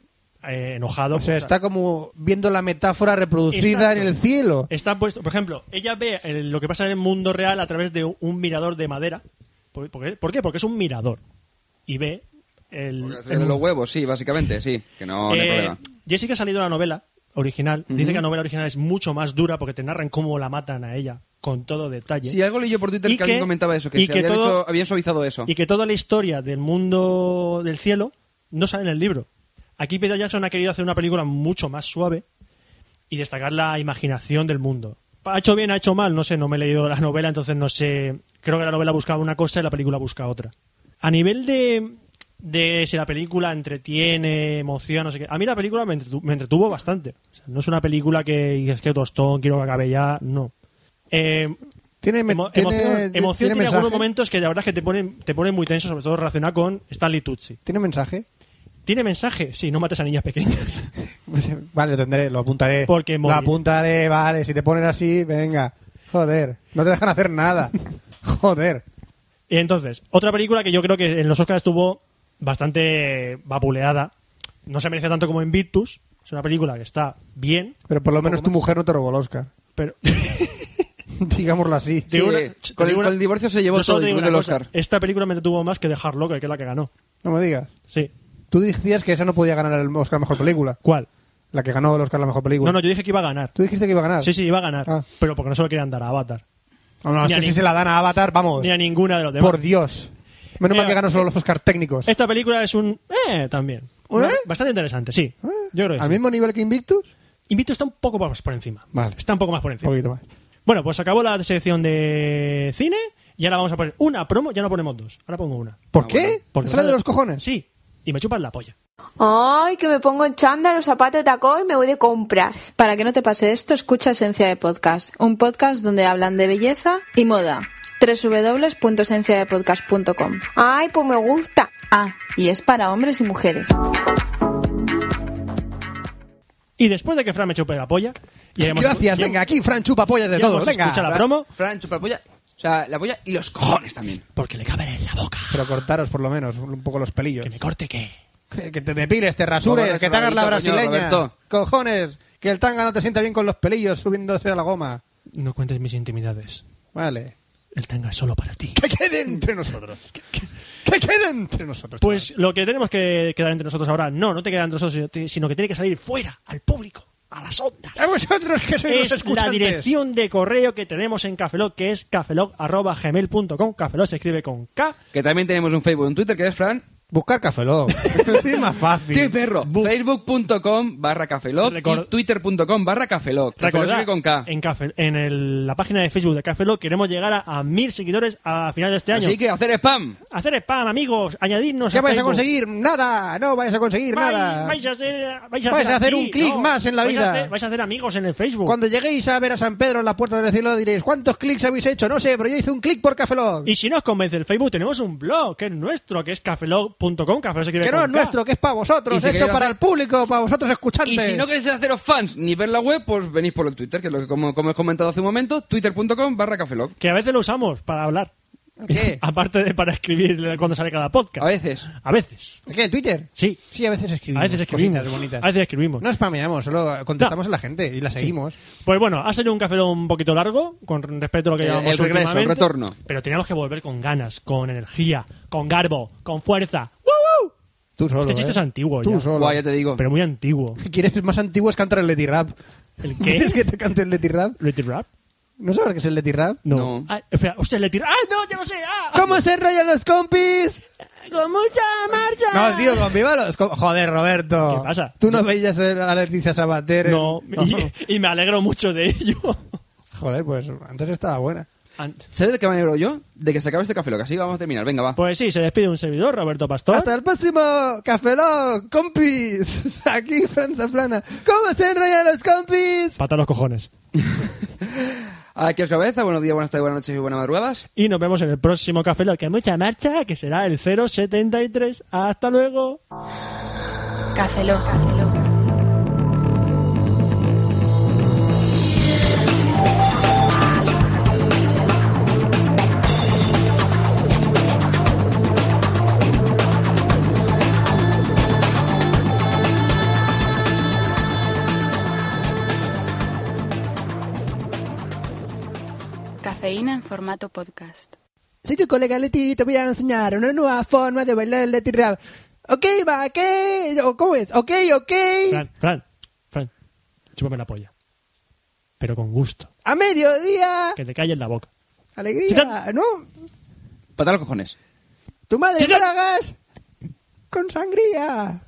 A: eh, enojado.
C: O sea, pues está como viendo la metáfora reproducida
A: Exacto. Eh,
C: en el cielo.
A: Está puesto, por ejemplo, ella ve eh, lo que pasa en el mundo real a través de un mirador de madera. ¿Por, por qué? ¿Por qué? Porque es un mirador. Y ve el.
B: Porque la
A: el
B: serie de los
A: mundo.
B: huevos, sí, básicamente, sí. Que no, no hay
A: Eh,
B: problema.
A: Jessica ha salido de la novela original. Dice que la novela original es mucho más dura porque te narran cómo la matan a ella con todo detalle.
B: Sí, algo leí yo por Twitter
A: y
B: que, alguien
A: que-
B: comentaba eso, que,
A: y
B: se
A: que
B: habían,
A: todo-
B: hecho- habían suavizado eso.
A: Y que toda la historia del mundo del cielo no sale en el libro. Aquí Peter Jackson ha querido hacer una película mucho más suave y destacar la imaginación del mundo. Ha hecho bien, ha hecho mal, no sé, no me he leído la novela, entonces no sé. Creo que la novela buscaba una cosa y la película busca otra. A nivel de, de si la película entretiene, emociona, no sé qué. A mí la película me, entretu- me entretuvo bastante. O sea, no es una película que digas que tostón, quiero que acabe ya, no. Eh,
C: Tiene, me-
A: Emo-
C: tiene,
A: emoción, emoción tiene,
C: mensaje.
A: algunos momentos que la verdad es que te ponen, te ponen muy tenso, sobre todo relacionado con Stanley Tucci.
C: ¿Tiene mensaje?
A: ¿Tiene mensaje? Sí, no mates a niñas pequeñas.
C: Vale, lo tendré, lo apuntaré.
A: Porque
C: lo
A: móvil.
C: apuntaré, vale. Si te ponen así, venga. Joder, no te dejan hacer nada. Joder.
A: y entonces, otra película que yo creo que en los Oscars estuvo bastante vapuleada. No se merece tanto como Invictus. Es una película que está bien,
C: Pero por lo menos tu mujer no te robó el Oscar.
A: pero...
C: Digámoslo así.
A: te digo
B: Sí,
A: una-
B: con
A: te digo
B: el-
A: una-
B: con el divorcio se llevó
A: yo solo
B: todo,
A: te digo
B: incluido
A: una
B: el
A: cosa.
B: Oscar.
A: Esta película me detuvo más que The Hard Locker, que es la que ganó.
C: No me digas.
A: Sí.
C: Tú decías que esa no podía ganar el Oscar a Mejor Película.
A: ¿Cuál?
C: La que ganó el Oscar a la Mejor
A: No,
C: Película.
A: no, yo dije que iba a ganar.
C: Tú dijiste que iba a ganar.
A: Sí, sí, iba a ganar.
C: Ah.
A: Pero porque no se lo querían dar a Avatar.
C: No, no,
A: Ni a
C: si, si
A: ni-
C: se la dan a Avatar,
B: Pues
C: vamos.
A: Ni a ninguna de los demás.
C: Por Dios. Menos mal
A: Mira,
C: que ganó solo los Oscar técnicos.
A: Esta película es un... Eh, también.
C: ¿Un eh?
A: Bastante interesante, sí. Yo creo que
C: Ah, ¿Al
A: sí.
C: mismo nivel que Invictus?
A: Invito está un poco más por encima.
C: Vale.
A: Está un poco más por
C: Un
A: encima.
C: poquito más.
A: Bueno, pues acabó la sección de cine y ahora vamos a poner una promo. Ya no ponemos dos, ahora pongo una.
C: ¿Por
B: Ah, bueno.
C: qué?
A: Porque
C: ¿Sale de los cojones?
A: Sí, y me chupan la polla.
G: Ay, que me pongo en chándal, los zapatos, tacón y me voy de compras.
H: Para que no te pase esto, escucha Esencia de Podcast, un podcast donde hablan de belleza y moda. www.esenciadepodcast.com
G: Ay, pues me gusta.
H: Ah, y es para hombres y mujeres.
A: Y después de que Fran me chupe la polla... Y hayamos-
C: Gracias,
A: y-
C: venga, aquí Fran chupa pollas de
A: ya
C: todo,
A: hemos
C: venga.
A: escuchado la-
B: Fran-
A: promo?
B: Fran, chupa la polla. O sea, la polla y los cojones también.
A: Porque le caben en la boca.
C: Pero cortaros por lo menos un poco los pelillos.
A: Que me corte que...
C: Que, que te depiles, te rasures,
B: Como
C: que te hagas la
B: rasuradito, coño,
C: brasileña.
B: Roberto.
C: Cojones, que el tanga no te sienta bien con los pelillos subiéndose a la goma.
A: No cuentes mis intimidades.
C: Vale.
A: El tanga es solo para ti.
C: Que quede entre nosotros. Que, ¡Que quede entre nosotros!
A: Pues lo que tenemos que quedar entre nosotros ahora, no, no te queda entre nosotros, sino te- sino que tiene que salir fuera, al público, a las ondas.
C: chaval. ¡A vosotros que sois los
A: Es la
C: escuchantes!
A: dirección de correo que tenemos en Cafelog, que es cafelog.gmail.com. Cafelog se escribe con K.
B: Que también tenemos un Facebook, un Twitter, que es Fran.
C: Buscar Café Lock. sí, más fácil.
B: ¡Qué perro!
A: Bu-
B: Facebook.com barra cafeloc
A: Record-
B: y Twitter.com barra cafeloc. Cafeloc
A: Recordad,
B: sigue con K.
A: en, Cafe- en el- la página de Facebook de Cafelog queremos llegar a, a mil seguidores a final de este año.
B: Así que hacer spam.
A: Hacer spam, amigos, añadidnos.
C: ¿Qué
A: a
C: vais a
A: Facebook.
C: conseguir? Nada, no vais a conseguir
A: Vais,
C: nada.
A: vais a hacer, vais a
C: Vais a hacer
A: así,
C: un clic más en la
A: Vais a
C: vida.
A: hacer- vais a hacer amigos en el Facebook.
C: Cuando lleguéis a ver a San Pedro en la puerta del cielo diréis, ¿cuántos clics habéis hecho? No sé, pero yo hice un clic por Café Lock.
A: Y si nos convence el Facebook, tenemos un blog que es nuestro, que es cafelog.com. Cafelog se escribe
C: Que no
A: con
C: es
A: K.
C: nuestro, que es para
B: Y
C: vosotros,
B: si
C: hecho
B: queréis
C: para
B: hacer-
C: el público, para vosotros escuchantes.
B: Y si no queréis haceros fans ni ver la web, pues venís por el Twitter, que es lo que como, como he comentado hace un momento, twitter.com barra cafeloc.
A: Que a veces lo usamos para hablar.
B: ¿Qué?
A: Aparte de para escribir cuando sale cada podcast.
B: A veces.
A: A veces.
C: ¿Qué, Twitter?
A: Sí.
C: Sí, a veces escribimos
A: A veces escribimos.
C: cositas bonitas.
A: A veces escribimos.
C: No spameamos, solo contestamos a la gente y la seguimos.
A: Pues bueno, ha salido un café un poquito largo con respecto a lo que
B: El-
A: llevamos
B: el regreso,
A: últimamente,
B: el retorno.
A: Pero teníamos que volver con ganas, con energía, con garbo, con fuerza.
C: Tú solo,
A: Este chiste
C: ¿eh?
A: es antiguo
C: Tú
A: ya.
C: solo.
B: Guau, ya te digo.
A: Uh, Pero muy antiguo.
C: ¿Quieres más antiguo es cantar el Leti Rap?
A: ¿El qué?
C: ¿Quieres que te cante el Leti Rap?
A: ¿Letty Rap?
C: ¿No sabes qué es el Leti Rap?
A: No.
B: No.
A: Ah, espera, hostia, Letty Rap. ¡Ah, no, ya lo sé! ¡Ah!
C: ¿Cómo se enrollan los compis? ¡Ah!
A: ¡Con mucha marcha!
C: No, tío, con viva los com- Joder, Roberto.
A: ¿Qué pasa?
C: ¿Tú no veías a Leticia Sabater? en-
A: No, y, y me alegro mucho de ello.
C: Joder, pues antes estaba buena.
A: Ant-
B: ¿Sabes de qué me alegro yo? De que se acabe este cafeloc. Así vamos a terminar. Venga, va.
A: Pues sí, se despide un servidor, Roberto Pastor.
C: Hasta el próximo Café Lock, compis. Aquí, Franza Plana. ¿Cómo se enrollan los compis?
A: Pata los cojones.
B: Aquí os cabeza. Buenos días, buenas tardes, buenas noches y buenas madrugadas.
A: Y nos vemos en el próximo Café Lock, que hay mucha marcha, que será el 073. ¡Hasta luego!
D: Café Lock. Café Lock. Cafeína en formato podcast.
C: Soy tu colega Leti y te voy a enseñar una nueva forma de bailar el Leti Rap. Ok, va, ok. ¿O ¿Cómo es? Ok, ok.
A: Fran, Fran, Fran, chúpame la polla. Pero con gusto.
C: A mediodía.
A: Que te calles la boca.
C: Alegría,
A: Titán.
C: ¿no?
B: Patar los cojones.
C: Tu madre
A: Titán.
C: tragas con sangría.